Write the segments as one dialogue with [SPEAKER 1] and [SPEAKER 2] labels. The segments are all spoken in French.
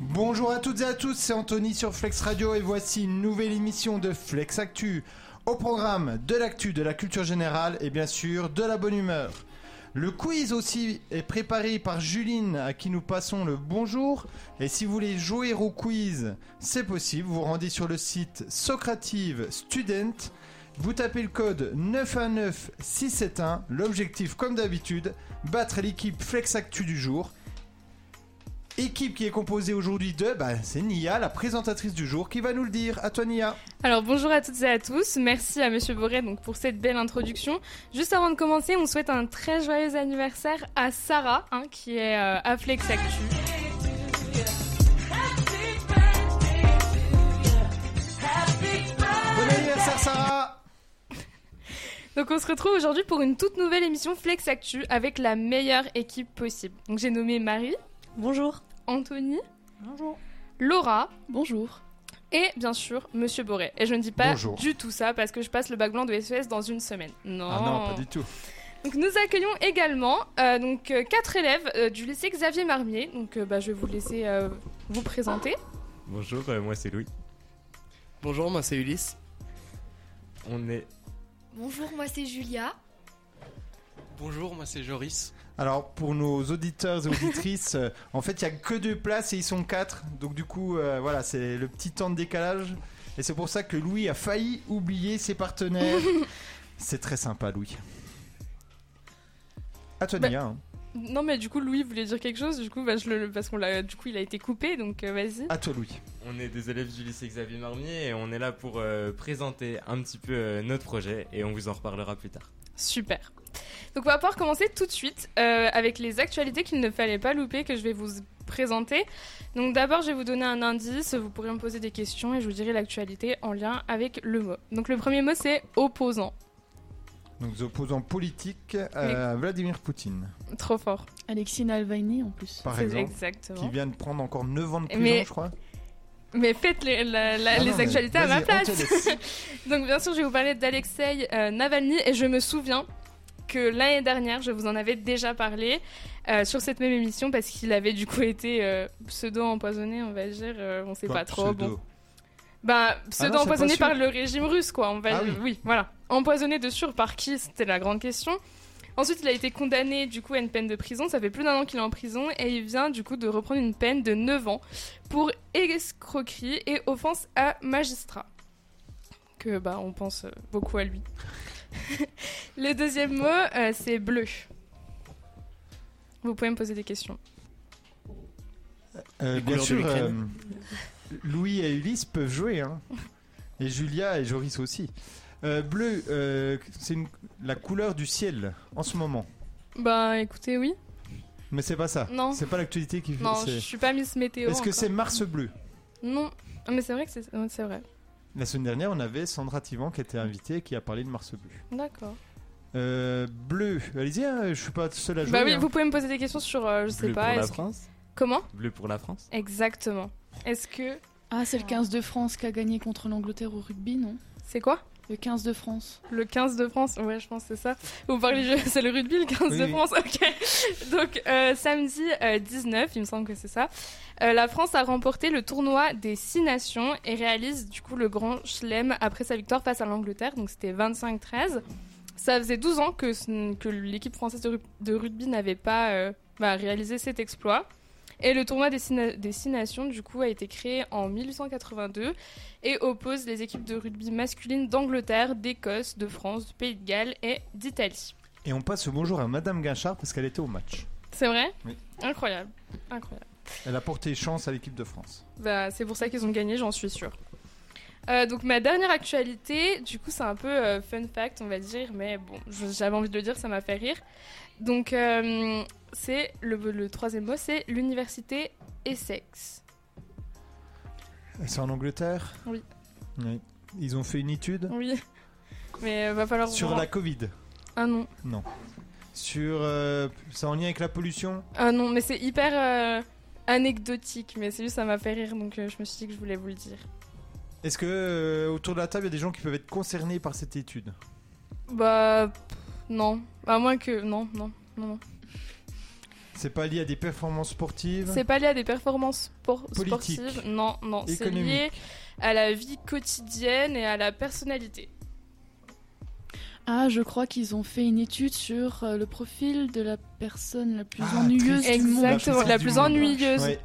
[SPEAKER 1] Bonjour à toutes et à tous, c'est Anthony sur Flex Radio et voici une nouvelle émission de Flex Actu. Au programme de l'actu, de la culture générale et bien sûr de la bonne humeur. Le quiz aussi est préparé par Juline à qui nous passons le bonjour. Et si vous voulez jouer au quiz, c'est possible. Vous vous rendez sur le site Socrative Student. Vous tapez le code 919671. L'objectif, comme d'habitude, battre l'équipe Flex Actu du jour. Équipe qui est composée aujourd'hui de, bah, c'est Nia, la présentatrice du jour, qui va nous le dire. À toi, Nia.
[SPEAKER 2] Alors bonjour à toutes et à tous, merci à Monsieur Boré donc pour cette belle introduction. Juste avant de commencer, on souhaite un très joyeux anniversaire à Sarah, hein, qui est euh, à Flex Actu.
[SPEAKER 1] Bon anniversaire, Sarah
[SPEAKER 2] Donc on se retrouve aujourd'hui pour une toute nouvelle émission Flex Actu avec la meilleure équipe possible. Donc j'ai nommé Marie,
[SPEAKER 3] Bonjour.
[SPEAKER 2] Anthony,
[SPEAKER 3] Bonjour.
[SPEAKER 2] Laura
[SPEAKER 3] Bonjour.
[SPEAKER 2] et bien sûr Monsieur Boré. Et je ne dis pas
[SPEAKER 1] Bonjour.
[SPEAKER 2] du tout ça parce que je passe le bac blanc de SES dans une semaine. Non.
[SPEAKER 1] Ah non, pas du tout.
[SPEAKER 2] Donc nous accueillons également euh, donc euh, quatre élèves euh, du lycée Xavier Marmier. Donc euh, bah, je vais vous laisser euh, vous présenter.
[SPEAKER 4] Bonjour, euh, moi c'est Louis.
[SPEAKER 5] Bonjour, moi c'est Ulysse.
[SPEAKER 4] On est.
[SPEAKER 6] Bonjour, moi c'est Julia.
[SPEAKER 5] Bonjour, moi c'est Joris.
[SPEAKER 1] Alors pour nos auditeurs et auditrices, euh, en fait il n'y a que deux places et ils sont quatre. Donc du coup euh, voilà c'est le petit temps de décalage. Et c'est pour ça que Louis a failli oublier ses partenaires. c'est très sympa Louis. À toi
[SPEAKER 2] Bah-
[SPEAKER 1] Nia, hein.
[SPEAKER 2] Non mais du coup Louis voulait dire quelque chose. Du coup bah, je le parce qu'on l'a du coup il a été coupé donc euh, vas-y.
[SPEAKER 1] À toi Louis.
[SPEAKER 4] On est des élèves du lycée Xavier Marmier et on est là pour euh, présenter un petit peu euh, notre projet et on vous en reparlera plus tard.
[SPEAKER 2] Super. Donc on va pouvoir commencer tout de suite euh, avec les actualités qu'il ne fallait pas louper que je vais vous présenter. Donc d'abord je vais vous donner un indice. Vous pourrez me poser des questions et je vous dirai l'actualité en lien avec le mot. Donc le premier mot c'est opposant.
[SPEAKER 1] Nous opposons politique à Vladimir Poutine,
[SPEAKER 2] Trop fort.
[SPEAKER 3] Alexine Alvani en plus.
[SPEAKER 1] par
[SPEAKER 2] C'est
[SPEAKER 1] exemple,
[SPEAKER 2] Exactement.
[SPEAKER 1] qui vient de prendre encore 9 ans de prison,
[SPEAKER 2] Mais-
[SPEAKER 1] je crois.
[SPEAKER 2] Mais faites les, la- la-
[SPEAKER 1] Ah
[SPEAKER 2] les
[SPEAKER 1] non, mais
[SPEAKER 2] actualités à ma
[SPEAKER 1] vas-y, on te
[SPEAKER 2] place.
[SPEAKER 1] laisse.
[SPEAKER 2] Donc bien sûr, je vais vous parler d'Alexei euh, Navalny et je me souviens que l'année dernière, je vous en avais déjà parlé euh, sur cette même émission parce qu'il avait du coup été euh, pseudo empoisonné, on va dire, euh, on sait
[SPEAKER 1] Quoi,
[SPEAKER 2] pas trop.
[SPEAKER 1] pseudo.
[SPEAKER 2] Bon. Bah,
[SPEAKER 1] Ah c'est
[SPEAKER 2] pseudo
[SPEAKER 1] pas
[SPEAKER 2] empoisonné
[SPEAKER 1] sûr.
[SPEAKER 2] par le régime russe, quoi. On va euh,
[SPEAKER 1] Ah oui.
[SPEAKER 2] voilà. Empoisonné de sûr par qui C'était la grande question. Ensuite, il a été condamné du coup à une peine de prison. Ça fait plus d'un an qu'il est en prison et il vient du coup de reprendre une peine de 9 ans pour escroquerie et offense à magistrat. Que bah on pense euh, beaucoup à lui. le deuxième mot, euh, c'est bleu. Vous pouvez me poser des questions.
[SPEAKER 1] Euh,
[SPEAKER 5] Les
[SPEAKER 1] bien
[SPEAKER 5] couleurs de
[SPEAKER 1] sûr,
[SPEAKER 5] l'Ukraine.
[SPEAKER 1] euh, Louis et Ulysse peuvent jouer, hein. et Julia et Joris aussi. Euh, bleu, euh, c'est une- la couleur du ciel en ce moment.
[SPEAKER 2] Bah écoutez, oui.
[SPEAKER 1] Mais c'est pas ça.
[SPEAKER 2] Non.
[SPEAKER 1] C'est pas l'actualité qui fait.
[SPEAKER 2] Non,
[SPEAKER 1] c'est-
[SPEAKER 2] je suis pas Miss Météo.
[SPEAKER 1] Est-ce que
[SPEAKER 2] encore.
[SPEAKER 1] c'est Mars bleu
[SPEAKER 2] Non. Ah, mais c'est vrai que c'est ouais, c'est vrai.
[SPEAKER 1] La semaine dernière, on avait Sandra Tivan qui était invitée et qui a parlé de Mars bleu.
[SPEAKER 2] D'accord.
[SPEAKER 1] Euh, bleu, allez-y, hein, je suis pas seul à jouer.
[SPEAKER 2] Bah oui,
[SPEAKER 1] hein.
[SPEAKER 2] vous pouvez me poser des questions sur, euh, je sais
[SPEAKER 4] Bleu
[SPEAKER 2] pas.
[SPEAKER 4] pour la
[SPEAKER 2] est-ce que-
[SPEAKER 4] France
[SPEAKER 2] Comment
[SPEAKER 4] Bleu pour la France
[SPEAKER 2] Exactement. Est-ce que
[SPEAKER 3] Ah, c'est le 15 de France qui a gagné contre l'Angleterre au rugby, non
[SPEAKER 2] c'est quoi
[SPEAKER 3] Le 15 de France.
[SPEAKER 2] Le 15 de France, ouais, je pense que c'est ça. Vous parlez, du- c'est le rugby, le 15
[SPEAKER 1] Oui,
[SPEAKER 2] de
[SPEAKER 1] oui.
[SPEAKER 2] France, ok. Donc, euh, samedi euh, 19, il me semble que c'est ça, euh, la France a remporté le tournoi des six nations et réalise du coup le grand chelem après sa victoire face à l'Angleterre, donc c'était 25-13. Ça faisait 12 ans que, ce- que l'équipe française de, ru- de rugby n'avait pas euh, bah, réalisé cet exploit. Et le tournoi des six, na- des six nations, du coup, a été créé en 1882 et oppose les équipes de rugby masculines d'Angleterre, d'Écosse, de France, du Pays de Galles et d'Italie.
[SPEAKER 1] Et on passe le bonjour à Madame Guinchard parce qu'elle était au match.
[SPEAKER 2] C'est vrai
[SPEAKER 1] Oui.
[SPEAKER 2] Incroyable. Incroyable.
[SPEAKER 1] Elle a porté chance à l'équipe de France.
[SPEAKER 2] Bah, c'est pour ça qu'ils ont gagné, j'en suis sûre. Euh, donc ma dernière actualité, du coup c'est un peu euh, fun fact on va dire, mais bon je- j'avais envie de le dire, ça m'a fait rire. Donc euh, c'est le, le troisième mot, c'est l'université Essex.
[SPEAKER 1] C'est en Angleterre
[SPEAKER 2] Oui.
[SPEAKER 1] Oui. Ils ont fait une étude
[SPEAKER 2] Oui, mais euh, va falloir...
[SPEAKER 1] sur la Covid.
[SPEAKER 2] Ah non,
[SPEAKER 1] Sur. euh, c'est en lien avec la pollution
[SPEAKER 2] ah non, mais c'est hyper euh, anecdotique, mais c'est juste ça m'a fait rire, donc euh, je me suis dit que je voulais vous le dire.
[SPEAKER 1] Est-ce que euh, autour de la table, il y a des gens qui peuvent être concernés par cette étude
[SPEAKER 2] Bah pff, non, à moins que non, non, non, non.
[SPEAKER 1] C'est pas lié à des performances sportives
[SPEAKER 2] C'est pas lié à des performances spor-
[SPEAKER 1] Politique.
[SPEAKER 2] sportives, non, non, c'est
[SPEAKER 1] Économique.
[SPEAKER 2] lié à la vie quotidienne et à la personnalité.
[SPEAKER 3] Ah, je crois qu'ils ont fait une étude sur euh, le profil de la personne la plus
[SPEAKER 1] Ah,
[SPEAKER 3] ennuyeuse
[SPEAKER 1] triste.
[SPEAKER 3] du monde.
[SPEAKER 2] Exactement,
[SPEAKER 1] tristesse
[SPEAKER 2] la
[SPEAKER 1] du
[SPEAKER 2] plus
[SPEAKER 1] monde.
[SPEAKER 2] ennuyeuse.
[SPEAKER 1] Ouais,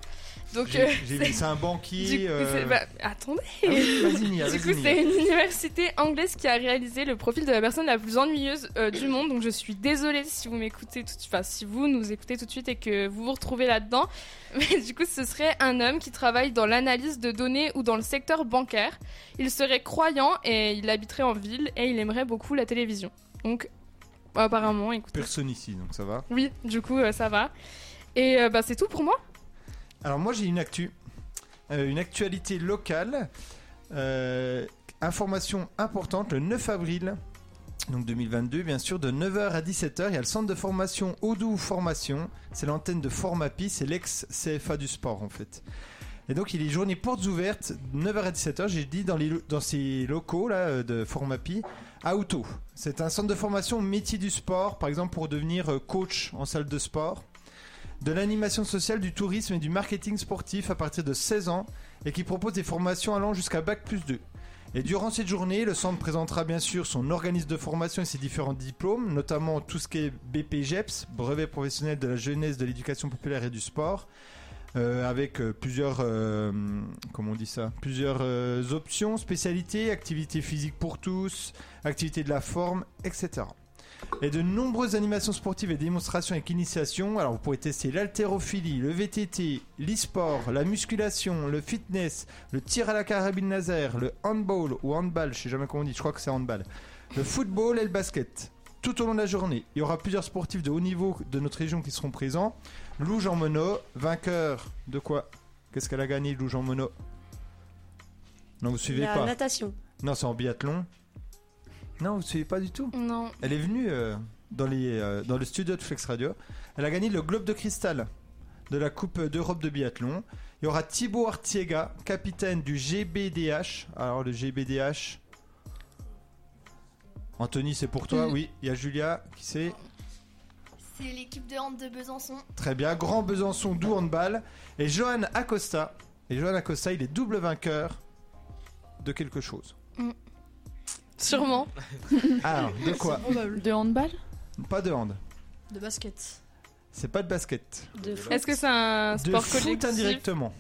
[SPEAKER 2] Donc,
[SPEAKER 1] j'ai-
[SPEAKER 2] euh,
[SPEAKER 1] j'ai vu, c'est un
[SPEAKER 2] du
[SPEAKER 1] banquier.
[SPEAKER 2] coup,
[SPEAKER 1] euh,
[SPEAKER 2] c'est- bah, attendez.
[SPEAKER 1] ah oui, vas-y, Nia,
[SPEAKER 2] Du
[SPEAKER 1] vas-y,
[SPEAKER 2] coup,
[SPEAKER 1] Nia.
[SPEAKER 2] c'est une université anglaise qui a réalisé le profil de la personne la plus ennuyeuse euh, du monde. Donc, je suis désolée si vous m'écoutez tout de suite, enfin, si vous nous écoutez tout de suite et que vous vous retrouvez là-dedans. Mais du coup, ce serait un homme qui travaille dans l'analyse de données ou dans le secteur bancaire. Il serait croyant et il habiterait en ville et il aimerait beaucoup la télévision. Donc, apparemment, écoutez.
[SPEAKER 1] Personne ici, donc ça va.
[SPEAKER 2] Oui, du coup, euh, ça va. Et euh, bah, c'est tout pour moi.
[SPEAKER 1] Alors moi j'ai une actu, Euh, une actualité locale, Euh, information importante, le 9 avril, donc 2022 bien sûr, de 9h à 17h, il y a le centre de formation Odoo Formation, c'est l'antenne de Formapi, c'est l'ex-CFA du sport en fait. Et donc il est journée portes ouvertes, 9h à 17h, j'ai dit dans, les lo- dans ces locaux là euh, de Formapi, à Auto. C'est un centre de formation métier du sport, par exemple pour devenir euh, coach en salle de sport de l'animation sociale, du tourisme et du marketing sportif à partir de 16 ans et qui propose des formations allant jusqu'à Bac plus 2. Et durant cette journée, le centre présentera bien sûr son organisme de formation et ses différents diplômes, notamment tout ce qui est BPGEPS, E brevet professionnel de la jeunesse, de l'éducation populaire et du sport, euh, avec euh, plusieurs, euh, comment on dit ça, plusieurs euh, options, spécialités, activités physiques pour tous, activités de la forme, etc et de nombreuses animations sportives et démonstrations avec initiation. Alors vous pourrez tester l'haltérophilie, le VTT, l'e-sport, la musculation, le fitness, le tir à la carabine laser, le handball ou handball, je sais jamais comment on dit, je crois que c'est handball, le football et le basket. Tout au long de la journée, il y aura plusieurs sportifs de haut niveau de notre région qui seront présents. Lou Jean Monod, vainqueur de quoi Qu'est-ce qu'elle a gagné, Lou Jean Monod Non, vous suivez
[SPEAKER 7] La
[SPEAKER 1] pas.
[SPEAKER 7] natation.
[SPEAKER 1] Non, c'est en biathlon. Non, vous suivez pas du tout.
[SPEAKER 2] Non.
[SPEAKER 1] Elle est venue euh, dans, les, euh, dans le studio de Flex Radio. Elle a gagné le Globe de Cristal de la Coupe d'Europe de biathlon. Il y aura Thibaut Artiega, capitaine du GBDH. Alors le GBDH. Anthony, c'est pour toi,
[SPEAKER 3] Mm.
[SPEAKER 1] oui. Il y a Julia, qui c'est
[SPEAKER 6] C'est l'équipe de hand de Besançon.
[SPEAKER 1] Très bien. Grand Besançon, doux handball. Et Johan Acosta. Et Johan Acosta, il est double vainqueur de quelque chose.
[SPEAKER 2] Sûrement.
[SPEAKER 1] Alors, Ah, de quoi
[SPEAKER 3] De handball
[SPEAKER 1] Pas de hand.
[SPEAKER 7] De basket.
[SPEAKER 1] C'est pas de basket.
[SPEAKER 7] De foot.
[SPEAKER 2] Est-ce que c'est un
[SPEAKER 1] De
[SPEAKER 2] sport
[SPEAKER 1] foot
[SPEAKER 2] collectif
[SPEAKER 1] indirectement.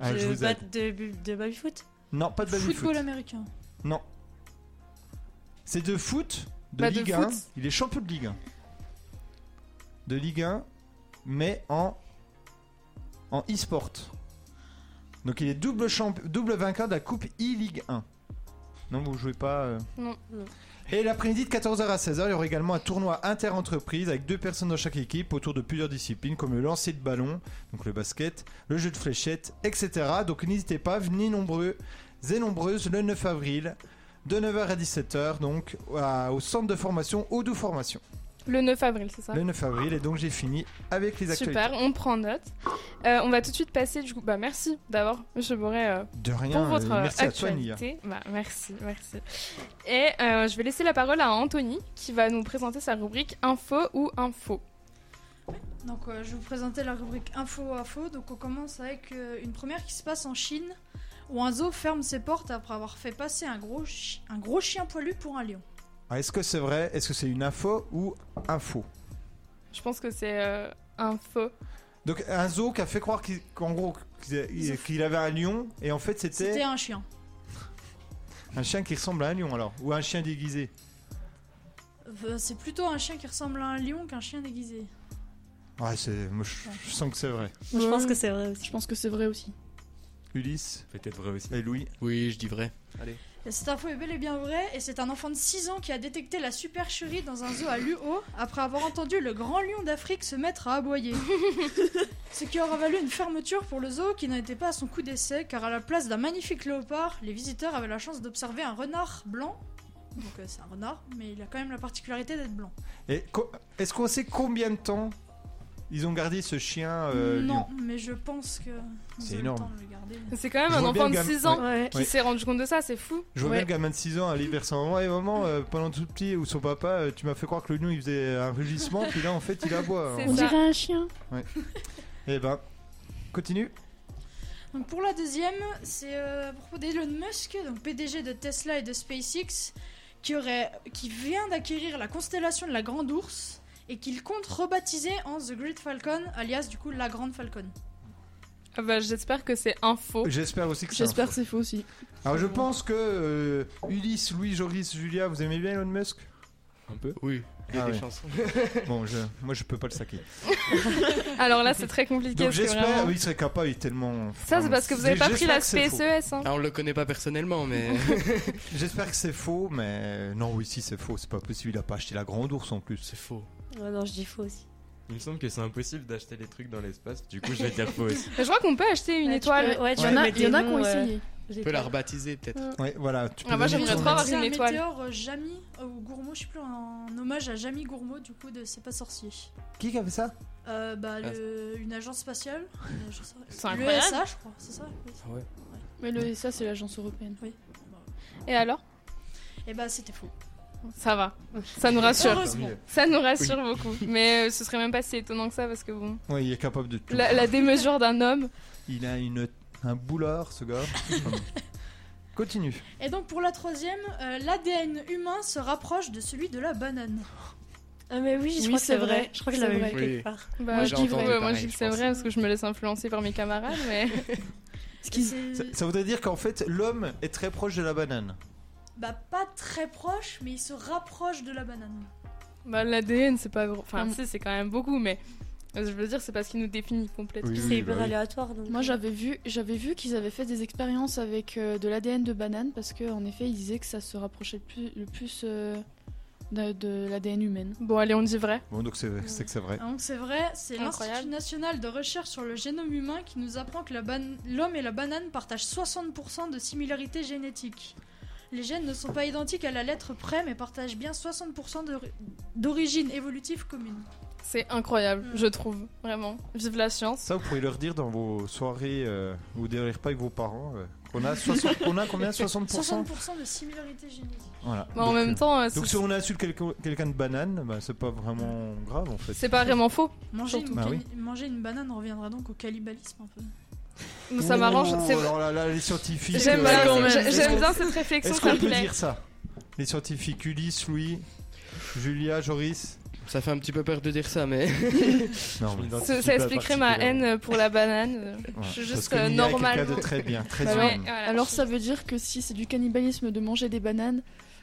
[SPEAKER 1] Ah, je
[SPEAKER 7] de,
[SPEAKER 1] vous
[SPEAKER 7] ba-
[SPEAKER 1] aide.
[SPEAKER 7] de, bu- de baby foot.
[SPEAKER 1] Non, pas de baby
[SPEAKER 7] Football américain.
[SPEAKER 1] Non. C'est de foot, de
[SPEAKER 2] Bah, de
[SPEAKER 1] Ligue 1.
[SPEAKER 2] foot.
[SPEAKER 1] Il est champion de Ligue 1. De Ligue 1, mais en en e-sport. Donc il est double, champ- double vainqueur de la Coupe e-Ligue 1. Non, vous jouez pas. euh.
[SPEAKER 2] Non.
[SPEAKER 7] Non.
[SPEAKER 1] Et l'après-midi de 14h à 16h, il y aura également un tournoi inter-entreprise avec deux personnes dans chaque équipe autour de plusieurs disciplines comme le lancer de ballon, donc le basket, le jeu de fléchettes, etc. Donc n'hésitez pas, venez nombreux et nombreuses le 9 avril de 9h à 17h donc à- au centre de formation Odoo Formation.
[SPEAKER 2] Le 9 avril, c'est ça
[SPEAKER 1] Le 9 avril et donc j'ai fini avec les actualités.
[SPEAKER 2] Super, on prend note. Euh, on va tout de suite passer du coup. Bah merci d'abord, Monsieur Boré, euh,
[SPEAKER 1] De rien,
[SPEAKER 2] pour
[SPEAKER 1] euh,
[SPEAKER 2] votre euh,
[SPEAKER 1] merci à toi Nia.
[SPEAKER 2] actualité. Bah, merci, merci. Et euh, je vais laisser la parole à Anthony qui va nous présenter sa rubrique Info ou Info.
[SPEAKER 8] Donc, euh, je vais vous présenter la rubrique Info Info. Donc, on commence avec euh, une première qui se passe en Chine, où un zoo ferme ses portes après avoir fait passer un gros, chi- un gros chien poilu pour un lion.
[SPEAKER 1] Ah, Est-ce que c'est vrai Est-ce que c'est une info ou info
[SPEAKER 2] Je pense que c'est euh, Info.
[SPEAKER 1] Donc un zoo qui a fait croire qu'il- qu'en gros qu'il qu'il avait un lion et en fait
[SPEAKER 8] C'était
[SPEAKER 1] c'était
[SPEAKER 8] un chien.
[SPEAKER 1] un chien qui ressemble à un lion alors ou un chien déguisé.
[SPEAKER 8] Euh, c'est plutôt un chien qui ressemble à un lion qu'un chien déguisé.
[SPEAKER 1] Ouais, c'est moi, je, je sens que c'est vrai.
[SPEAKER 7] Moi, je
[SPEAKER 3] Ouais.
[SPEAKER 7] pense que c'est vrai aussi.
[SPEAKER 3] Je pense que c'est vrai aussi.
[SPEAKER 1] Ulysse
[SPEAKER 4] Peut-être vrai aussi.
[SPEAKER 1] et Louis.
[SPEAKER 5] Oui, je dis vrai.
[SPEAKER 8] Et cette info est bel et bien vraie, et c'est un enfant de 6 ans qui a détecté la supercherie dans un zoo à Luo après avoir entendu le grand lion d'Afrique se mettre à aboyer. Ce qui aura valu une fermeture pour le zoo qui n'en était pas à son coup d'essai, car à la place d'un magnifique léopard, les visiteurs avaient la chance d'observer un renard blanc. Donc euh, c'est un renard, mais il a quand même la particularité d'être blanc.
[SPEAKER 1] Et co- est-ce qu'on sait combien de temps Ils ont gardé ce chien euh, lion.
[SPEAKER 8] non, mais je pense que.
[SPEAKER 1] C'est
[SPEAKER 8] ils ont eu le
[SPEAKER 1] énorme.
[SPEAKER 8] temps de le garder.
[SPEAKER 2] C'est quand même
[SPEAKER 1] Je
[SPEAKER 2] un
[SPEAKER 1] vois bien
[SPEAKER 2] enfant
[SPEAKER 1] le
[SPEAKER 2] de
[SPEAKER 1] gamin.
[SPEAKER 2] 6 ans
[SPEAKER 7] Ouais.
[SPEAKER 2] qui
[SPEAKER 1] Ouais.
[SPEAKER 2] s'est rendu compte de ça, c'est fou.
[SPEAKER 1] Je vois bien
[SPEAKER 7] Ouais.
[SPEAKER 1] le gamin de 6 ans aller vers son maman. Et maman, euh, pendant tout petit, ou son papa, euh, tu m'as fait croire que le lion il faisait un rugissement, puis là en fait il aboie.
[SPEAKER 2] C'est
[SPEAKER 1] Hein.
[SPEAKER 3] On
[SPEAKER 2] ça.
[SPEAKER 3] dirait un chien.
[SPEAKER 1] Eh ben, continue.
[SPEAKER 8] Donc pour la deuxième, c'est euh, à propos d'Elon Musk, donc PDG de Tesla et de SpaceX, qui, aurait, qui vient d'acquérir la constellation de la Grande Ourse et qu'il compte rebaptiser en The Great Falcon, alias du coup la Grande Falcon.
[SPEAKER 2] Ah bah, j'espère que c'est un faux.
[SPEAKER 1] J'espère aussi que ça.
[SPEAKER 3] J'espère que c'est faux aussi.
[SPEAKER 1] Alors je pense que euh, Ulysse, Louis, Joris, Julia, vous aimez bien Elon Musk
[SPEAKER 4] Un peu.
[SPEAKER 5] Oui, il y a
[SPEAKER 1] Ah
[SPEAKER 5] des
[SPEAKER 1] ouais.
[SPEAKER 5] chances.
[SPEAKER 1] Bon, je, moi je peux pas le saquer.
[SPEAKER 2] Alors là, c'est très compliqué.
[SPEAKER 1] Donc
[SPEAKER 2] parce que
[SPEAKER 1] j'espère,
[SPEAKER 2] vraiment-
[SPEAKER 1] oui, il serait capable, il est tellement.
[SPEAKER 2] Ça, c'est parce que vous avez pas pris
[SPEAKER 1] J'espère
[SPEAKER 2] la
[SPEAKER 1] que c'est faux.
[SPEAKER 2] PSES. Hein.
[SPEAKER 5] Ah, on le connaît pas personnellement, mais
[SPEAKER 1] J'espère que c'est faux, mais euh, non, oui, si c'est faux, c'est pas possible. Il a pas acheté la grande ours en plus.
[SPEAKER 5] c'est faux.
[SPEAKER 7] Ouais, non, je dis faux aussi.
[SPEAKER 4] Il me semble que c'est impossible d'acheter les trucs dans l'espace. Du coup, je vais dire faux aussi.
[SPEAKER 2] Mais Je crois qu'on peut acheter une
[SPEAKER 7] Ouais, Bah, tu
[SPEAKER 2] étoile.
[SPEAKER 7] peux- ouais, tu
[SPEAKER 1] Ouais.
[SPEAKER 7] peux
[SPEAKER 3] Il y en a,
[SPEAKER 7] mettre
[SPEAKER 3] il y en a
[SPEAKER 7] des
[SPEAKER 3] qui ont
[SPEAKER 7] noms, euh,
[SPEAKER 3] essayé.
[SPEAKER 5] On peut la rebaptiser peut-être.
[SPEAKER 1] Ouais, voilà. Tu peux
[SPEAKER 2] Ah, moi,
[SPEAKER 1] donner
[SPEAKER 2] j'aimerais
[SPEAKER 1] ton-
[SPEAKER 2] trop avoir
[SPEAKER 8] C'est
[SPEAKER 2] une
[SPEAKER 8] un
[SPEAKER 2] étoile.
[SPEAKER 8] météore euh, Jamy euh, ou Gourmaud, je sais plus, en hommage à Jamy Gourmaud du coup de C'est pas sorcier.
[SPEAKER 1] Qui a fait ça
[SPEAKER 8] Euh, bah, le- une agence spatiale, Euh, une agence-
[SPEAKER 2] Ah, C'est
[SPEAKER 8] l'ESA je crois, c'est ça
[SPEAKER 1] Ah
[SPEAKER 3] Mais le ça c'est l'agence européenne.
[SPEAKER 2] Et alors
[SPEAKER 7] Eh
[SPEAKER 8] Et
[SPEAKER 7] ben,
[SPEAKER 8] bah c'était faux.
[SPEAKER 2] Ça va. Ça nous rassure.
[SPEAKER 8] Heureusement.
[SPEAKER 2] Ça nous rassure beaucoup. Mais euh, ce serait même pas si étonnant que ça parce que bon.
[SPEAKER 1] Ouais, il est capable de tout.
[SPEAKER 2] La, la démesure d'un homme.
[SPEAKER 1] Il a une, un boulard, ce gars. Enfin, Continue.
[SPEAKER 8] Et donc pour la troisième, euh, l'ADN humain se rapproche de celui de la banane.
[SPEAKER 7] Ah, mais oui, je
[SPEAKER 3] Oui,
[SPEAKER 7] crois que
[SPEAKER 3] c'est
[SPEAKER 7] c'est vrai.
[SPEAKER 3] vrai.
[SPEAKER 7] Je crois que
[SPEAKER 3] C'est
[SPEAKER 7] je l'avais
[SPEAKER 3] vrai.
[SPEAKER 7] vu
[SPEAKER 5] Oui.
[SPEAKER 7] quelque part.
[SPEAKER 2] Bah,
[SPEAKER 3] Moi,
[SPEAKER 2] ouais,
[SPEAKER 3] je dis vrai.
[SPEAKER 2] moi,
[SPEAKER 5] pareil,
[SPEAKER 2] je dis que
[SPEAKER 5] je
[SPEAKER 2] c'est
[SPEAKER 5] pense.
[SPEAKER 2] vrai parce que je me laisse influencer par mes camarades. Mais
[SPEAKER 3] Ce
[SPEAKER 8] Et
[SPEAKER 3] qui
[SPEAKER 1] Ça,
[SPEAKER 8] c'est-
[SPEAKER 1] ça voudrait dire qu'en fait, l'homme est très proche de la banane.
[SPEAKER 8] Bah pas très proche, mais il se rapproche de la banane.
[SPEAKER 2] bah, l'ADN, c'est pas gros. Enfin,
[SPEAKER 3] Mm.
[SPEAKER 2] si, c'est quand même beaucoup. Mais euh, je veux dire, c'est parce qu'il nous définit complètement.
[SPEAKER 1] Oui,
[SPEAKER 7] C'est
[SPEAKER 1] oui,
[SPEAKER 7] hyper
[SPEAKER 1] bah oui.
[SPEAKER 7] aléatoire. Donc... euh.
[SPEAKER 2] euh,
[SPEAKER 3] Moi j'avais vu, j'avais vu qu'ils avaient fait des expériences avec euh, de l'ADN de banane parce que en effet ils disaient que ça se rapprochait le plus, le plus euh, de, de l'ADN humaine.
[SPEAKER 2] Bon, allez, on dit vrai.
[SPEAKER 1] Bon, donc c'est c'est que c'est vrai.
[SPEAKER 8] Ah, donc c'est vrai, c'est
[SPEAKER 2] Incroyable.
[SPEAKER 8] l'Institut national de recherche sur le génome humain qui nous apprend que la ban- l'homme et la banane partagent 60% de similarité génétique. Les gènes ne sont pas identiques à la lettre près, mais partagent bien 60% de- d'origine évolutive commune.
[SPEAKER 2] C'est incroyable,
[SPEAKER 8] Mm.
[SPEAKER 2] je trouve. Vraiment. Vive la science.
[SPEAKER 1] Ça, vous pouvez leur dire dans vos soirées euh, ou des repas avec vos parents euh, qu'on a, 60 qu'on a combien 60%,
[SPEAKER 8] 60% de similarité génétique.
[SPEAKER 1] Voilà.
[SPEAKER 2] Mais en
[SPEAKER 1] Donc, euh,
[SPEAKER 2] même temps, euh,
[SPEAKER 1] Donc
[SPEAKER 2] c'est-
[SPEAKER 1] si on insulte quelqu'un quelqu'un de banane, bah, c'est pas vraiment grave en fait.
[SPEAKER 2] c'est pas vraiment faux.
[SPEAKER 8] Manger une,
[SPEAKER 1] Surtout. Bah
[SPEAKER 8] cani- manger une banane reviendra donc au cannibalisme un peu.
[SPEAKER 2] Ça m'arrange.
[SPEAKER 1] Ouh, oh,
[SPEAKER 2] c'est-
[SPEAKER 1] Alors là, là, les scientifiques.
[SPEAKER 2] J'aime
[SPEAKER 1] euh,
[SPEAKER 2] bien,
[SPEAKER 7] quand même.
[SPEAKER 2] j'ai-
[SPEAKER 7] Est-ce
[SPEAKER 2] j'aime
[SPEAKER 1] qu'on-
[SPEAKER 2] bien cette réflexion,
[SPEAKER 1] Est-ce
[SPEAKER 2] ça
[SPEAKER 1] qu'on
[SPEAKER 2] me
[SPEAKER 1] peut
[SPEAKER 2] plaît.
[SPEAKER 1] dire ça Les scientifiques Ulysse, Louis, Julia, Joris.
[SPEAKER 5] Ça fait un petit peu peur de dire ça, mais
[SPEAKER 1] Non,
[SPEAKER 4] Je m'identifie
[SPEAKER 2] Ça, ça
[SPEAKER 4] pas
[SPEAKER 2] expliquerait ma
[SPEAKER 4] particulièrement.
[SPEAKER 2] haine euh, pour la banane. euh,
[SPEAKER 1] voilà.
[SPEAKER 2] Je suis
[SPEAKER 1] Parce
[SPEAKER 2] juste
[SPEAKER 1] que
[SPEAKER 2] euh,
[SPEAKER 1] Mia est
[SPEAKER 2] normale.
[SPEAKER 1] quelqu'un de très bien, très
[SPEAKER 3] Bah
[SPEAKER 2] Ouais,
[SPEAKER 1] humain.
[SPEAKER 2] voilà.
[SPEAKER 3] Alors ça veut dire que si c'est du cannibalisme de manger des bananes,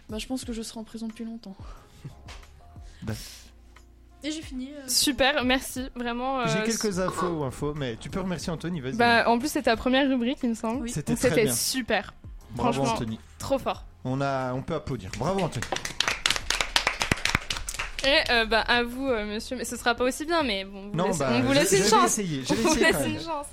[SPEAKER 3] bah, je pense que je serai en prison plus longtemps.
[SPEAKER 8] Et j'ai fini. euh,
[SPEAKER 2] Super, merci, vraiment. euh,
[SPEAKER 1] J'ai quelques infos ou infos, mais tu peux remercier Anthony, vas-y.
[SPEAKER 2] Bah, en plus, c'était ta première rubrique, il me semble.
[SPEAKER 8] Oui.
[SPEAKER 1] C'était
[SPEAKER 2] Donc
[SPEAKER 1] très
[SPEAKER 2] c'était
[SPEAKER 1] bien.
[SPEAKER 2] super,
[SPEAKER 1] Bravo
[SPEAKER 2] franchement.
[SPEAKER 1] Anthony.
[SPEAKER 2] trop fort.
[SPEAKER 1] On, a, on peut applaudir. Bravo Anthony.
[SPEAKER 2] Et euh, bah, à vous, euh, monsieur, mais ce sera pas aussi bien, mais bon, vous
[SPEAKER 1] Non,
[SPEAKER 2] laisse-
[SPEAKER 1] bah,
[SPEAKER 2] on vous laisse
[SPEAKER 1] je-
[SPEAKER 2] une
[SPEAKER 1] je vais
[SPEAKER 2] chance.
[SPEAKER 1] essayer, je
[SPEAKER 2] On
[SPEAKER 1] vais
[SPEAKER 2] vous
[SPEAKER 1] essayer quand
[SPEAKER 2] laisse
[SPEAKER 1] même.
[SPEAKER 2] une chance.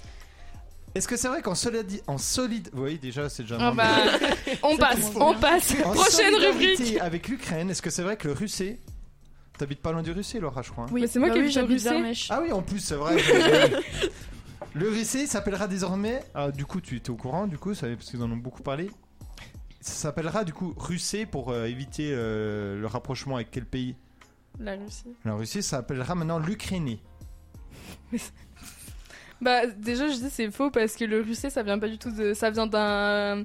[SPEAKER 1] Est-ce que c'est vrai qu'en solide, en solide, oui déjà c'est déjà.
[SPEAKER 2] Ah
[SPEAKER 1] moins
[SPEAKER 2] bah,
[SPEAKER 1] bien.
[SPEAKER 2] on passe,
[SPEAKER 3] trop
[SPEAKER 2] on
[SPEAKER 3] bien.
[SPEAKER 2] passe.
[SPEAKER 1] En
[SPEAKER 2] Prochaine
[SPEAKER 1] solidarité
[SPEAKER 2] rubrique.
[SPEAKER 1] Avec l'Ukraine, est-ce que c'est vrai que le Russé, t'habites pas loin du Russé, Laura, je crois. hein
[SPEAKER 2] Mais Bah, c'est moi qui ai
[SPEAKER 3] oui,
[SPEAKER 2] vu le
[SPEAKER 3] j'habite
[SPEAKER 2] Russet.
[SPEAKER 3] Vermèche.
[SPEAKER 1] Ah oui, en plus, c'est vrai. je- le Russé s'appellera désormais. Ah, du coup, tu étais au courant, du coup, ça- parce qu'ils en ont beaucoup parlé. Ça s'appellera du coup Russé pour euh, éviter euh, le rapprochement avec quel pays
[SPEAKER 2] La Russie.
[SPEAKER 1] La Russie, ça s'appellera maintenant l'Ukraine.
[SPEAKER 2] Bah, déjà, je dis c'est faux parce que le russet, ça vient pas du tout de. Ça vient d'un.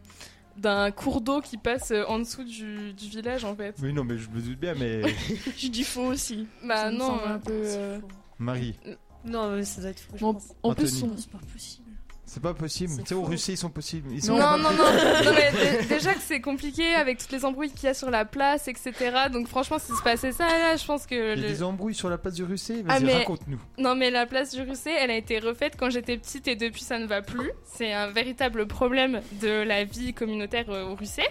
[SPEAKER 2] d'un cours d'eau qui passe euh, en dessous du, du village, en fait.
[SPEAKER 1] Oui, non, mais je me doute bien, mais
[SPEAKER 3] Je dis faux aussi.
[SPEAKER 2] Bah,
[SPEAKER 3] Ça me
[SPEAKER 2] non.
[SPEAKER 3] semble un peu, euh,
[SPEAKER 1] Marie,
[SPEAKER 7] Non, mais ça doit être faux. je
[SPEAKER 3] bon,
[SPEAKER 7] pense.
[SPEAKER 3] en plus,
[SPEAKER 1] Anthony.
[SPEAKER 3] son-
[SPEAKER 8] Non, c'est pas possible.
[SPEAKER 1] c'est pas possible.
[SPEAKER 7] C'est
[SPEAKER 1] Tu sais, aux
[SPEAKER 7] faux.
[SPEAKER 1] Russes, ils sont possibles. Ils sont
[SPEAKER 2] Non, non,
[SPEAKER 1] capables
[SPEAKER 2] non,
[SPEAKER 1] de-
[SPEAKER 2] non, mais dé- déjà que c'est compliqué avec toutes les embrouilles qu'il y a sur la place, etc. Donc, franchement, s'il se passait ça, là, je pense que.
[SPEAKER 1] Il y a
[SPEAKER 2] le-
[SPEAKER 1] des embrouilles sur la place du Russé.
[SPEAKER 2] Ah,
[SPEAKER 1] Vas-y,
[SPEAKER 2] mais-
[SPEAKER 1] raconte-nous.
[SPEAKER 2] Non, mais la place du Russet, elle a été refaite quand j'étais petite et depuis ça ne va plus. C'est un véritable problème de la vie communautaire euh, au Russet.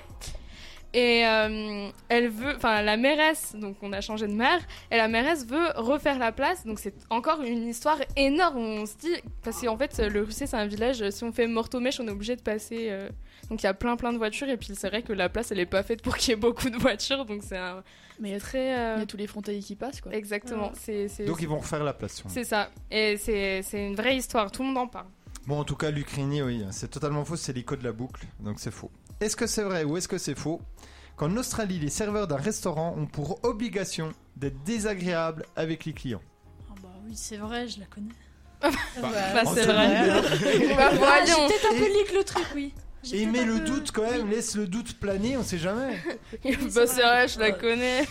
[SPEAKER 2] Et euh, elle veut, enfin la mairesse, donc on a changé de maire, et la mairesse veut refaire la place. Donc c'est encore une histoire énorme. On se dit, parce qu'en fait le Russet c'est un village, si on fait Mortomèche, on est obligé de passer. euh, donc il y a plein plein de voitures, et puis c'est vrai que la place elle est pas faite pour qu'il y ait beaucoup de voitures, donc c'est un
[SPEAKER 3] Mais il y, a-
[SPEAKER 2] très. euh,
[SPEAKER 3] il y a tous les frontaliers qui passent, quoi.
[SPEAKER 2] Exactement, c'est c'est-
[SPEAKER 1] Donc ils vont refaire la place. ouais.
[SPEAKER 2] c'est ça. Et c'est c'est une vraie histoire, tout le monde en parle.
[SPEAKER 1] Bon, en tout cas, l'Ukrainien, oui, c'est totalement faux, c'est l'icône de la boucle, donc c'est faux. Est-ce que c'est vrai ou est-ce que c'est faux qu'en Australie, les serveurs d'un restaurant ont pour obligation d'être désagréables avec les clients
[SPEAKER 8] Ah bah oui, c'est vrai, je la connais.
[SPEAKER 2] Bah, c'est vrai.
[SPEAKER 1] euh,
[SPEAKER 2] Bah,
[SPEAKER 8] Ah,
[SPEAKER 2] voyons.
[SPEAKER 8] j'ai peut-être un peu
[SPEAKER 1] Et-
[SPEAKER 8] leak le truc, oui. J'ai
[SPEAKER 1] Aimez
[SPEAKER 8] peut-être un
[SPEAKER 1] le
[SPEAKER 8] peu-
[SPEAKER 1] doute quand même, laisse le doute planer, on sait jamais.
[SPEAKER 2] Bah, c'est vrai, je la connais.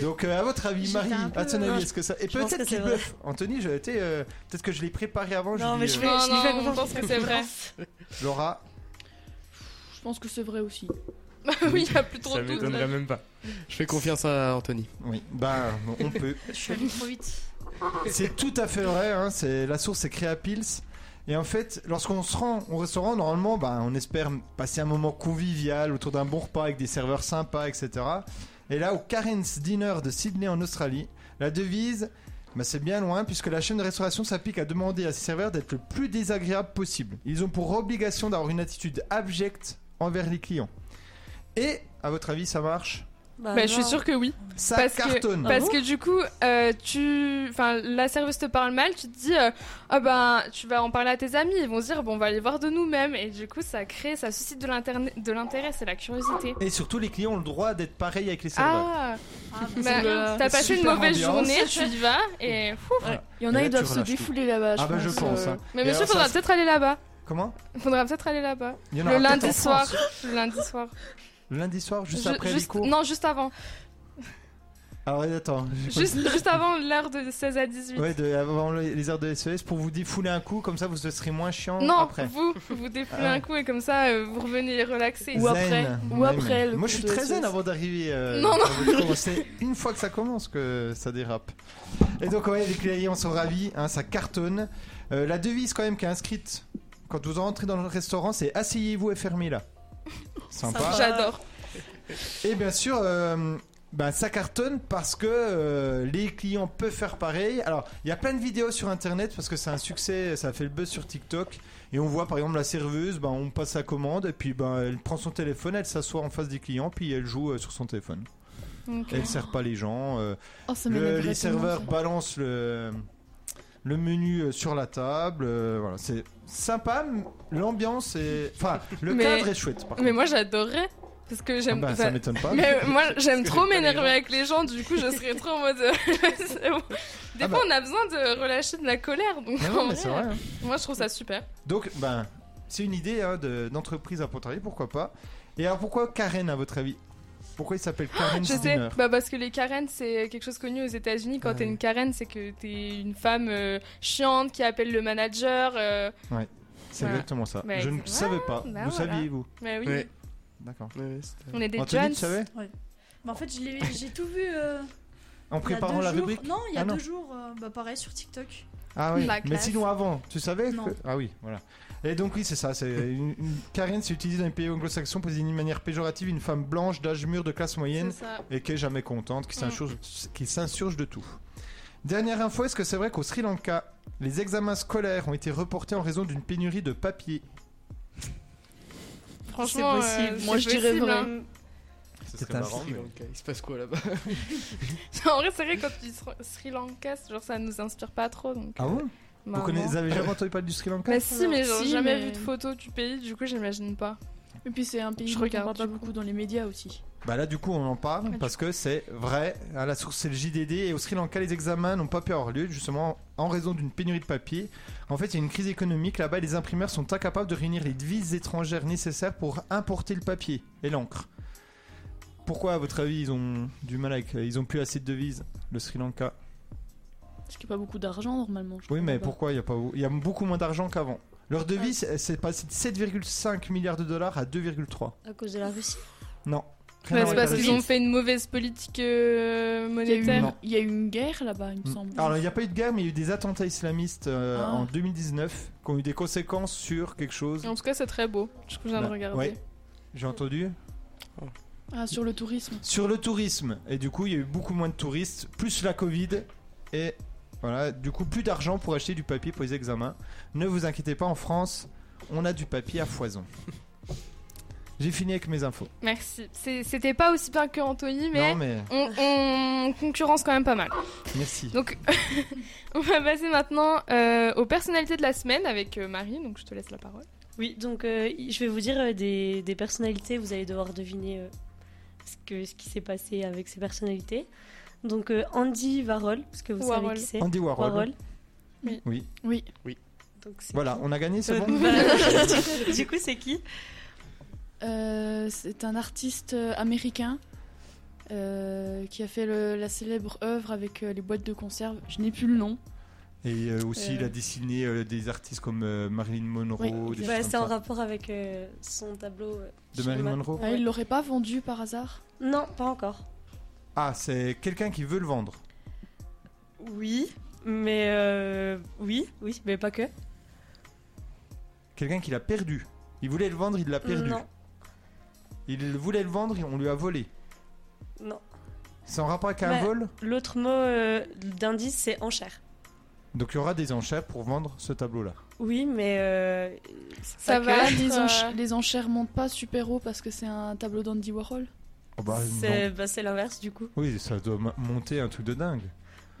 [SPEAKER 1] Donc, euh, à votre avis,
[SPEAKER 7] J'étais
[SPEAKER 1] Marie,
[SPEAKER 7] un peu-
[SPEAKER 1] à ton avis,
[SPEAKER 7] non,
[SPEAKER 1] est-ce que ça. Et
[SPEAKER 7] je pense
[SPEAKER 1] peut-être
[SPEAKER 7] que c'est
[SPEAKER 1] qu'il
[SPEAKER 7] vrai.
[SPEAKER 1] bluff. Anthony, j'avais été. euh, peut-être que je l'ai préparé avant.
[SPEAKER 7] Non,
[SPEAKER 1] j'ai
[SPEAKER 7] mais
[SPEAKER 1] dit,
[SPEAKER 7] je vais-
[SPEAKER 1] euh,
[SPEAKER 2] Non,
[SPEAKER 7] je lui fais
[SPEAKER 2] non, on
[SPEAKER 7] confiance.
[SPEAKER 2] pense que c'est vrai.
[SPEAKER 1] Laura,
[SPEAKER 3] Je pense que c'est vrai aussi.
[SPEAKER 2] Bah oui, il y a plus trop
[SPEAKER 4] Ça
[SPEAKER 2] de doute.
[SPEAKER 4] m'étonnerait même pas.
[SPEAKER 5] Je fais confiance à Anthony.
[SPEAKER 1] oui, bah, on peut.
[SPEAKER 8] Je suis allée trop vite.
[SPEAKER 1] C'est tout à fait vrai, hein, c'est, la source c'est Créapils. Et en fait, lorsqu'on se rend au restaurant, normalement, bah, on espère passer un moment convivial autour d'un bon repas avec des serveurs sympas, etc. Et là, au Karen's Dinner de Sydney en Australie, la devise, bah, c'est bien loin, puisque la chaîne de restauration s'applique à demander à ses serveurs d'être le plus désagréable possible. Ils ont pour obligation d'avoir une attitude abjecte envers les clients. Et, à votre avis, ça marche
[SPEAKER 2] Bah, je suis sûre que oui.
[SPEAKER 1] Ça
[SPEAKER 2] Parce que-
[SPEAKER 1] cartonne
[SPEAKER 2] Parce que du coup, euh, tu, enfin, la serveuse te parle mal, tu te dis, euh, ah ben, tu vas en parler à tes amis, ils vont se dire, bon, on va aller voir de nous-mêmes, et du coup, ça crée, ça suscite de l'interne- de l'intérêt, c'est la curiosité.
[SPEAKER 1] Et surtout, les clients ont le droit d'être pareils avec les serveurs.
[SPEAKER 2] Ah,
[SPEAKER 8] Ah, bah,
[SPEAKER 2] bah,
[SPEAKER 8] c'est bien.
[SPEAKER 2] t'as passé une
[SPEAKER 1] Super
[SPEAKER 2] mauvaise
[SPEAKER 1] ambiance.
[SPEAKER 2] journée, tu y vas, et fou.
[SPEAKER 3] Il y en
[SPEAKER 1] Et
[SPEAKER 3] a,
[SPEAKER 1] là,
[SPEAKER 3] ils
[SPEAKER 1] tu
[SPEAKER 3] doivent se
[SPEAKER 1] relâches tout.
[SPEAKER 3] défouler là-bas.
[SPEAKER 1] Ah bah je pense.
[SPEAKER 3] euh,
[SPEAKER 1] hein.
[SPEAKER 2] Mais
[SPEAKER 1] Et
[SPEAKER 2] monsieur,
[SPEAKER 1] alors,
[SPEAKER 2] faudra
[SPEAKER 1] ça-
[SPEAKER 2] peut-être aller là-bas.
[SPEAKER 1] Comment
[SPEAKER 2] Faudra peut-être aller là-bas.
[SPEAKER 1] Il y en
[SPEAKER 2] Le
[SPEAKER 1] aura peut-être
[SPEAKER 2] lundi
[SPEAKER 1] en
[SPEAKER 2] soir.
[SPEAKER 1] France.
[SPEAKER 2] Le lundi soir.
[SPEAKER 1] Le lundi soir, juste
[SPEAKER 2] Ju-
[SPEAKER 1] après les cours.
[SPEAKER 2] Non, juste avant.
[SPEAKER 1] Alors attends. j'ai-
[SPEAKER 2] Juste, juste avant l'heure de 16 à 18.
[SPEAKER 1] Ouais, de- avant le- les heures de SES pour vous défouler un coup, comme ça vous serez moins chiant
[SPEAKER 2] Non,
[SPEAKER 1] après.
[SPEAKER 2] vous, vous défoulez
[SPEAKER 1] Ah.
[SPEAKER 2] un coup et comme ça, euh, vous revenez relaxé.
[SPEAKER 3] Ou après-
[SPEAKER 1] Zen,
[SPEAKER 3] ou
[SPEAKER 1] même.
[SPEAKER 3] après le
[SPEAKER 1] Moi
[SPEAKER 3] cours
[SPEAKER 1] je suis
[SPEAKER 3] de
[SPEAKER 1] très zen
[SPEAKER 3] SES.
[SPEAKER 1] avant d'arriver. euh,
[SPEAKER 2] E Non, non.
[SPEAKER 1] avant de commencer. une fois que ça commence que ça dérape. Et donc ouais, les clients sont ravis, hein, ça cartonne. Euh, la devise quand même qui est inscrite quand vous rentrez dans le restaurant, c'est asseyez-vous et fermez là. Sympa.
[SPEAKER 2] J'adore.
[SPEAKER 1] Et bien sûr, euh, ben, ça cartonne parce que euh, les clients peuvent faire pareil. Alors, il y a plein de vidéos sur internet parce que c'est un succès, ça a fait le buzz sur TikTok. Et on voit par exemple la serveuse, ben, on passe sa commande et puis ben, elle prend son téléphone, elle s'assoit en face des clients, puis elle joue euh, sur son téléphone.
[SPEAKER 2] Ok.
[SPEAKER 1] Elle sert pas les gens. euh,
[SPEAKER 3] Oh, ça
[SPEAKER 1] le-
[SPEAKER 3] m'énerverait
[SPEAKER 1] les
[SPEAKER 3] tellement,
[SPEAKER 1] serveurs
[SPEAKER 3] ça.
[SPEAKER 1] balancent le, le menu euh, sur la table. euh, voilà, c'est sympa. m- L'ambiance est. Enfin, le
[SPEAKER 2] Mais-
[SPEAKER 1] cadre est chouette par
[SPEAKER 2] Mais
[SPEAKER 1] contre.
[SPEAKER 2] moi, j'adorerais. Parce que
[SPEAKER 1] Ah
[SPEAKER 2] j'aime.
[SPEAKER 1] ben,
[SPEAKER 2] enfin,
[SPEAKER 1] ça m'étonne pas.
[SPEAKER 2] mais moi, j'aime
[SPEAKER 5] que
[SPEAKER 2] trop
[SPEAKER 5] j'aime pas les
[SPEAKER 2] m'énerver
[SPEAKER 5] gens.
[SPEAKER 2] avec les gens, du coup, je serais trop en mode. euh, c'est bon. Des
[SPEAKER 1] Ah
[SPEAKER 2] fois, on a besoin de relâcher de la colère. Donc,
[SPEAKER 1] Mais
[SPEAKER 2] en
[SPEAKER 1] non, mais
[SPEAKER 2] vrai,
[SPEAKER 1] c'est vrai. hein.
[SPEAKER 2] Moi, je trouve ça super.
[SPEAKER 1] Donc, ben, c'est une idée hein, de- d'entreprise à Pontarlier, pourquoi pas. Et alors, pourquoi Karen, à votre avis Pourquoi il s'appelle Karen
[SPEAKER 2] Ah, Je sais,
[SPEAKER 1] Dinner
[SPEAKER 2] bah parce que les Karen, c'est quelque chose connu aux États-Unis. Quand
[SPEAKER 1] Ah
[SPEAKER 2] t'es
[SPEAKER 1] oui.
[SPEAKER 2] une Karen, c'est que t'es une femme euh, chiante qui appelle le manager. euh,
[SPEAKER 1] C'est
[SPEAKER 2] Voilà.
[SPEAKER 1] exactement ça.
[SPEAKER 2] Bah,
[SPEAKER 1] je ne
[SPEAKER 2] c'est-
[SPEAKER 1] savais pas.
[SPEAKER 2] bah
[SPEAKER 1] vous
[SPEAKER 2] voilà.
[SPEAKER 1] saviez, vous
[SPEAKER 2] Mais oui,
[SPEAKER 5] Ouais.
[SPEAKER 1] D'accord.
[SPEAKER 5] Ouais, c'était-
[SPEAKER 2] on est des
[SPEAKER 1] Anthony, tu
[SPEAKER 2] Jones.
[SPEAKER 1] savais
[SPEAKER 8] Bah, en fait, je l'ai- j'ai tout vu.
[SPEAKER 1] En
[SPEAKER 8] euh, il y a
[SPEAKER 1] préparant
[SPEAKER 8] deux
[SPEAKER 1] la
[SPEAKER 8] jours.
[SPEAKER 1] rubrique
[SPEAKER 8] Non, il y a
[SPEAKER 1] Ah, non.
[SPEAKER 8] deux jours, euh, bah pareil sur TikTok.
[SPEAKER 1] Ah oui.
[SPEAKER 2] La
[SPEAKER 1] Mais
[SPEAKER 2] classe.
[SPEAKER 1] sinon, avant, tu savais
[SPEAKER 8] Non.
[SPEAKER 1] que- Ah oui, voilà. Et donc, oui, c'est ça. C'est une, une- Karen, c'est utilisé dans les pays anglo-saxons pour désigner de manière péjorative une femme blanche d'âge mûr de classe moyenne
[SPEAKER 2] C'est ça.
[SPEAKER 1] et qui est jamais contente, qui
[SPEAKER 2] Mm.
[SPEAKER 1] s'insurge, qui s'insurge de tout. Dernière info, est-ce que c'est vrai qu'au Sri Lanka, les examens scolaires ont été reportés en raison d'une pénurie de papier
[SPEAKER 2] Franchement,
[SPEAKER 7] C'est possible.
[SPEAKER 2] euh,
[SPEAKER 7] Moi,
[SPEAKER 2] c'est
[SPEAKER 7] je dirais
[SPEAKER 2] possible,
[SPEAKER 7] vrai.
[SPEAKER 2] hein.
[SPEAKER 4] Ce
[SPEAKER 1] C'est
[SPEAKER 4] serait
[SPEAKER 1] un
[SPEAKER 4] marrant,
[SPEAKER 5] Sri
[SPEAKER 4] mais-
[SPEAKER 5] Lanka, Il se passe quoi là-bas
[SPEAKER 2] En vrai, c'est vrai quand tu dis Sri- Sri Lanka, c'est genre ça nous inspire pas trop. Donc,
[SPEAKER 1] Ah bon
[SPEAKER 2] bah,
[SPEAKER 1] Vous, connaissez,
[SPEAKER 2] non.
[SPEAKER 1] vous avez jamais entendu parler du Sri Lanka
[SPEAKER 2] Bah si, mais j'ai
[SPEAKER 3] Si,
[SPEAKER 2] jamais
[SPEAKER 3] mais-
[SPEAKER 2] vu de photo du pays, du coup, j'imagine pas.
[SPEAKER 3] Et puis c'est un pays
[SPEAKER 2] Je
[SPEAKER 3] dont on
[SPEAKER 2] regarde,
[SPEAKER 3] parle pas
[SPEAKER 2] du coup.
[SPEAKER 3] beaucoup dans les médias aussi.
[SPEAKER 1] Bah là, du coup, on en parle parce que c'est vrai. À la source, c'est le JDD. Et au Sri Lanka, les examens n'ont pas pu avoir lieu justement en raison d'une pénurie de papier. En fait, il y a une crise économique là-bas et les imprimeurs sont incapables de réunir les devises étrangères nécessaires pour importer le papier et l'encre. Pourquoi, à votre avis, ils ont du mal avec. euh, Ils ont plus assez de devises, le Sri Lanka
[SPEAKER 3] Parce qu'il n'y a pas beaucoup d'argent normalement. je
[SPEAKER 1] Oui,
[SPEAKER 3] crois,
[SPEAKER 1] mais
[SPEAKER 3] là-bas.
[SPEAKER 1] pourquoi il y a pas il y a beaucoup moins d'argent qu'avant. Leur devise elle, c'est passé de 7,5 milliards de dollars à 2,3.
[SPEAKER 7] À cause de la Russie
[SPEAKER 1] Non. Rien à
[SPEAKER 2] Bah,
[SPEAKER 1] voir
[SPEAKER 2] c'est
[SPEAKER 1] avec
[SPEAKER 2] parce
[SPEAKER 1] la
[SPEAKER 2] qu'ils
[SPEAKER 1] Russie.
[SPEAKER 2] ont fait une mauvaise politique euh,
[SPEAKER 3] Il y, a eu
[SPEAKER 2] monétaire. Ah.
[SPEAKER 3] une... il y a eu une guerre là-bas, il me
[SPEAKER 1] Mm.
[SPEAKER 3] semble.
[SPEAKER 1] Alors, il n'y a pas eu de guerre, mais il y a eu des attentats islamistes euh,
[SPEAKER 3] Ah.
[SPEAKER 1] en 2019 qui ont eu des conséquences sur quelque chose.
[SPEAKER 2] En tout cas, c'est très beau. Je viens de
[SPEAKER 1] Bah,
[SPEAKER 2] regarder.
[SPEAKER 1] ouais. J'ai entendu.
[SPEAKER 5] Oh.
[SPEAKER 3] Ah, sur le tourisme.
[SPEAKER 1] sur le tourisme. Et du coup, il y a eu beaucoup moins de touristes, plus la Covid. Et voilà, du coup, plus d'argent pour acheter du papier pour les examens. Ne vous inquiétez pas, en France, on a du papier à foison. J'ai fini avec mes infos.
[SPEAKER 2] Merci. C'est- C'était pas aussi bien que Anthony, mais,
[SPEAKER 1] Non, mais
[SPEAKER 2] On, on concurrence quand même pas mal.
[SPEAKER 1] merci.
[SPEAKER 2] Donc, on va passer maintenant euh, aux personnalités de la semaine avec euh, Marie, donc je te laisse la parole.
[SPEAKER 7] Oui, donc euh, je vais vous dire euh, des, des personnalités, vous allez devoir deviner euh, ce, que, ce qui s'est passé avec ces personnalités. Donc euh, Andy Warhol, parce que vous
[SPEAKER 2] Warhol.
[SPEAKER 7] savez qui c'est.
[SPEAKER 1] Andy Warhol.
[SPEAKER 7] Warhol.
[SPEAKER 1] Oui,
[SPEAKER 3] Oui.
[SPEAKER 7] Donc, c'est
[SPEAKER 1] voilà, on a gagné,
[SPEAKER 7] qui
[SPEAKER 1] c'est bon
[SPEAKER 7] Bah, Du coup, c'est qui
[SPEAKER 3] Euh, c'est un artiste euh, américain euh, qui a fait le- la célèbre œuvre avec euh, les boîtes de conserve. Je n'ai plus le nom.
[SPEAKER 1] Et euh, aussi,
[SPEAKER 3] Euh.
[SPEAKER 1] il a dessiné euh, des artistes comme euh, Marilyn Monroe,
[SPEAKER 3] Oui,
[SPEAKER 1] des
[SPEAKER 7] Bah,
[SPEAKER 1] choses
[SPEAKER 7] C'est en
[SPEAKER 1] comme ça.
[SPEAKER 7] rapport avec euh, son tableau. euh,
[SPEAKER 1] De
[SPEAKER 7] chez
[SPEAKER 1] Marilyn
[SPEAKER 7] Ma-
[SPEAKER 1] Monroe
[SPEAKER 3] Ah, il l'aurait pas vendu par hasard
[SPEAKER 7] Non, pas encore.
[SPEAKER 1] Ah, c'est quelqu'un qui veut le vendre.
[SPEAKER 7] Oui, mais euh, oui, oui, mais pas que.
[SPEAKER 1] Quelqu'un qui l'a perdu. Il voulait le vendre, il l'a perdu.
[SPEAKER 7] Non,
[SPEAKER 1] Il voulait le vendre, et on lui a volé.
[SPEAKER 7] non.
[SPEAKER 1] C'est en rapport avec un
[SPEAKER 7] Bah,
[SPEAKER 1] vol
[SPEAKER 7] L'autre mot euh, d'indice, c'est enchère.
[SPEAKER 1] Donc il y aura des enchères pour vendre ce tableau-là.
[SPEAKER 7] Oui, mais euh, c'est
[SPEAKER 2] Ça
[SPEAKER 7] pas
[SPEAKER 2] va.
[SPEAKER 7] que.
[SPEAKER 3] Là,
[SPEAKER 2] être,
[SPEAKER 3] les, ench-
[SPEAKER 2] euh,
[SPEAKER 3] les enchères montent pas super haut parce que c'est un tableau d'Andy Warhol.
[SPEAKER 1] Oh bah, non.
[SPEAKER 7] C'est bah, c'est l'inverse du coup.
[SPEAKER 1] Oui, ça doit ma- monter un truc de dingue.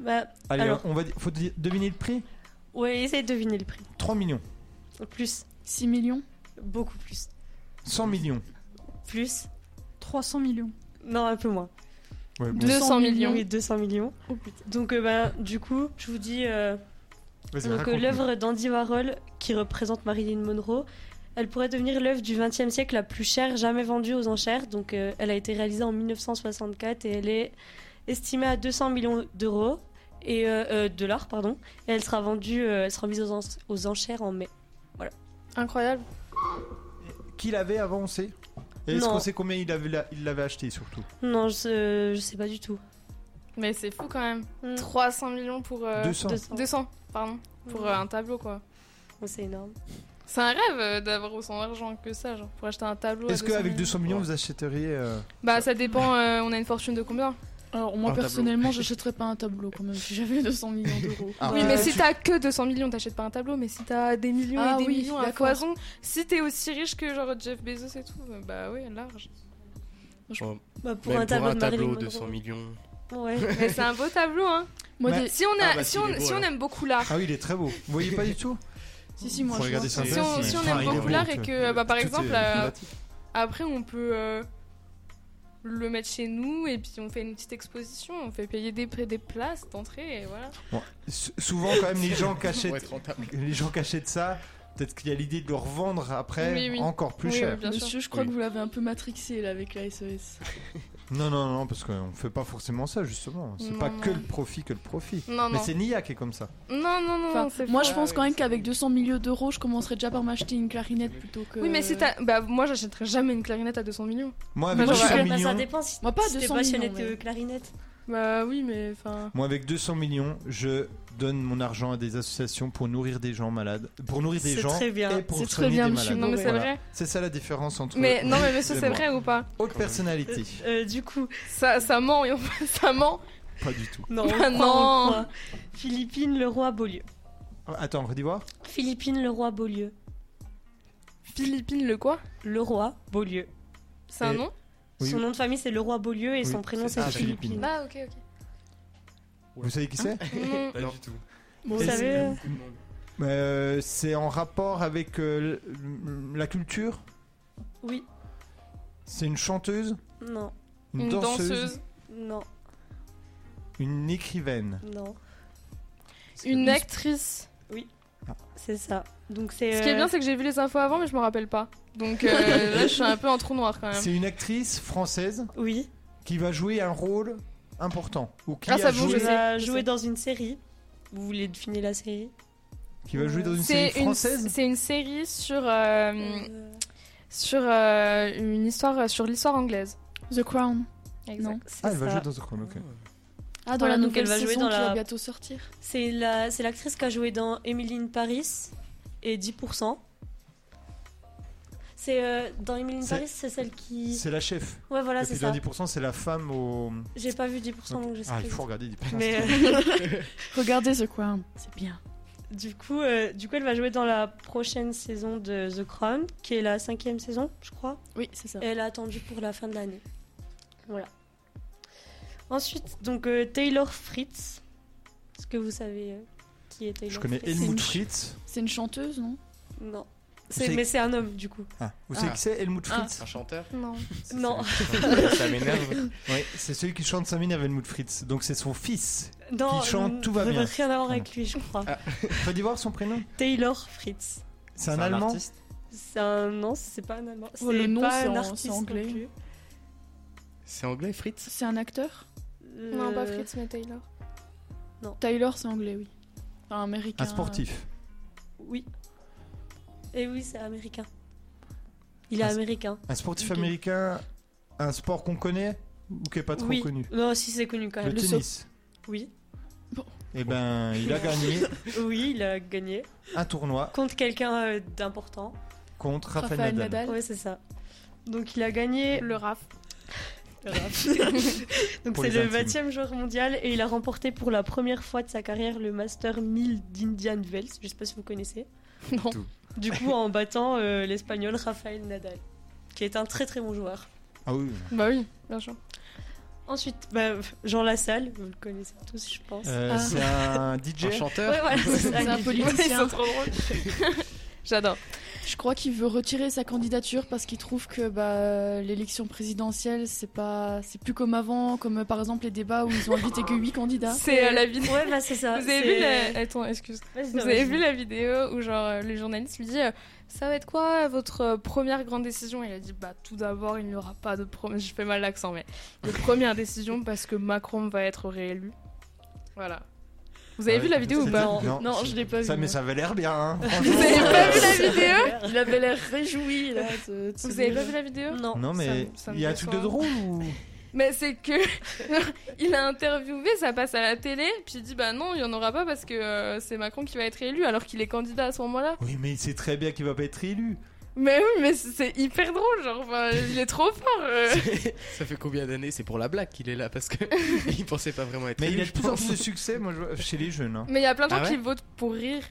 [SPEAKER 7] Bah,
[SPEAKER 1] Allez,
[SPEAKER 7] Alors.
[SPEAKER 1] on va di- faut di- deviner le prix
[SPEAKER 7] ouais, essaye de deviner le prix.
[SPEAKER 1] 3 millions,
[SPEAKER 7] Plus,
[SPEAKER 3] 6 millions
[SPEAKER 7] beaucoup plus.
[SPEAKER 1] 100 millions.
[SPEAKER 7] Plus,
[SPEAKER 8] 300 millions.
[SPEAKER 7] non, un peu moins.
[SPEAKER 1] Ouais, bon,
[SPEAKER 2] 200 millions. Oh,
[SPEAKER 7] Oui, 200 millions. Donc, euh, bah, du coup, je vous dis euh,
[SPEAKER 1] vas-y,
[SPEAKER 7] donc, euh,
[SPEAKER 1] raconte-nous.
[SPEAKER 7] l'œuvre d'Andy Warhol qui représente Marilyn Monroe. Elle pourrait devenir l'œuvre du XXe siècle la plus chère jamais vendue aux enchères. Donc, euh, elle a été réalisée en 1964 et elle est estimée à 200 millions d'euros et euh, euh, dollars, pardon. Et elle sera vendue, euh, elle sera mise aux, en- aux enchères en mai.
[SPEAKER 2] Incroyable.
[SPEAKER 1] Qui l'avait avant, on sait Et Est-ce
[SPEAKER 7] Non.
[SPEAKER 1] qu'on sait combien il avait, la- il l'avait acheté surtout
[SPEAKER 7] Non, je, je sais pas du tout.
[SPEAKER 2] Mais c'est fou quand même.
[SPEAKER 7] Mm.
[SPEAKER 2] 300 millions pour. euh,
[SPEAKER 1] 200.
[SPEAKER 7] 200.
[SPEAKER 2] 200, pardon. Pour euh, un tableau, quoi.
[SPEAKER 7] Oh, C'est énorme.
[SPEAKER 2] C'est un rêve euh, d'avoir autant d'argent que ça, genre, pour acheter un tableau. à
[SPEAKER 1] Est-ce qu'avec
[SPEAKER 2] 200
[SPEAKER 1] 200 millions, vous achèteriez euh,
[SPEAKER 2] Bah, ça dépend, euh, on a une fortune de combien
[SPEAKER 3] Alors, moi
[SPEAKER 5] Un tableau.
[SPEAKER 3] personnellement, j'achèterais pas un tableau quand même si j'avais 200 millions d'euros.
[SPEAKER 1] Ah,
[SPEAKER 2] Oui,
[SPEAKER 1] ouais.
[SPEAKER 2] mais
[SPEAKER 1] tu-
[SPEAKER 2] si t'as que 200 millions, t'achètes pas un tableau, mais si t'as des millions
[SPEAKER 3] Ah
[SPEAKER 2] et des
[SPEAKER 3] oui,
[SPEAKER 2] millions à
[SPEAKER 3] d'accord.
[SPEAKER 2] foison, si t'es aussi riche que genre Jeff Bezos et tout, bah oui, large.
[SPEAKER 7] Bah, pour
[SPEAKER 5] Même
[SPEAKER 7] un tableau, de Marilyn Monroe.
[SPEAKER 5] 200 millions.
[SPEAKER 7] Ouais.
[SPEAKER 2] Mais c'est un beau tableau, hein.
[SPEAKER 3] Moi,
[SPEAKER 5] Bah,
[SPEAKER 3] des-
[SPEAKER 2] Si on, a,
[SPEAKER 5] Ah bah,
[SPEAKER 2] si
[SPEAKER 5] s'il
[SPEAKER 2] on,
[SPEAKER 5] est beau,
[SPEAKER 2] si on
[SPEAKER 5] alors.
[SPEAKER 2] aime beaucoup l'art,
[SPEAKER 1] Ah oui, il est très beau. Vous voyez pas du tout
[SPEAKER 3] si, si, moi
[SPEAKER 5] Faut
[SPEAKER 3] je
[SPEAKER 5] regarder
[SPEAKER 3] vois.
[SPEAKER 5] ça.
[SPEAKER 2] si on, si on
[SPEAKER 1] Ah, il
[SPEAKER 2] aime
[SPEAKER 1] est
[SPEAKER 2] beaucoup
[SPEAKER 1] beau,
[SPEAKER 2] l'art
[SPEAKER 1] tu
[SPEAKER 2] et
[SPEAKER 1] vois.
[SPEAKER 2] que, bah, par
[SPEAKER 1] Tout est
[SPEAKER 2] exemple, euh,
[SPEAKER 1] sympathique.
[SPEAKER 2] après on peut euh, le mettre chez nous et puis on fait une petite exposition, on fait payer des, des places d'entrée et voilà.
[SPEAKER 1] S- souvent quand même les gens
[SPEAKER 5] Pour
[SPEAKER 1] cachètent
[SPEAKER 5] être rentable.
[SPEAKER 1] les gens cachètent ça. Peut-être qu'il y a l'idée de le revendre après
[SPEAKER 2] Oui, oui.
[SPEAKER 1] encore plus
[SPEAKER 2] Oui,
[SPEAKER 1] cher.
[SPEAKER 2] oui, bien sûr.
[SPEAKER 3] Monsieur, je crois
[SPEAKER 5] Oui.
[SPEAKER 3] que vous l'avez un peu matrixé là avec la SES.
[SPEAKER 1] Non, non, non, parce qu'on fait pas forcément ça, justement. C'est
[SPEAKER 2] Non,
[SPEAKER 1] pas
[SPEAKER 2] non.
[SPEAKER 1] que le profit, que le profit.
[SPEAKER 2] Non,
[SPEAKER 1] Mais
[SPEAKER 2] non.
[SPEAKER 1] c'est Nia qui est comme ça.
[SPEAKER 2] Non, non, non,
[SPEAKER 3] Enfin,
[SPEAKER 2] non, c'est
[SPEAKER 3] moi,
[SPEAKER 2] faux.
[SPEAKER 3] je pense quand même qu'avec 200 millions d'euros, je commencerais déjà par m'acheter une clarinette plutôt que.
[SPEAKER 2] Oui, mais si t'as. Bah, moi j'achèterais jamais une clarinette à 200 millions.
[SPEAKER 1] Moi, avec
[SPEAKER 2] Bah,
[SPEAKER 1] 200
[SPEAKER 2] j'aurais-
[SPEAKER 7] Bah, ça
[SPEAKER 1] millions,
[SPEAKER 7] dépend si,
[SPEAKER 3] Moi, pas
[SPEAKER 7] si t'es
[SPEAKER 3] 200
[SPEAKER 7] passionné
[SPEAKER 3] millions,
[SPEAKER 7] de
[SPEAKER 3] mais-
[SPEAKER 7] clarinette.
[SPEAKER 2] Bah oui, mais enfin.
[SPEAKER 1] moi, avec 200 millions, je donne mon argent à des associations pour nourrir des gens malades, pour nourrir des
[SPEAKER 7] C'est
[SPEAKER 1] gens
[SPEAKER 7] très bien.
[SPEAKER 1] et pour
[SPEAKER 3] C'est
[SPEAKER 1] soigner
[SPEAKER 3] très bien,
[SPEAKER 1] des
[SPEAKER 3] monsieur
[SPEAKER 1] malades.
[SPEAKER 2] Non, mais c'est
[SPEAKER 1] Voilà.
[SPEAKER 2] vrai.
[SPEAKER 1] C'est ça la différence entre
[SPEAKER 2] Mais non, mais monsieur,
[SPEAKER 1] et
[SPEAKER 2] c'est
[SPEAKER 1] moi.
[SPEAKER 2] vrai ou pas
[SPEAKER 1] haute personnalité.
[SPEAKER 7] Euh, du coup,
[SPEAKER 2] Ça, ça ment, et on- ça ment.
[SPEAKER 1] Pas du tout.
[SPEAKER 7] non, on
[SPEAKER 2] Bah
[SPEAKER 7] croit, on
[SPEAKER 2] non.
[SPEAKER 7] croit. Philippine Leroy Beaulieu.
[SPEAKER 1] Ah, Attends, redis voir.
[SPEAKER 7] Philippine Leroy Beaulieu.
[SPEAKER 2] Philippine le quoi
[SPEAKER 7] Leroy Beaulieu.
[SPEAKER 2] C'est un
[SPEAKER 1] Et-
[SPEAKER 2] nom
[SPEAKER 1] Oui,
[SPEAKER 7] Son
[SPEAKER 1] oui.
[SPEAKER 7] nom de famille c'est Leroy Beaulieu et
[SPEAKER 1] Oui,
[SPEAKER 7] son prénom
[SPEAKER 5] c'est-
[SPEAKER 7] c'est
[SPEAKER 5] ah,
[SPEAKER 7] Philippine.
[SPEAKER 1] Philippine.
[SPEAKER 2] Ah, ok, ok.
[SPEAKER 1] Vous savez qui c'est
[SPEAKER 2] Non.
[SPEAKER 4] Pas
[SPEAKER 5] Non.
[SPEAKER 4] du tout.
[SPEAKER 7] Ah. Mm. Vous
[SPEAKER 1] Et-
[SPEAKER 7] savez, euh,
[SPEAKER 1] Euh, C'est en rapport avec euh, l- la culture
[SPEAKER 7] oui,
[SPEAKER 1] C'est une chanteuse
[SPEAKER 7] non,
[SPEAKER 1] Une,
[SPEAKER 2] Une
[SPEAKER 1] danseuse,
[SPEAKER 2] danseuse,
[SPEAKER 7] non,
[SPEAKER 1] Une écrivaine
[SPEAKER 7] non.
[SPEAKER 2] une actrice.
[SPEAKER 7] C'est ça. Donc c'est.
[SPEAKER 2] Ce qui est bien, c'est que j'ai vu les infos avant, mais je me rappelle pas. Donc euh, là, je suis un peu en trou noir quand même.
[SPEAKER 1] C'est une actrice française
[SPEAKER 7] euh, Ah. Oui.
[SPEAKER 1] qui va jouer un rôle important ou qui
[SPEAKER 2] Ah,
[SPEAKER 1] a
[SPEAKER 2] ça bouge,
[SPEAKER 1] joué,
[SPEAKER 2] je
[SPEAKER 7] Elle
[SPEAKER 2] sais,
[SPEAKER 7] va
[SPEAKER 2] je
[SPEAKER 7] jouer
[SPEAKER 2] sais.
[SPEAKER 7] dans une série. Vous voulez deviner la série
[SPEAKER 1] qui va jouer dans une série
[SPEAKER 2] C'est une,
[SPEAKER 1] française.
[SPEAKER 2] c'est une série sur, euh,
[SPEAKER 7] Euh,
[SPEAKER 2] sur euh, une histoire sur l'histoire anglaise.
[SPEAKER 3] The Crown.
[SPEAKER 2] Exact.
[SPEAKER 7] C'est
[SPEAKER 1] Ah, elle va jouer
[SPEAKER 7] ça.
[SPEAKER 1] dans The Crown, ok.
[SPEAKER 3] Ah, dans
[SPEAKER 7] Voilà,
[SPEAKER 3] la
[SPEAKER 7] donc
[SPEAKER 3] nouvelle
[SPEAKER 7] elle va jouer
[SPEAKER 3] saison
[SPEAKER 7] dans
[SPEAKER 3] qui
[SPEAKER 7] la-
[SPEAKER 3] va bientôt sortir.
[SPEAKER 7] C'est la, c'est l'actrice qui a joué dans Emily in Paris et 10%. C'est euh, dans Emily in
[SPEAKER 1] C'est-
[SPEAKER 7] Paris, c'est celle qui.
[SPEAKER 1] C'est la chef.
[SPEAKER 7] Ouais, voilà,
[SPEAKER 1] Et
[SPEAKER 7] c'est
[SPEAKER 1] puis
[SPEAKER 7] ça.
[SPEAKER 1] dans 10%, c'est la femme au.
[SPEAKER 7] J'ai pas vu 10%, donc je sais
[SPEAKER 1] Ah,
[SPEAKER 7] pas.
[SPEAKER 1] il faut regarder 10%.
[SPEAKER 7] Mais euh,
[SPEAKER 3] Regardez ce coin, c'est bien.
[SPEAKER 7] du, coup, euh, du coup, elle va jouer dans la prochaine saison de The Crown, qui est la cinquième saison, je crois.
[SPEAKER 3] Oui, c'est ça.
[SPEAKER 7] Et elle a attendu pour la fin de l'année. Voilà. Ensuite, donc euh, Taylor Fritz. Est-ce que vous savez euh, qui est Taylor
[SPEAKER 1] Je connais
[SPEAKER 7] Fritz
[SPEAKER 1] Helmut
[SPEAKER 3] C'est une-
[SPEAKER 1] Fritz.
[SPEAKER 3] C'est une chanteuse, non
[SPEAKER 7] Non.
[SPEAKER 1] C'est-
[SPEAKER 7] C'est- Mais c'est un homme, du coup.
[SPEAKER 1] Ah, vous savez
[SPEAKER 5] Ah.
[SPEAKER 1] qui c'est Helmut
[SPEAKER 3] Ah.
[SPEAKER 1] Fritz
[SPEAKER 5] Un chanteur
[SPEAKER 2] Non.
[SPEAKER 7] Non.
[SPEAKER 4] Ça m'énerve.
[SPEAKER 1] Oui, c'est celui qui chante Samine avec Helmut Fritz. Donc c'est son fils.
[SPEAKER 7] Non,
[SPEAKER 1] Qui chante,
[SPEAKER 7] euh,
[SPEAKER 1] tout va bien.
[SPEAKER 7] Rien à voir avec lui, je crois.
[SPEAKER 1] Ah. Faut d'y voir son prénom
[SPEAKER 7] Taylor Fritz.
[SPEAKER 1] C'est un Allemand
[SPEAKER 4] artiste
[SPEAKER 7] C'est un non, c'est pas un allemand.
[SPEAKER 3] Oh, le
[SPEAKER 7] C'est
[SPEAKER 3] nom,
[SPEAKER 7] pas
[SPEAKER 3] c'est
[SPEAKER 7] un
[SPEAKER 3] en-
[SPEAKER 7] artiste
[SPEAKER 3] c'est anglais.
[SPEAKER 7] non plus.
[SPEAKER 5] C'est anglais, Fritz
[SPEAKER 3] C'est un acteur
[SPEAKER 2] Non, pas
[SPEAKER 7] Euh,
[SPEAKER 2] Fritz, mais Taylor.
[SPEAKER 3] Taylor, c'est anglais, oui. Enfin, américain.
[SPEAKER 1] Un sportif.
[SPEAKER 7] Oui. Et oui, c'est américain. Il est
[SPEAKER 1] Ah, c'est-
[SPEAKER 7] américain.
[SPEAKER 1] Un sportif
[SPEAKER 3] Ok.
[SPEAKER 1] américain, un sport qu'on connaît ou qui est pas trop
[SPEAKER 7] oui.
[SPEAKER 1] connu
[SPEAKER 7] Non, si c'est connu quand
[SPEAKER 1] Le,
[SPEAKER 7] même. saut.
[SPEAKER 1] tennis.
[SPEAKER 7] Oui.
[SPEAKER 1] Eh ben, il a gagné
[SPEAKER 7] Oui, il a gagné
[SPEAKER 1] un tournoi
[SPEAKER 7] contre quelqu'un euh, d'important.
[SPEAKER 1] contre
[SPEAKER 3] euh,
[SPEAKER 1] Rafael, Nadal.
[SPEAKER 7] Ouais, c'est ça. Donc il a gagné
[SPEAKER 2] Le RAF.
[SPEAKER 7] Donc
[SPEAKER 1] Pour
[SPEAKER 7] c'est
[SPEAKER 1] les
[SPEAKER 7] le
[SPEAKER 1] intimes.
[SPEAKER 7] 20e joueur mondial et il a remporté pour la première fois de sa carrière le Master 1000 d'Indian Wells. Je sais pas si vous connaissez.
[SPEAKER 2] Non.
[SPEAKER 4] Tout.
[SPEAKER 7] Du coup en battant euh, l'Espagnol Rafael Nadal, qui est un très très bon joueur.
[SPEAKER 1] Ah oui.
[SPEAKER 2] Bah oui, bien sûr.
[SPEAKER 7] Ensuite, bah, Jean Lassalle, vous le connaissez tous, je pense.
[SPEAKER 1] Euh,
[SPEAKER 3] Ah.
[SPEAKER 1] C'est un
[SPEAKER 5] Un
[SPEAKER 1] DJ.
[SPEAKER 5] chanteur
[SPEAKER 7] Ouais, voilà, c'est ça.
[SPEAKER 3] C'est un
[SPEAKER 2] Ils
[SPEAKER 3] politicien.
[SPEAKER 2] sont trop drôles.
[SPEAKER 1] Ah
[SPEAKER 2] J'adore.
[SPEAKER 3] Je crois qu'il veut retirer sa candidature parce qu'il trouve que bah, l'élection présidentielle, c'est pas, c'est plus comme avant, comme euh, par exemple les débats où ils ont invité que 8 candidats.
[SPEAKER 2] C'est euh, la vidéo.
[SPEAKER 7] Ouais, bah c'est ça.
[SPEAKER 2] Vous avez
[SPEAKER 7] c'est-
[SPEAKER 2] vu la... Attends, excuse.
[SPEAKER 7] Vas-y,
[SPEAKER 2] Vous
[SPEAKER 7] non,
[SPEAKER 2] avez
[SPEAKER 7] vas-y.
[SPEAKER 2] vu la vidéo où genre euh, le journaliste lui dit euh, ça va être quoi votre euh, première grande décision Il a dit bah tout d'abord il n'y aura pas de première. Je fais mal l'accent mais de première décision parce que Macron va être réélu. Voilà. Vous avez
[SPEAKER 1] Ah
[SPEAKER 2] vu
[SPEAKER 1] oui,
[SPEAKER 2] la vidéo ou
[SPEAKER 1] c'était-
[SPEAKER 2] pas
[SPEAKER 1] Non, non,
[SPEAKER 3] non, je l'ai pas
[SPEAKER 1] Ça,
[SPEAKER 3] vu.
[SPEAKER 1] mais ça avait l'air bien. hein.
[SPEAKER 2] Vous avez pas vu la vidéo
[SPEAKER 3] Il avait l'air réjoui là.
[SPEAKER 2] Vous avez pas vu la vidéo
[SPEAKER 7] Non.
[SPEAKER 1] Non, mais
[SPEAKER 2] Ça me- ça me
[SPEAKER 1] il y a un truc de
[SPEAKER 2] déçoit.
[SPEAKER 1] drôle ou
[SPEAKER 2] Mais c'est que il a interviewé, ça passe à la télé, puis il dit bah non, il y en aura pas parce que euh, c'est Macron qui va être élu alors qu'il est candidat à ce moment-là.
[SPEAKER 1] Oui, mais il sait très bien qu'il va pas être élu.
[SPEAKER 2] Mais oui, mais c'est- c'est hyper drôle, genre enfin, il est trop fort. euh.
[SPEAKER 5] Ça fait combien d'années C'est pour la blague qu'il est là parce que il pensait pas vraiment être
[SPEAKER 1] Mais il
[SPEAKER 5] élu,
[SPEAKER 1] a de
[SPEAKER 5] je
[SPEAKER 1] plus en
[SPEAKER 5] pense.
[SPEAKER 1] plus de succès moi, je vois, chez les jeunes. hein.
[SPEAKER 2] Mais il y a plein de gens
[SPEAKER 5] Ah ouais
[SPEAKER 2] qui votent pour rire.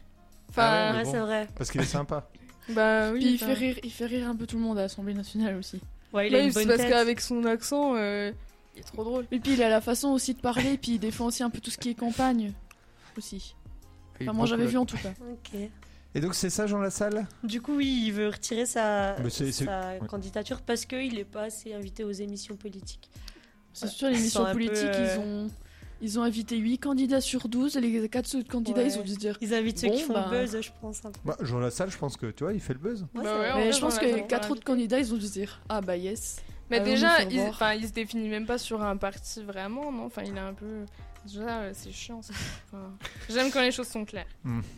[SPEAKER 5] Ah
[SPEAKER 2] Enfin,
[SPEAKER 5] mais
[SPEAKER 7] Ouais,
[SPEAKER 5] bon.
[SPEAKER 7] c'est vrai.
[SPEAKER 1] Parce qu'il est sympa.
[SPEAKER 2] bah oui.
[SPEAKER 3] Puis il
[SPEAKER 2] enfin.
[SPEAKER 3] fait rire, il fait rire un peu tout le monde à l'Assemblée nationale aussi.
[SPEAKER 7] Ouais, il a
[SPEAKER 2] Ouais,
[SPEAKER 7] une
[SPEAKER 2] c'est
[SPEAKER 7] bonne
[SPEAKER 2] parce
[SPEAKER 7] tête.
[SPEAKER 2] qu'avec son accent, euh, il est trop drôle.
[SPEAKER 3] Et puis il a la façon aussi de parler, puis il défend aussi un peu tout ce qui est campagne aussi.
[SPEAKER 5] Il
[SPEAKER 3] Enfin, moi
[SPEAKER 5] prend
[SPEAKER 3] j'avais
[SPEAKER 5] le-
[SPEAKER 3] vu en tout cas.
[SPEAKER 7] Ok.
[SPEAKER 1] Et donc, c'est ça, Jean Lassalle
[SPEAKER 7] Du coup, oui, il veut retirer sa,
[SPEAKER 1] Mais c'est- c'est-
[SPEAKER 7] sa
[SPEAKER 1] ouais.
[SPEAKER 7] candidature parce qu'il n'est pas assez invité aux émissions politiques.
[SPEAKER 3] C'est
[SPEAKER 7] Ouais,
[SPEAKER 3] sûr,
[SPEAKER 7] ils
[SPEAKER 3] les
[SPEAKER 7] sont Ah, un
[SPEAKER 3] missions
[SPEAKER 7] peu,
[SPEAKER 3] politiques,
[SPEAKER 7] euh,
[SPEAKER 3] ils ont. Ils ont invité 8 candidats sur 12, et les 4 autres candidats,
[SPEAKER 7] Ouais.
[SPEAKER 3] ils ont dû se dire.
[SPEAKER 7] Ils invitent ceux
[SPEAKER 3] Bon,
[SPEAKER 7] qui font
[SPEAKER 3] bah.
[SPEAKER 7] le buzz, je pense. un peu.
[SPEAKER 1] bah, Jean Lassalle, je pense que tu vois, il fait le buzz.
[SPEAKER 7] Ouais,
[SPEAKER 2] Bah
[SPEAKER 7] c'est
[SPEAKER 2] ouais,
[SPEAKER 7] vrai.
[SPEAKER 2] on
[SPEAKER 3] Mais je
[SPEAKER 2] verra,
[SPEAKER 3] pense
[SPEAKER 2] on
[SPEAKER 3] que
[SPEAKER 2] attend.
[SPEAKER 3] 4 autres candidats, ils ont dû se dire Ah bah yes.
[SPEAKER 2] Mais
[SPEAKER 3] Ah, on nous
[SPEAKER 2] déjà,
[SPEAKER 3] fait
[SPEAKER 2] il,
[SPEAKER 3] voir.
[SPEAKER 2] enfin, il se définit même pas sur un parti vraiment, non Enfin, il est un peu. Déjà, euh, c'est chiant. ça. Enfin, J'aime quand les choses sont claires.
[SPEAKER 1] Hmm.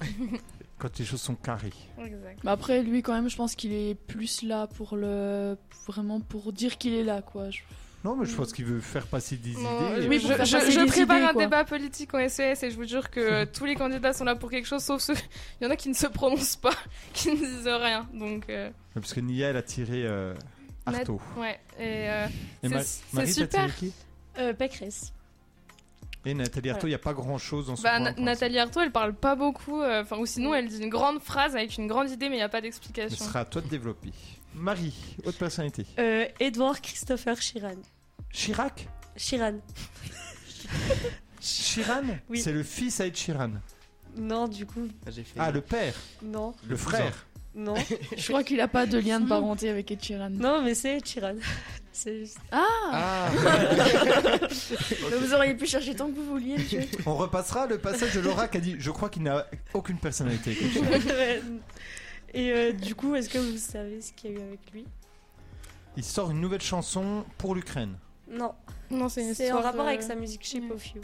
[SPEAKER 1] Quand les choses sont carrées.
[SPEAKER 2] Exact.
[SPEAKER 7] Bah
[SPEAKER 3] Mais après, lui, quand même, je pense qu'il est plus là pour le. vraiment pour dire qu'il est là, quoi. Je-
[SPEAKER 1] Non, mais je pense qu'il veut faire passer des
[SPEAKER 2] Non,
[SPEAKER 1] idées. euh,
[SPEAKER 2] je,
[SPEAKER 3] Oui,
[SPEAKER 2] je-
[SPEAKER 3] pour faire
[SPEAKER 2] je-
[SPEAKER 3] passer
[SPEAKER 2] je
[SPEAKER 3] des
[SPEAKER 2] prépare
[SPEAKER 3] idées,
[SPEAKER 2] un
[SPEAKER 3] quoi.
[SPEAKER 2] débat politique en SES et je vous jure que euh, tous les candidats sont là pour quelque chose, sauf ceux. Il y en a qui ne se prononcent pas, qui ne disent rien. Donc, euh,
[SPEAKER 1] Parce que Nia, elle a tiré euh, Artaud.
[SPEAKER 2] ouais. Et, euh,
[SPEAKER 1] Et
[SPEAKER 2] c'est-
[SPEAKER 1] Ma-
[SPEAKER 2] c'est
[SPEAKER 1] Marie, t'as tiré
[SPEAKER 2] super.
[SPEAKER 1] qui
[SPEAKER 7] Euh, Pécresse.
[SPEAKER 1] Et Nathalie Artaud, il n'y a pas grand chose dans son
[SPEAKER 2] Bah, Na-
[SPEAKER 1] programme. pour l'instant.
[SPEAKER 2] Nathalie Arthaud, elle parle pas beaucoup, euh, enfin, ou
[SPEAKER 7] Mm.
[SPEAKER 2] sinon elle dit une grande phrase avec une grande idée, mais il n'y a pas
[SPEAKER 1] Mais
[SPEAKER 2] d'explication.
[SPEAKER 1] Ce sera à toi de développer. Marie, haute personnalité.
[SPEAKER 7] Euh, Edouard Christopher Chiran.
[SPEAKER 1] Chirac
[SPEAKER 7] Chiran.
[SPEAKER 1] Chiran
[SPEAKER 7] Oui.
[SPEAKER 1] C'est le fils à Ed Chiran.
[SPEAKER 7] Non, du coup,
[SPEAKER 5] Ah, j'ai fait-
[SPEAKER 1] Ah, le père,
[SPEAKER 7] non,
[SPEAKER 1] le frère.
[SPEAKER 7] non.
[SPEAKER 3] Je crois qu'il a pas de lien de parenté avec Ed Sheeran.
[SPEAKER 7] non, mais c'est Chiran. C'est juste-
[SPEAKER 5] Ah,
[SPEAKER 3] Mais vous auriez pu chercher tant que vous vouliez, monsieur.
[SPEAKER 1] On repassera le passage de Laura qui a dit Je crois qu'il n'a aucune personnalité. comme Chirac.
[SPEAKER 7] Ouais. Et euh, du coup, est-ce que vous savez ce qu'il y a eu avec lui
[SPEAKER 1] Il sort une nouvelle chanson pour l'Ukraine.
[SPEAKER 7] Non,
[SPEAKER 2] Non, c'est une
[SPEAKER 7] c'est en
[SPEAKER 2] histoire
[SPEAKER 7] rapport
[SPEAKER 2] de- Mm.
[SPEAKER 7] avec sa musique Shape
[SPEAKER 2] ouais.
[SPEAKER 7] of You.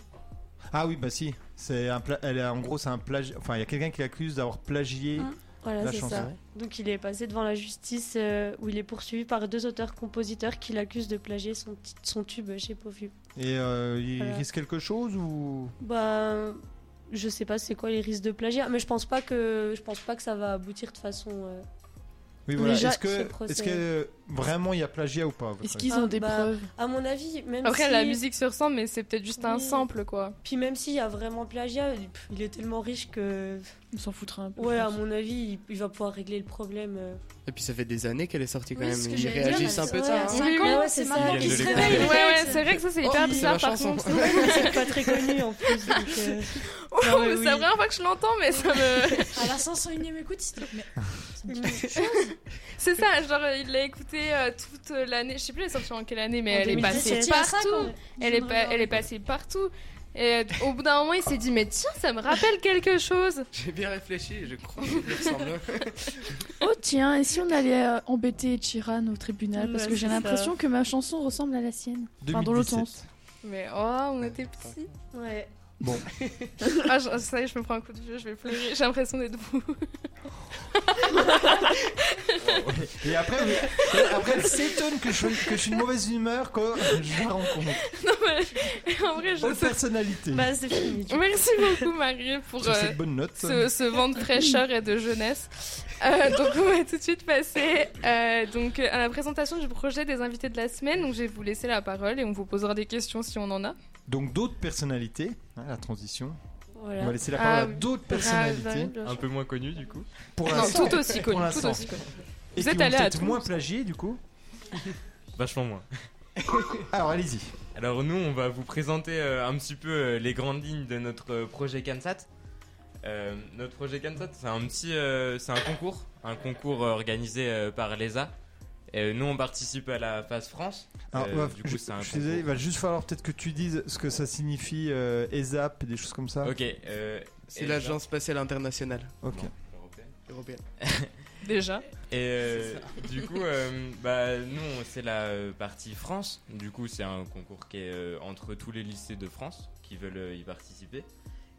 [SPEAKER 1] Ah oui, bah si. C'est un pla- elle a- en gros, c'est un plagiat. Enfin, il y a quelqu'un qui l'accuse d'avoir plagié.
[SPEAKER 3] Hein
[SPEAKER 7] Ah. Voilà,
[SPEAKER 1] La
[SPEAKER 7] c'est
[SPEAKER 1] chanson.
[SPEAKER 7] ça. Donc il est passé devant la justice euh, où il est poursuivi par deux auteurs-compositeurs qui l'accusent de plagier son, petit- son tube Shape of You.
[SPEAKER 1] Et euh, il
[SPEAKER 7] Voilà.
[SPEAKER 1] risque quelque chose ou.
[SPEAKER 7] Bah, je sais pas c'est quoi les risques de plagiat, mais je pense pas que je pense pas que ça va aboutir de façon euh,
[SPEAKER 1] Oui, voilà.
[SPEAKER 3] Déjà,
[SPEAKER 1] Est-ce
[SPEAKER 7] ce
[SPEAKER 1] que,
[SPEAKER 7] procès.
[SPEAKER 1] est-ce que vraiment il y a plagiat ou pas à votre
[SPEAKER 3] Est-ce
[SPEAKER 1] avis
[SPEAKER 3] qu'ils ont
[SPEAKER 7] Ah,
[SPEAKER 3] des
[SPEAKER 7] bah,
[SPEAKER 3] preuves
[SPEAKER 7] À mon avis, même
[SPEAKER 2] Après,
[SPEAKER 7] si-
[SPEAKER 2] la musique se ressemble, mais c'est peut-être juste un
[SPEAKER 7] Oui.
[SPEAKER 2] sample, quoi.
[SPEAKER 7] Puis même s'il y a vraiment plagiat, il- pff, il est tellement riche que...
[SPEAKER 3] On s'en foutra un peu.
[SPEAKER 7] Ouais,
[SPEAKER 3] je
[SPEAKER 7] à
[SPEAKER 3] pense.
[SPEAKER 7] mon avis, il, il va pouvoir régler le problème. euh.
[SPEAKER 5] Et puis ça fait des années qu'elle est sortie quand
[SPEAKER 8] Oui,
[SPEAKER 5] même.
[SPEAKER 8] ce que
[SPEAKER 5] Ils
[SPEAKER 8] j'allais dire,
[SPEAKER 5] réagissent
[SPEAKER 8] elle
[SPEAKER 5] un peu
[SPEAKER 7] est-
[SPEAKER 5] de ça.
[SPEAKER 7] ouais.
[SPEAKER 5] hein.
[SPEAKER 7] Ouais,
[SPEAKER 8] 5
[SPEAKER 1] Ah
[SPEAKER 8] ans,
[SPEAKER 7] ouais,
[SPEAKER 8] c'est
[SPEAKER 7] c'est
[SPEAKER 8] maintenant
[SPEAKER 7] ça.
[SPEAKER 8] qu'ils se
[SPEAKER 4] Ils viennent de
[SPEAKER 8] réveillent.
[SPEAKER 2] Ouais,
[SPEAKER 8] les
[SPEAKER 2] ouais,
[SPEAKER 8] mecs.
[SPEAKER 2] c'est vrai que ça,
[SPEAKER 7] Oh,
[SPEAKER 2] c'est hyper
[SPEAKER 5] c'est
[SPEAKER 2] bizarre, par
[SPEAKER 5] vachement
[SPEAKER 2] contre.
[SPEAKER 5] son-
[SPEAKER 7] c'est pas très connu en plus. donc, euh,
[SPEAKER 2] Non, Oh, mais C'est la première fois que je l'entends, mais ça me...
[SPEAKER 7] Ah,
[SPEAKER 8] À la 501ème écoute, s'il te plaît.
[SPEAKER 2] C'est ça, genre, il l'a écouté euh, toute l'année. Je sais plus, elle est sortie en quelle année, mais
[SPEAKER 7] En
[SPEAKER 2] elle est
[SPEAKER 7] 2017.
[SPEAKER 2] passée
[SPEAKER 8] C'est
[SPEAKER 2] partout. Elle est, pas- elle est passée partout. Et euh, au bout d'un moment, il s'est dit, mais tiens, ça me rappelle quelque chose.
[SPEAKER 5] J'ai bien réfléchi et je crois qu'il lui ressemble.
[SPEAKER 3] Oh tiens, et si on allait euh, embêter Chiran au tribunal Parce
[SPEAKER 7] Ouais,
[SPEAKER 3] que j'ai
[SPEAKER 7] Bah, c'est ça.
[SPEAKER 3] l'impression que ma chanson ressemble à la sienne. Enfin, dans l'autre
[SPEAKER 1] 2017.
[SPEAKER 3] sens.
[SPEAKER 2] Mais oh, on était petits.
[SPEAKER 7] ouais.
[SPEAKER 2] Ah, je- ça y est, je me prends un coup de vieux, je vais pleurer. J'ai l'impression d'être vous.
[SPEAKER 1] Et après, vous- après elle s'étonne que je, que je suis de mauvaise humeur quand je la rencontre.
[SPEAKER 2] Non, mais en vrai, je
[SPEAKER 1] Haute personnalité.
[SPEAKER 7] Bah, c'est fini. du coup.
[SPEAKER 2] Merci beaucoup, Marie, pour
[SPEAKER 1] Sur
[SPEAKER 2] euh,
[SPEAKER 1] cette bonne note. hein.
[SPEAKER 2] ce, ce vent de fraîcheur et de jeunesse. Euh, donc, on va tout de suite passer euh, donc, à la présentation du projet des invités de la semaine. Donc, je vais vous laisser la parole et on vous posera des questions si on en a.
[SPEAKER 1] Donc d'autres personnalités. Ah, la transition. On
[SPEAKER 7] Voilà.
[SPEAKER 1] va laisser la parole
[SPEAKER 2] Ah
[SPEAKER 1] à
[SPEAKER 2] oui.
[SPEAKER 1] d'autres personnalités.
[SPEAKER 4] Un peu moins connu du coup.
[SPEAKER 1] Pour
[SPEAKER 2] Non,
[SPEAKER 1] l'instant.
[SPEAKER 2] tout aussi
[SPEAKER 1] Pour
[SPEAKER 2] connu. Tout
[SPEAKER 1] l'instant.
[SPEAKER 2] aussi connu.
[SPEAKER 1] Et
[SPEAKER 2] Vous êtes
[SPEAKER 1] qui vont
[SPEAKER 2] allés à
[SPEAKER 1] peut-être
[SPEAKER 2] Toulouse.
[SPEAKER 1] moins plagier du coup.
[SPEAKER 4] Vachement moins.
[SPEAKER 1] Alors allez-y.
[SPEAKER 4] Alors nous, on va vous présenter euh, un petit peu euh, les grandes lignes de notre euh, projet CANSAT. Euh, notre projet CANSAT, c'est un petit, euh, c'est un concours, un concours euh, organisé euh, par l'ESA. Et euh, nous, on participe à la phase France.
[SPEAKER 1] Alors,
[SPEAKER 4] Euh,
[SPEAKER 1] bah,
[SPEAKER 4] du coup,
[SPEAKER 1] je,
[SPEAKER 4] c'est un
[SPEAKER 1] je suis désolé, il
[SPEAKER 4] concours.
[SPEAKER 1] va juste falloir peut-être que tu dises ce que ça signifie euh, ESAP et des choses comme ça.
[SPEAKER 4] Ok. euh,
[SPEAKER 5] C'est
[SPEAKER 4] et-
[SPEAKER 5] l'agence spatiale internationale
[SPEAKER 1] Ok.
[SPEAKER 4] Bon, européenne.
[SPEAKER 5] européenne.
[SPEAKER 2] Déjà.
[SPEAKER 4] Et euh, du coup, euh, bah, nous, on- c'est la euh, partie France. Du coup, c'est un concours qui est euh, entre tous les lycées de France qui veulent euh, y participer.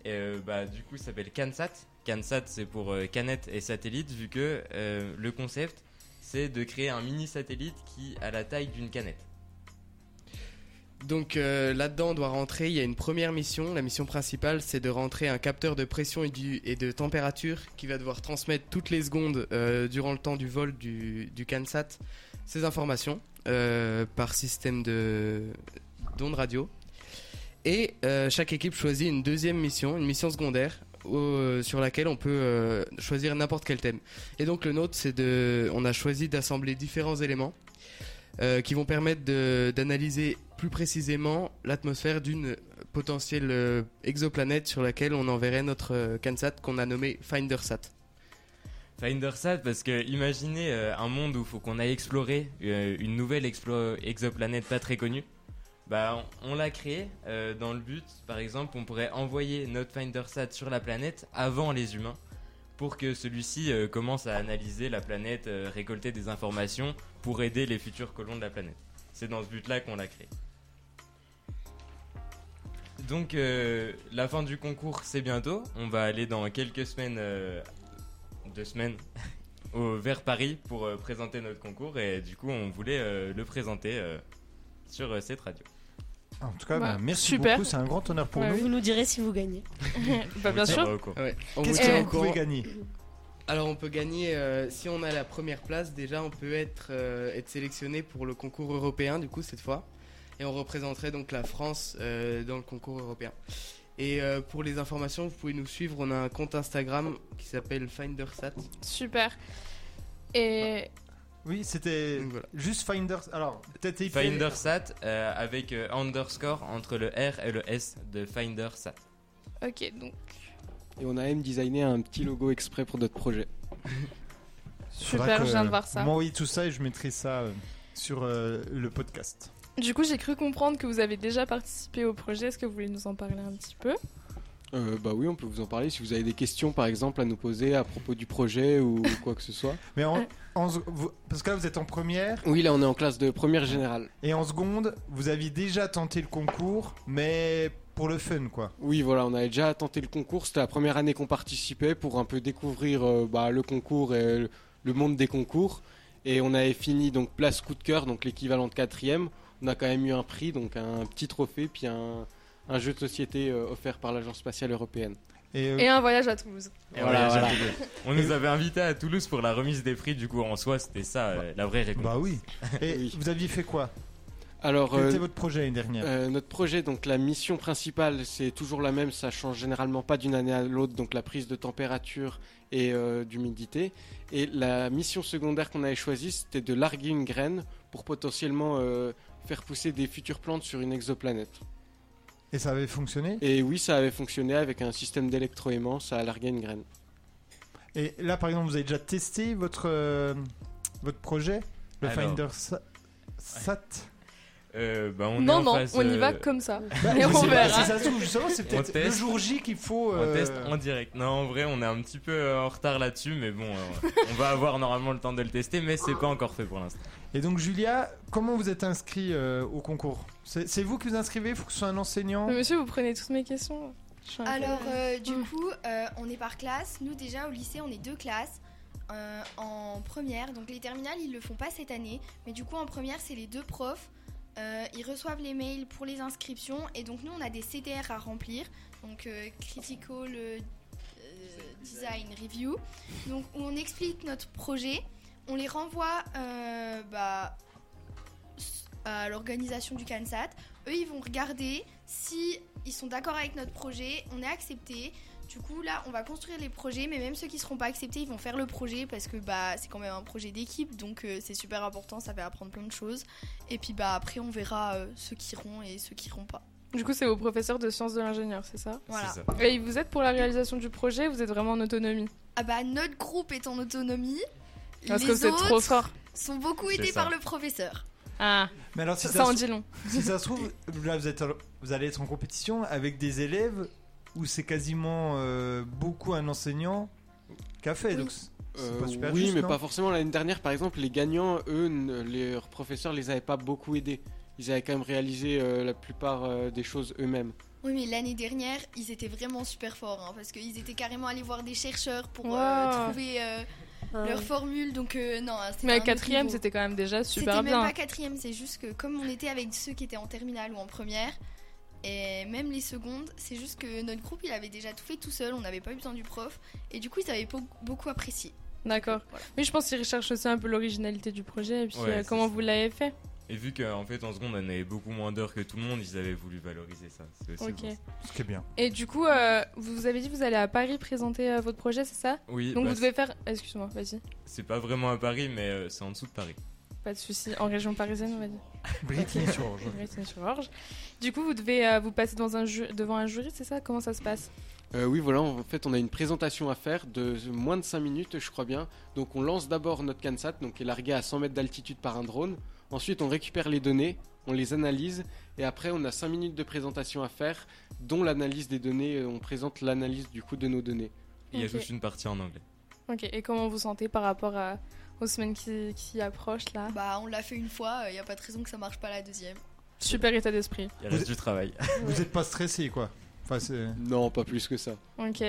[SPEAKER 4] Et euh, bah, du coup, ça s'appelle CANSAT. CANSAT, c'est pour euh, canette et satellite, vu que euh, le concept, c'est de créer un mini satellite qui a la taille d'une canette.
[SPEAKER 5] Donc euh, là-dedans, on doit rentrer. Il y a une première mission. La mission principale, c'est de rentrer un capteur de pression et, du- et de température qui va devoir transmettre toutes les secondes euh, durant le temps du vol du, du CANSAT ces informations euh, par système de d'ondes radio. Et euh, chaque équipe choisit une deuxième mission, une mission secondaire, au- euh, sur laquelle on peut euh, choisir n'importe quel thème. Et donc le nôtre, c'est de, on a choisi d'assembler différents éléments euh, qui vont permettre de- d'analyser plus précisément l'atmosphère d'une potentielle euh, exoplanète sur laquelle on enverrait notre euh, CANSAT qu'on a nommé FinderSat.
[SPEAKER 4] Findersat, parce que imaginez euh, un monde où il faut qu'on aille explorer euh, une nouvelle explo- exoplanète pas très connue. Bah, on, on l'a créée euh, dans le but, par exemple, on pourrait envoyer notre Findersat sur la planète avant les humains pour que celui-ci euh, commence à analyser la planète, euh, récolter des informations pour aider les futurs colons de la planète. C'est dans ce but-là qu'on l'a créé. Donc euh, la fin du concours c'est bientôt. On va aller dans quelques semaines euh, deux semaines au, vers Paris pour euh, présenter notre concours et du coup on voulait euh, le présenter euh, sur euh, cette radio.
[SPEAKER 1] En tout cas,
[SPEAKER 2] Bah,
[SPEAKER 1] bah, merci
[SPEAKER 2] super.
[SPEAKER 1] beaucoup, c'est un grand honneur pour
[SPEAKER 2] Ouais,
[SPEAKER 1] nous.
[SPEAKER 7] Vous nous direz si vous gagnez.
[SPEAKER 2] Bah,
[SPEAKER 4] On
[SPEAKER 2] bien
[SPEAKER 4] vous
[SPEAKER 2] sûr.
[SPEAKER 4] tiendra au courant.
[SPEAKER 5] Ouais. On
[SPEAKER 1] Qu'est-ce
[SPEAKER 5] vous tient
[SPEAKER 1] que vous
[SPEAKER 5] au
[SPEAKER 1] pouvez
[SPEAKER 5] courant.
[SPEAKER 1] gagner
[SPEAKER 5] Alors on peut gagner, euh, si on a la première place déjà, on peut être, euh, être sélectionné pour le concours européen du coup cette fois. Et on représenterait donc la France euh, dans le concours européen. Et euh, pour les informations, vous pouvez nous suivre, on a un compte Instagram qui s'appelle FinderSat.
[SPEAKER 2] Super. Et
[SPEAKER 1] Oui, c'était
[SPEAKER 5] Donc voilà.
[SPEAKER 1] juste Finders. Alors, peut-être il fait-
[SPEAKER 4] Findersat euh, avec euh, underscore entre le R et le S de Findersat.
[SPEAKER 2] ok, donc
[SPEAKER 9] Et on a même designé un petit logo exprès pour notre projet.
[SPEAKER 1] Faudra
[SPEAKER 2] super,
[SPEAKER 1] que
[SPEAKER 2] je viens de voir
[SPEAKER 1] vous
[SPEAKER 2] ça.
[SPEAKER 1] m'envoyez tout ça et je mettrai ça euh, sur euh, le podcast.
[SPEAKER 2] Du coup, j'ai cru comprendre que vous avez déjà participé au projet. Est-ce que vous voulez nous en parler un petit peu
[SPEAKER 9] Euh, bah oui, on peut vous en parler si vous avez des questions par exemple à nous poser à propos du projet ou quoi que ce soit.
[SPEAKER 1] Mais en,
[SPEAKER 2] Ouais.
[SPEAKER 1] en se- vous- parce que là, vous êtes en première
[SPEAKER 9] Oui, là on est en classe de première générale.
[SPEAKER 1] et en seconde, vous aviez déjà tenté le concours, mais pour le fun, quoi.
[SPEAKER 9] Oui, voilà, on avait déjà tenté le concours. C'était la première année qu'on participait pour un peu découvrir euh, bah, le concours et le- le monde des concours. Et on avait fini donc place coup de cœur, donc l'équivalent de quatrième. On a quand même eu un prix, donc un petit trophée, puis un, un jeu de société euh, offert par l'Agence spatiale européenne.
[SPEAKER 1] Et, euh,
[SPEAKER 2] Et un voyage à Toulouse.
[SPEAKER 4] Et
[SPEAKER 9] Voilà,
[SPEAKER 4] voilà,
[SPEAKER 9] voilà.
[SPEAKER 4] j'ai trouvé. On nous avait invités à Toulouse pour la remise des prix, du coup en soi c'était ça euh, la vraie réponse.
[SPEAKER 1] Bah oui. Et
[SPEAKER 9] Oui.
[SPEAKER 1] vous aviez fait quoi
[SPEAKER 9] Alors,
[SPEAKER 1] Quel
[SPEAKER 9] euh,
[SPEAKER 1] était votre projet l'année dernière
[SPEAKER 9] Euh, notre projet, donc la mission principale, c'est toujours la même, ça change généralement pas d'une année à l'autre, donc la prise de température et euh, d'humidité. Et la mission secondaire qu'on avait choisie, c'était de larguer une graine pour potentiellement euh, faire pousser des futures plantes sur une exoplanète.
[SPEAKER 1] Et ça avait fonctionné
[SPEAKER 9] Et oui, ça avait fonctionné avec un système d'électroaimant, ça a largué une graine.
[SPEAKER 1] Et là, par exemple, vous avez déjà testé votre, euh, votre projet Le
[SPEAKER 4] Alors.
[SPEAKER 1] Finder Sa- Sat
[SPEAKER 4] Euh, bah, on est
[SPEAKER 2] non,
[SPEAKER 4] en
[SPEAKER 2] non,
[SPEAKER 4] phase,
[SPEAKER 2] on y va
[SPEAKER 4] euh,
[SPEAKER 2] comme ça.
[SPEAKER 1] Bah,
[SPEAKER 2] Et
[SPEAKER 1] je
[SPEAKER 2] on
[SPEAKER 1] sais pas
[SPEAKER 2] verra.
[SPEAKER 1] Si ça se trouve, justement, c'est
[SPEAKER 4] On
[SPEAKER 1] peut-être le
[SPEAKER 4] teste.
[SPEAKER 1] jour J qu'il faut.
[SPEAKER 4] On
[SPEAKER 1] euh,
[SPEAKER 4] teste en direct. Non, en vrai, on est un petit peu euh, en retard là-dessus, mais bon, euh, on va avoir normalement le temps de le tester, mais c'est pas encore fait pour l'instant.
[SPEAKER 1] Et donc, Julia, comment vous êtes inscrit euh, au concours C'est c'est vous qui vous inscrivez Il faut que ce soit un enseignant
[SPEAKER 2] Mais monsieur, vous prenez toutes mes questions. Je suis inquiète.
[SPEAKER 6] Alors, euh, du
[SPEAKER 2] Mm.
[SPEAKER 6] coup, euh, on est par classe. Nous, déjà, au lycée, on est deux classes. euh, en première, donc les terminales, ils le font pas cette année. Mais du coup, en première, c'est les deux profs. Euh, ils reçoivent les mails pour les inscriptions. Et donc, nous, on a des CDR à remplir. Donc, euh, Critical euh, Design Review. Donc, où on explique notre projet. On les renvoie euh, bah, s- à l'organisation du CANSAT. Eux, ils vont regarder si ils sont d'accord avec notre projet, on est accepté. Du coup, là, on va construire les projets, mais même ceux qui seront pas acceptés, ils vont faire le projet parce que bah c'est quand même un projet d'équipe, donc euh, c'est super important, ça fait apprendre plein de choses. Et puis bah après, on verra euh, ceux qui iront et ceux qui iront pas.
[SPEAKER 2] Du coup, c'est au professeur de sciences de l'ingénieur, c'est ça
[SPEAKER 6] Voilà.
[SPEAKER 4] C'est ça.
[SPEAKER 2] Et vous êtes pour la réalisation du projet, vous êtes vraiment en autonomie.
[SPEAKER 6] Ah bah notre groupe est en autonomie.
[SPEAKER 2] Parce
[SPEAKER 6] les
[SPEAKER 2] que vous êtes
[SPEAKER 6] autres
[SPEAKER 2] trop fort.
[SPEAKER 6] sont beaucoup
[SPEAKER 4] C'est
[SPEAKER 6] aidés
[SPEAKER 4] ça.
[SPEAKER 6] par le professeur.
[SPEAKER 2] Ah,
[SPEAKER 1] Mais alors, si
[SPEAKER 2] ça,
[SPEAKER 1] ça,
[SPEAKER 2] en
[SPEAKER 1] se-
[SPEAKER 2] dit long.
[SPEAKER 1] si ça se trouve, là, vous, êtes, en- vous allez être en compétition avec des élèves où c'est quasiment euh, beaucoup un enseignant qu'a fait.
[SPEAKER 6] Oui.
[SPEAKER 1] Donc, c'est c'est
[SPEAKER 9] Euh,
[SPEAKER 1] pas super
[SPEAKER 9] oui,
[SPEAKER 1] juste,
[SPEAKER 9] mais
[SPEAKER 1] non
[SPEAKER 9] pas forcément. L'année dernière, par exemple, les gagnants, eux, ne- leurs professeurs les avaient pas beaucoup aidés. Ils avaient quand même réalisé euh, la plupart euh, des choses eux-mêmes.
[SPEAKER 6] Oui, mais l'année dernière, ils étaient vraiment super forts hein, parce qu'ils étaient carrément allés voir des chercheurs pour euh,
[SPEAKER 2] Wow.
[SPEAKER 6] trouver euh,
[SPEAKER 7] Ah,
[SPEAKER 6] leur formule. Donc euh, non, hein, c'était
[SPEAKER 2] Mais
[SPEAKER 6] un
[SPEAKER 2] la
[SPEAKER 6] autre
[SPEAKER 2] quatrième,
[SPEAKER 6] niveau.
[SPEAKER 2] c'était quand même déjà
[SPEAKER 6] C'était
[SPEAKER 2] super
[SPEAKER 6] même
[SPEAKER 2] bien.
[SPEAKER 6] pas quatrième, c'est juste que comme on était avec ceux qui étaient en terminale ou en première, et même les secondes, c'est juste que notre groupe il avait déjà tout fait tout seul, on n'avait pas eu besoin du prof, et du coup ils avaient beau- beaucoup apprécié.
[SPEAKER 2] D'accord. Mais je pense qu'ils recherchent aussi un peu l'originalité du projet et puis
[SPEAKER 4] Ouais,
[SPEAKER 2] euh,
[SPEAKER 4] c'est
[SPEAKER 2] comment
[SPEAKER 4] ça.
[SPEAKER 2] vous l'avez fait.
[SPEAKER 4] Et vu qu'en fait en seconde on avait beaucoup moins d'heures que tout le monde, ils avaient voulu valoriser ça. C'est aussi
[SPEAKER 2] Ok.
[SPEAKER 4] pour ça.
[SPEAKER 1] Ce qui est bien.
[SPEAKER 2] Et du coup, euh, vous avez dit que vous allez à Paris présenter euh, votre projet, c'est ça
[SPEAKER 4] Oui,
[SPEAKER 2] Donc
[SPEAKER 4] bah,
[SPEAKER 2] vous devez faire. Excuse-moi, vas-y.
[SPEAKER 4] c'est pas vraiment à Paris, mais euh, c'est en dessous de Paris.
[SPEAKER 2] Pas de souci. En région parisienne, on va dire.
[SPEAKER 1] Britney sur Orge.
[SPEAKER 2] Brétigny-sur-Orge. Du coup, vous devez euh, vous passer dans un ju- devant un jury, c'est ça Comment ça se passe
[SPEAKER 9] Euh, oui, voilà, en fait, on a une présentation à faire de moins de 5 minutes, je crois bien. Donc, on lance d'abord notre CANSAT, donc, qui est largué à 100 mètres d'altitude par un drone. Ensuite, on récupère les données, on les analyse, et après, on a 5 minutes de présentation à faire, dont l'analyse des données. euh, On présente l'analyse du coup de nos données.
[SPEAKER 4] Et Il y a
[SPEAKER 2] Ok.
[SPEAKER 4] juste une partie en anglais.
[SPEAKER 2] Ok. Et comment vous sentez par rapport à- aux semaines qui, qui approchent là
[SPEAKER 6] Bah on l'a fait une fois, il n'y a pas de raison que ça marche pas la deuxième.
[SPEAKER 2] Super état d'esprit.
[SPEAKER 4] Il reste du travail.
[SPEAKER 1] Vous n'êtes pas stressé, quoi. Enfin, c'est-
[SPEAKER 9] Non, pas plus que ça.
[SPEAKER 2] Ok.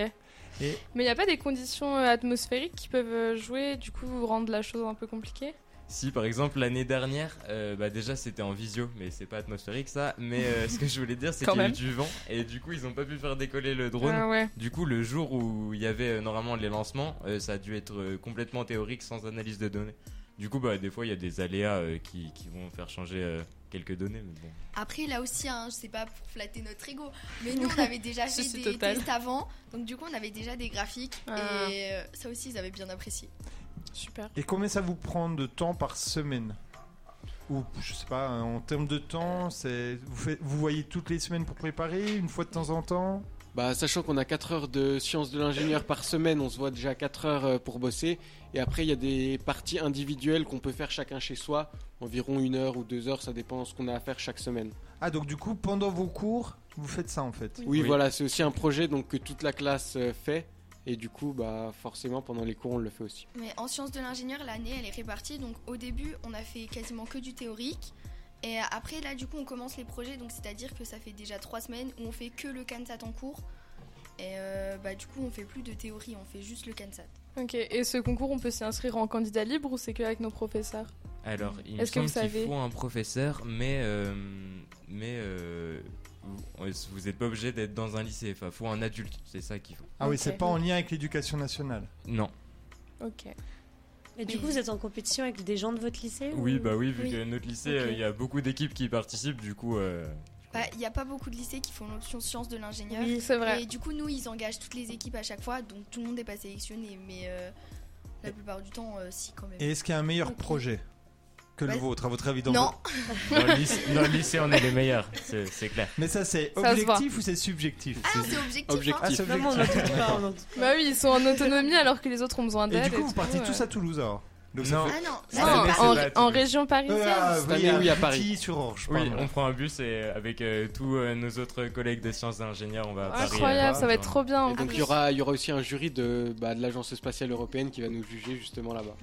[SPEAKER 2] Mais il n'y a pas des conditions euh, atmosphériques qui peuvent euh, jouer, du coup, vous rendre la chose un peu compliquée
[SPEAKER 4] Si par exemple l'année dernière, euh, bah déjà c'était en visio, mais c'est pas atmosphérique ça. Mais euh, ce que je voulais dire, c'est
[SPEAKER 2] Quand
[SPEAKER 4] qu'il y a eu
[SPEAKER 2] même.
[SPEAKER 4] du vent et du coup ils ont pas pu faire décoller le drone.
[SPEAKER 2] Ah ouais.
[SPEAKER 4] Du coup, le jour où il y avait euh, normalement les lancements, euh, ça a dû être euh, complètement théorique sans analyse de données. Du coup, bah, des fois, il y a des aléas euh, qui, qui vont faire changer euh, quelques données. Mais bon.
[SPEAKER 6] Après là aussi, hein, c'est pas pour flatter notre ego, mais nous on avait déjà fait
[SPEAKER 2] Si, si,
[SPEAKER 6] des
[SPEAKER 2] total.
[SPEAKER 6] tests avant, donc du coup on avait déjà des graphiques,
[SPEAKER 2] Ah.
[SPEAKER 6] et euh, ça aussi ils avaient bien apprécié.
[SPEAKER 2] Super.
[SPEAKER 1] Et combien ça vous prend de temps par semaine Ou je sais pas, en termes de temps, c'est vous, faites- vous voyez toutes les semaines pour préparer, une fois de temps en temps
[SPEAKER 9] Bah, sachant qu'on a 4 heures de sciences de l'ingénieur par semaine, on se voit déjà 4 heures euh, pour bosser. Et après, il y a des parties individuelles qu'on peut faire chacun chez soi, environ une heure ou deux heures, ça dépend de ce qu'on a à faire chaque semaine.
[SPEAKER 1] Ah, donc du coup, pendant vos cours, vous faites ça en fait
[SPEAKER 9] Oui,
[SPEAKER 4] Oui.
[SPEAKER 9] voilà, c'est aussi un projet donc, que toute la classe euh, fait. Et du coup, bah, forcément, pendant les cours, on le fait aussi.
[SPEAKER 6] Mais en sciences de l'ingénieur, l'année, elle est répartie. Donc au début, on a fait quasiment que du théorique. Et après, là, du coup, on commence les projets. Donc c'est-à-dire que ça fait déjà trois semaines où on fait que le CANSAT en cours. Et euh, bah, du coup, on fait plus de théorie, on fait juste le CANSAT.
[SPEAKER 2] Ok. Et ce concours, on peut s'y inscrire en candidat libre ou c'est que avec nos professeurs
[SPEAKER 4] Alors, il me
[SPEAKER 2] Est-ce que
[SPEAKER 4] semble
[SPEAKER 2] vous savez
[SPEAKER 4] qu'il faut un professeur, mais, euh, mais euh, vous- vous n'êtes pas obligé d'être dans un lycée. Enfin, faut un adulte. C'est ça qu'il faut.
[SPEAKER 1] Ah oui,
[SPEAKER 2] Ok.
[SPEAKER 1] c'est pas en lien avec l'éducation nationale.
[SPEAKER 4] Non.
[SPEAKER 2] Ok.
[SPEAKER 7] Et du coup, vous êtes en compétition avec des gens de votre lycée ou-
[SPEAKER 4] Oui, bah oui, vu
[SPEAKER 6] Oui.
[SPEAKER 4] que notre lycée,
[SPEAKER 7] Ok.
[SPEAKER 4] euh, il y a beaucoup d'équipes qui y participent, du coup. euh,
[SPEAKER 6] Bah, Il n'y a pas beaucoup de lycées qui font l'option sciences de l'ingénieur.
[SPEAKER 2] Oui, c'est vrai.
[SPEAKER 6] Et du coup, nous, ils engagent toutes les équipes à chaque fois, donc tout le monde n'est pas sélectionné, mais euh, la plupart du temps, euh, si quand même.
[SPEAKER 1] Et est-ce qu'il y a un meilleur
[SPEAKER 6] Ok.
[SPEAKER 1] projet que le
[SPEAKER 6] Bah,
[SPEAKER 1] vôtre, à votre avis dans
[SPEAKER 6] non,
[SPEAKER 1] votre-
[SPEAKER 4] Dans le lycée, dans le lycée, on est les meilleurs, c'est c'est clair.
[SPEAKER 1] Mais ça, c'est
[SPEAKER 2] Ça se
[SPEAKER 1] objectif ou c'est subjectif
[SPEAKER 6] Ah, c'est objectif. hein.
[SPEAKER 9] Objectif.
[SPEAKER 1] c'est
[SPEAKER 7] Vraiment, on n'en doute pas, on n'en doute
[SPEAKER 2] Bah oui, ils sont en autonomie alors que les autres ont besoin
[SPEAKER 1] Et
[SPEAKER 2] d'aide.
[SPEAKER 1] du coup, vous
[SPEAKER 2] tout,
[SPEAKER 1] partez
[SPEAKER 2] ouais.
[SPEAKER 1] tous à Toulouse alors Donc ça
[SPEAKER 4] Non.
[SPEAKER 1] fait-
[SPEAKER 6] Ah non,
[SPEAKER 2] Non,
[SPEAKER 4] Ah,
[SPEAKER 6] ça,
[SPEAKER 4] mais
[SPEAKER 6] c'est
[SPEAKER 4] c'est
[SPEAKER 6] pas-
[SPEAKER 2] en,
[SPEAKER 4] vrai,
[SPEAKER 2] en
[SPEAKER 4] Toulouse.
[SPEAKER 2] région parisienne.
[SPEAKER 1] Ah,
[SPEAKER 9] Cette
[SPEAKER 1] oui,
[SPEAKER 9] année, oui, à
[SPEAKER 1] Petit
[SPEAKER 9] Paris.
[SPEAKER 1] sur Orge.
[SPEAKER 4] Oui,
[SPEAKER 1] pardon.
[SPEAKER 4] on prend un bus et euh, avec euh, tous euh, nos autres collègues de sciences d'ingénieurs, on va à Paris.
[SPEAKER 2] Incroyable,
[SPEAKER 4] euh,
[SPEAKER 2] ça va être trop bien.
[SPEAKER 9] Et donc il y aura, il y aura aussi un jury de, bah, de l'agence spatiale européenne qui va nous juger justement là-bas.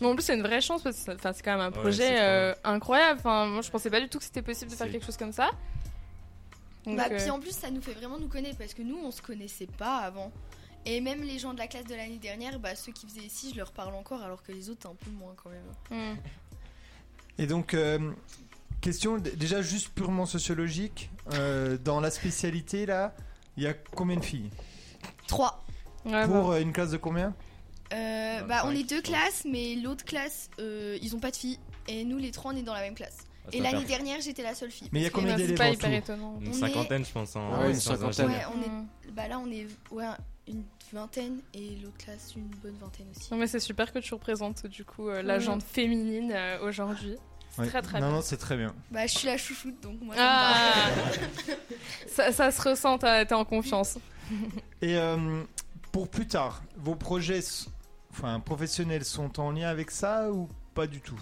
[SPEAKER 2] Mais en plus, c'est une vraie chance parce que ça- enfin, c'est quand même un
[SPEAKER 4] Ouais,
[SPEAKER 2] projet
[SPEAKER 4] c'est trop
[SPEAKER 2] euh, incroyable. Enfin, moi, je pensais pas du tout que c'était possible de faire
[SPEAKER 4] C'est-
[SPEAKER 2] quelque chose comme ça. Donc,
[SPEAKER 6] Bah,
[SPEAKER 2] euh,
[SPEAKER 6] puis en plus, ça nous fait vraiment nous connaître parce que nous, on se connaissait pas avant. Et même les gens de la classe de l'année dernière, bah, ceux qui faisaient ici, je leur parle encore alors que les autres, un peu moins quand même.
[SPEAKER 2] hmm.
[SPEAKER 1] Et donc, euh, question d- déjà juste purement sociologique. euh, dans la spécialité, là, il y a combien de filles
[SPEAKER 6] 3.
[SPEAKER 2] Ouais, bah.
[SPEAKER 1] Pour euh, une classe de combien
[SPEAKER 4] Bah,
[SPEAKER 6] bah, on
[SPEAKER 4] cinq,
[SPEAKER 6] est deux
[SPEAKER 4] je pense.
[SPEAKER 6] classes, mais l'autre classe, euh, ils ont pas de filles. Et nous, les trois, on est dans la même classe.
[SPEAKER 4] on se
[SPEAKER 6] Et
[SPEAKER 4] va
[SPEAKER 6] l'année
[SPEAKER 4] faire
[SPEAKER 6] dernière, j'étais la seule fille.
[SPEAKER 1] Mais il y a
[SPEAKER 6] parce
[SPEAKER 1] combien
[SPEAKER 6] que-
[SPEAKER 2] Ouais,
[SPEAKER 1] d'élèves
[SPEAKER 2] C'est pas
[SPEAKER 1] en
[SPEAKER 2] hyper
[SPEAKER 1] tout
[SPEAKER 2] étonnant.
[SPEAKER 6] on
[SPEAKER 4] Ah, Une
[SPEAKER 6] est-
[SPEAKER 4] cinquantaine, je pense, hein. en
[SPEAKER 9] Ah ouais, une
[SPEAKER 4] sciences
[SPEAKER 9] cinquantaine.
[SPEAKER 4] d'ingénieurs.
[SPEAKER 6] Ouais, on
[SPEAKER 2] Hmm.
[SPEAKER 6] est. Bah là, on est ouais, une vingtaine et l'autre classe, une bonne vingtaine aussi.
[SPEAKER 2] Non, mais c'est super que tu représentes du coup euh, la
[SPEAKER 6] Ouais.
[SPEAKER 2] gente féminine euh, aujourd'hui. C'est
[SPEAKER 1] Ouais.
[SPEAKER 2] très très
[SPEAKER 1] Non,
[SPEAKER 2] bien.
[SPEAKER 1] non, c'est très bien.
[SPEAKER 6] Bah, je suis la chouchoute, donc moi. ça me va.
[SPEAKER 2] Ah ça, ça se ressent, t'as- t'es en confiance.
[SPEAKER 1] Et euh, pour plus tard, vos projets s- enfin, professionnels sont en lien avec ça ou pas du tout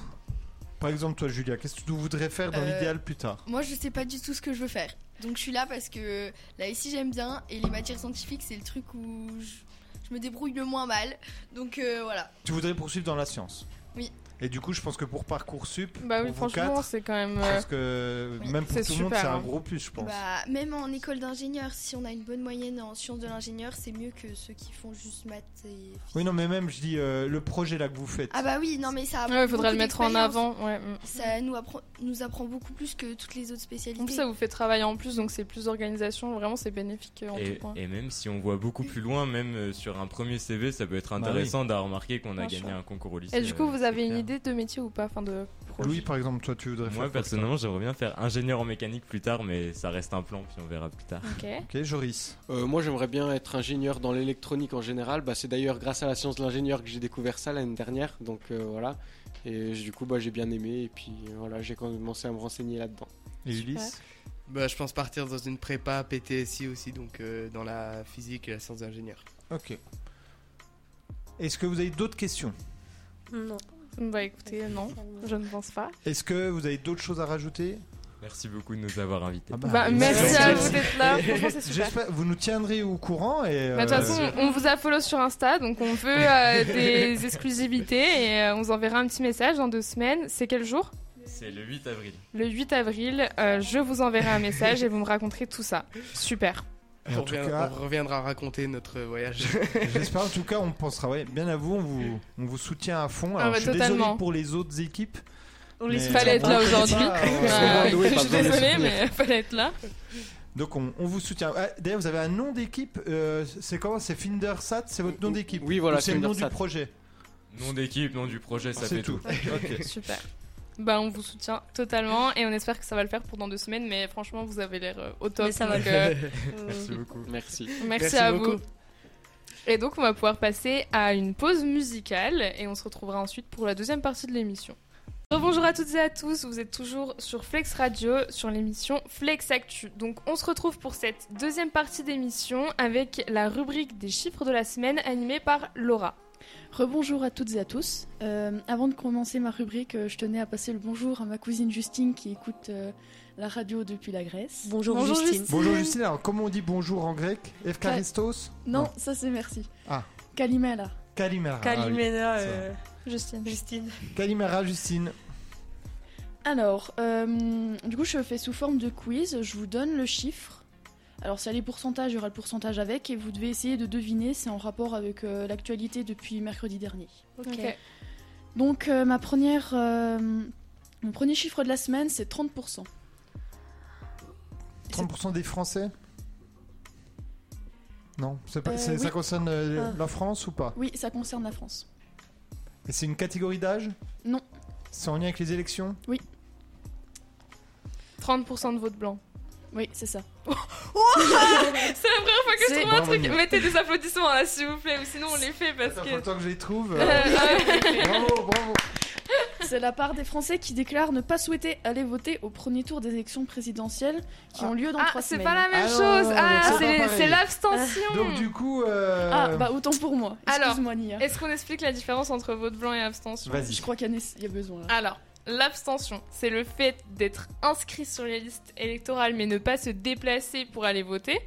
[SPEAKER 1] Par exemple, toi, Julia, qu'est-ce que tu voudrais faire dans
[SPEAKER 6] Euh,
[SPEAKER 1] l'idéal plus tard
[SPEAKER 6] Moi, je sais pas du tout ce que je veux faire. Donc, je suis là parce que là, ici, j'aime bien. Et les matières scientifiques, c'est le truc où je, je me débrouille le moins mal. Donc, euh, voilà.
[SPEAKER 1] Tu voudrais poursuivre dans la science
[SPEAKER 6] Oui.
[SPEAKER 1] Et du coup, je pense que pour Parcoursup,
[SPEAKER 2] Bah oui,
[SPEAKER 1] pour vous
[SPEAKER 2] franchement,
[SPEAKER 1] quatre,
[SPEAKER 2] c'est quand même.
[SPEAKER 1] je
[SPEAKER 2] euh,
[SPEAKER 1] pense que
[SPEAKER 6] Oui.
[SPEAKER 1] même pour
[SPEAKER 2] C'est
[SPEAKER 1] tout le monde,
[SPEAKER 2] super,
[SPEAKER 1] c'est un
[SPEAKER 2] hein.
[SPEAKER 1] gros plus, je pense.
[SPEAKER 6] Bah, même en école d'ingénieur, si on a une bonne moyenne en sciences de l'ingénieur, c'est mieux que ceux qui font juste maths et.
[SPEAKER 1] Oui, non, mais même, je dis, euh, le projet là que vous faites.
[SPEAKER 6] Ah, bah oui, non, mais ça. apprend
[SPEAKER 2] Ouais, faudrait
[SPEAKER 6] beaucoup
[SPEAKER 2] le mettre en
[SPEAKER 6] d'expérience.
[SPEAKER 2] avant. Ouais. mm.
[SPEAKER 6] Ça nous apprend, nous apprend beaucoup plus que toutes les autres spécialités.
[SPEAKER 2] En plus, ça vous fait travailler en plus, donc c'est plus d'organisation. Vraiment, c'est bénéfique euh, en
[SPEAKER 4] Et,
[SPEAKER 2] tout point.
[SPEAKER 4] et même si on voit beaucoup plus loin, même euh, sur un premier CV, ça peut être
[SPEAKER 1] Bah oui.
[SPEAKER 4] intéressant d'avoir remarqué qu'on a
[SPEAKER 2] Bien
[SPEAKER 4] gagné
[SPEAKER 2] sûr.
[SPEAKER 4] un concours au lycée.
[SPEAKER 2] Et, du coup,
[SPEAKER 4] euh,
[SPEAKER 2] vous
[SPEAKER 4] c'est
[SPEAKER 2] avez une
[SPEAKER 4] clair.
[SPEAKER 2] idée de métier ou pas Enfin, de projet
[SPEAKER 1] Louis, par exemple, toi, tu voudrais
[SPEAKER 4] Moi,
[SPEAKER 1] faire quoi
[SPEAKER 4] personnellement, j'aimerais bien faire ingénieur en mécanique plus tard, mais ça reste un plan, puis on verra plus tard.
[SPEAKER 2] Ok.
[SPEAKER 1] Ok, Joris.
[SPEAKER 9] Euh, moi j'aimerais bien être ingénieur dans l'électronique en général. Bah, c'est d'ailleurs grâce à la science de l'ingénieur que j'ai découvert ça l'année dernière. Donc euh, voilà. Et j- du coup bah, j'ai bien aimé et puis euh, voilà j'ai commencé à me renseigner là-dedans.
[SPEAKER 1] Et
[SPEAKER 2] Super.
[SPEAKER 1] Ulysse
[SPEAKER 5] Bah, je pense partir dans une prépa PTSI aussi, donc euh, dans la physique et la science d'ingénieur.
[SPEAKER 1] Ok. Est-ce que vous avez d'autres questions
[SPEAKER 7] pas. Non.
[SPEAKER 2] Bah écoutez, non, je ne pense pas.
[SPEAKER 1] Est-ce que vous avez d'autres choses à rajouter
[SPEAKER 4] Merci beaucoup de nous avoir invités.
[SPEAKER 1] Ah
[SPEAKER 2] Bah,
[SPEAKER 1] oui.
[SPEAKER 2] merci
[SPEAKER 1] J'espère-
[SPEAKER 2] à vous d'être là. Franchement, c'est super.
[SPEAKER 1] J'espère vous nous tiendrez au courant et.
[SPEAKER 2] Bah, De toute
[SPEAKER 1] euh,
[SPEAKER 2] façon, on vous a follow sur Insta, donc on veut euh, des exclusivités et euh, on vous enverra un petit message dans deux semaines. C'est quel jour
[SPEAKER 4] C'est le 8 avril.
[SPEAKER 2] Le 8 avril. euh, je vous enverrai un message et vous me raconterez tout ça. Super.
[SPEAKER 1] et en
[SPEAKER 5] on,
[SPEAKER 1] tout
[SPEAKER 5] revient-
[SPEAKER 1] cas,
[SPEAKER 5] on reviendra raconter notre voyage.
[SPEAKER 1] j'espère en tout cas, on pensera ouais, bien à vous, on vous, on vous soutient à fond. Alors,
[SPEAKER 2] Ah bah,
[SPEAKER 1] je suis
[SPEAKER 2] totalement.
[SPEAKER 1] désolé pour les autres équipes.
[SPEAKER 7] On
[SPEAKER 1] mais-
[SPEAKER 7] les
[SPEAKER 2] Fallait être
[SPEAKER 1] on
[SPEAKER 2] là
[SPEAKER 1] connaît
[SPEAKER 2] aujourd'hui.
[SPEAKER 1] pas, on-
[SPEAKER 2] Euh,
[SPEAKER 9] Louis,
[SPEAKER 2] je
[SPEAKER 9] pas
[SPEAKER 2] suis
[SPEAKER 9] besoin de
[SPEAKER 2] désolée,
[SPEAKER 9] soutenir.
[SPEAKER 2] mais fallait être là.
[SPEAKER 1] Donc on, on vous soutient. Ah, D'ailleurs, vous avez un nom d'équipe. euh, c'est comment C'est Findersat. C'est votre nom d'équipe.
[SPEAKER 9] Oui, voilà,
[SPEAKER 1] Ou C'est le nom du
[SPEAKER 9] Findersat.
[SPEAKER 1] projet.
[SPEAKER 4] Nom d'équipe, nom du projet, ça
[SPEAKER 1] C'est
[SPEAKER 4] fait tout.
[SPEAKER 1] Ok.
[SPEAKER 2] Super. Bah, on vous soutient totalement et on espère que ça va le faire pour dans deux semaines. Mais franchement, vous avez l'air euh, au top.
[SPEAKER 7] Mais ça va
[SPEAKER 2] donc,
[SPEAKER 7] le
[SPEAKER 2] euh,
[SPEAKER 7] Euh,
[SPEAKER 4] Merci beaucoup.
[SPEAKER 9] Merci.
[SPEAKER 2] Merci,
[SPEAKER 5] Merci
[SPEAKER 2] à
[SPEAKER 5] beaucoup.
[SPEAKER 2] vous. Et donc, on va pouvoir passer à une pause musicale et on se retrouvera ensuite pour la deuxième partie de l'émission. Bonjour à toutes et à tous, vous êtes toujours sur Flex Radio, sur l'émission Flex Actu. Donc on se retrouve pour cette deuxième partie d'émission avec la rubrique des chiffres de la semaine animée par Laura.
[SPEAKER 3] Rebonjour à toutes et à tous. Euh, avant de commencer ma rubrique, euh, je tenais à passer le bonjour à ma cousine Justine qui écoute euh, la radio depuis la Grèce.
[SPEAKER 7] Bonjour,
[SPEAKER 2] Bonjour,
[SPEAKER 7] Justine.
[SPEAKER 2] Justine.
[SPEAKER 1] Bonjour Justine. Alors, comment on dit bonjour en grec Efkaristos
[SPEAKER 3] Non,
[SPEAKER 1] Non.
[SPEAKER 3] ça c'est merci.
[SPEAKER 1] Ah.
[SPEAKER 3] Kalimela.
[SPEAKER 1] Kalimera.
[SPEAKER 7] Kalimena,
[SPEAKER 1] ça va.
[SPEAKER 7] euh,
[SPEAKER 2] Justine.
[SPEAKER 7] Justine.
[SPEAKER 1] Ah oui. Kalimera, Justine.
[SPEAKER 3] Alors, euh, du coup, je fais sous forme de quiz. Je vous donne le chiffre. Alors, s'il y a les pourcentages, il y aura le pourcentage avec. Et vous devez essayer de deviner. C'est en rapport avec euh, l'actualité depuis mercredi dernier.
[SPEAKER 2] Ok.
[SPEAKER 3] Donc, euh, ma première, euh, mon premier chiffre de la semaine, c'est 30%.
[SPEAKER 1] 30% des Français Non, c'est pas-
[SPEAKER 3] Euh,
[SPEAKER 1] c'est- ça
[SPEAKER 3] oui.
[SPEAKER 1] concerne euh,
[SPEAKER 3] Ah.
[SPEAKER 1] la France ou pas
[SPEAKER 3] Oui, ça concerne la France.
[SPEAKER 1] Et c'est une catégorie d'âge
[SPEAKER 3] Non.
[SPEAKER 1] C'est en lien avec les élections
[SPEAKER 2] 30% de vote blanc.
[SPEAKER 3] Oui, c'est ça.
[SPEAKER 2] c'est la première fois que je
[SPEAKER 3] C'est-
[SPEAKER 2] trouve un
[SPEAKER 1] Bravo,
[SPEAKER 2] truc.
[SPEAKER 1] Mia.
[SPEAKER 2] Mettez des applaudissements là, s'il vous plaît, ou sinon on les fait parce
[SPEAKER 1] Attends,
[SPEAKER 2] que.
[SPEAKER 1] faut le temps que je les trouve.
[SPEAKER 2] Euh,
[SPEAKER 1] euh,
[SPEAKER 2] ah ouais.
[SPEAKER 1] bravo, bravo.
[SPEAKER 3] C'est la part des Français qui déclarent ne pas souhaiter aller voter au premier tour des élections présidentielles qui ont lieu dans
[SPEAKER 2] Ah,
[SPEAKER 3] trois
[SPEAKER 2] c'est
[SPEAKER 3] semaines.
[SPEAKER 2] pas la
[SPEAKER 1] Ah
[SPEAKER 2] même
[SPEAKER 1] non, non,
[SPEAKER 2] chose.
[SPEAKER 1] non,
[SPEAKER 2] Ah,
[SPEAKER 1] c'est pas
[SPEAKER 2] c'est
[SPEAKER 1] pareil.
[SPEAKER 2] c'est l'abstention.
[SPEAKER 1] Donc du coup, euh,
[SPEAKER 3] Ah, bah autant pour moi.
[SPEAKER 2] Alors,
[SPEAKER 3] Excuse-moi, Nia.
[SPEAKER 2] Est-ce qu'on explique la différence entre vote blanc et abstention
[SPEAKER 1] vas-y.
[SPEAKER 3] Je crois qu'il y en a- il y a besoin. là.
[SPEAKER 2] Alors, l'abstention, c'est le fait d'être inscrit sur les listes électorales mais ne pas se déplacer pour aller voter.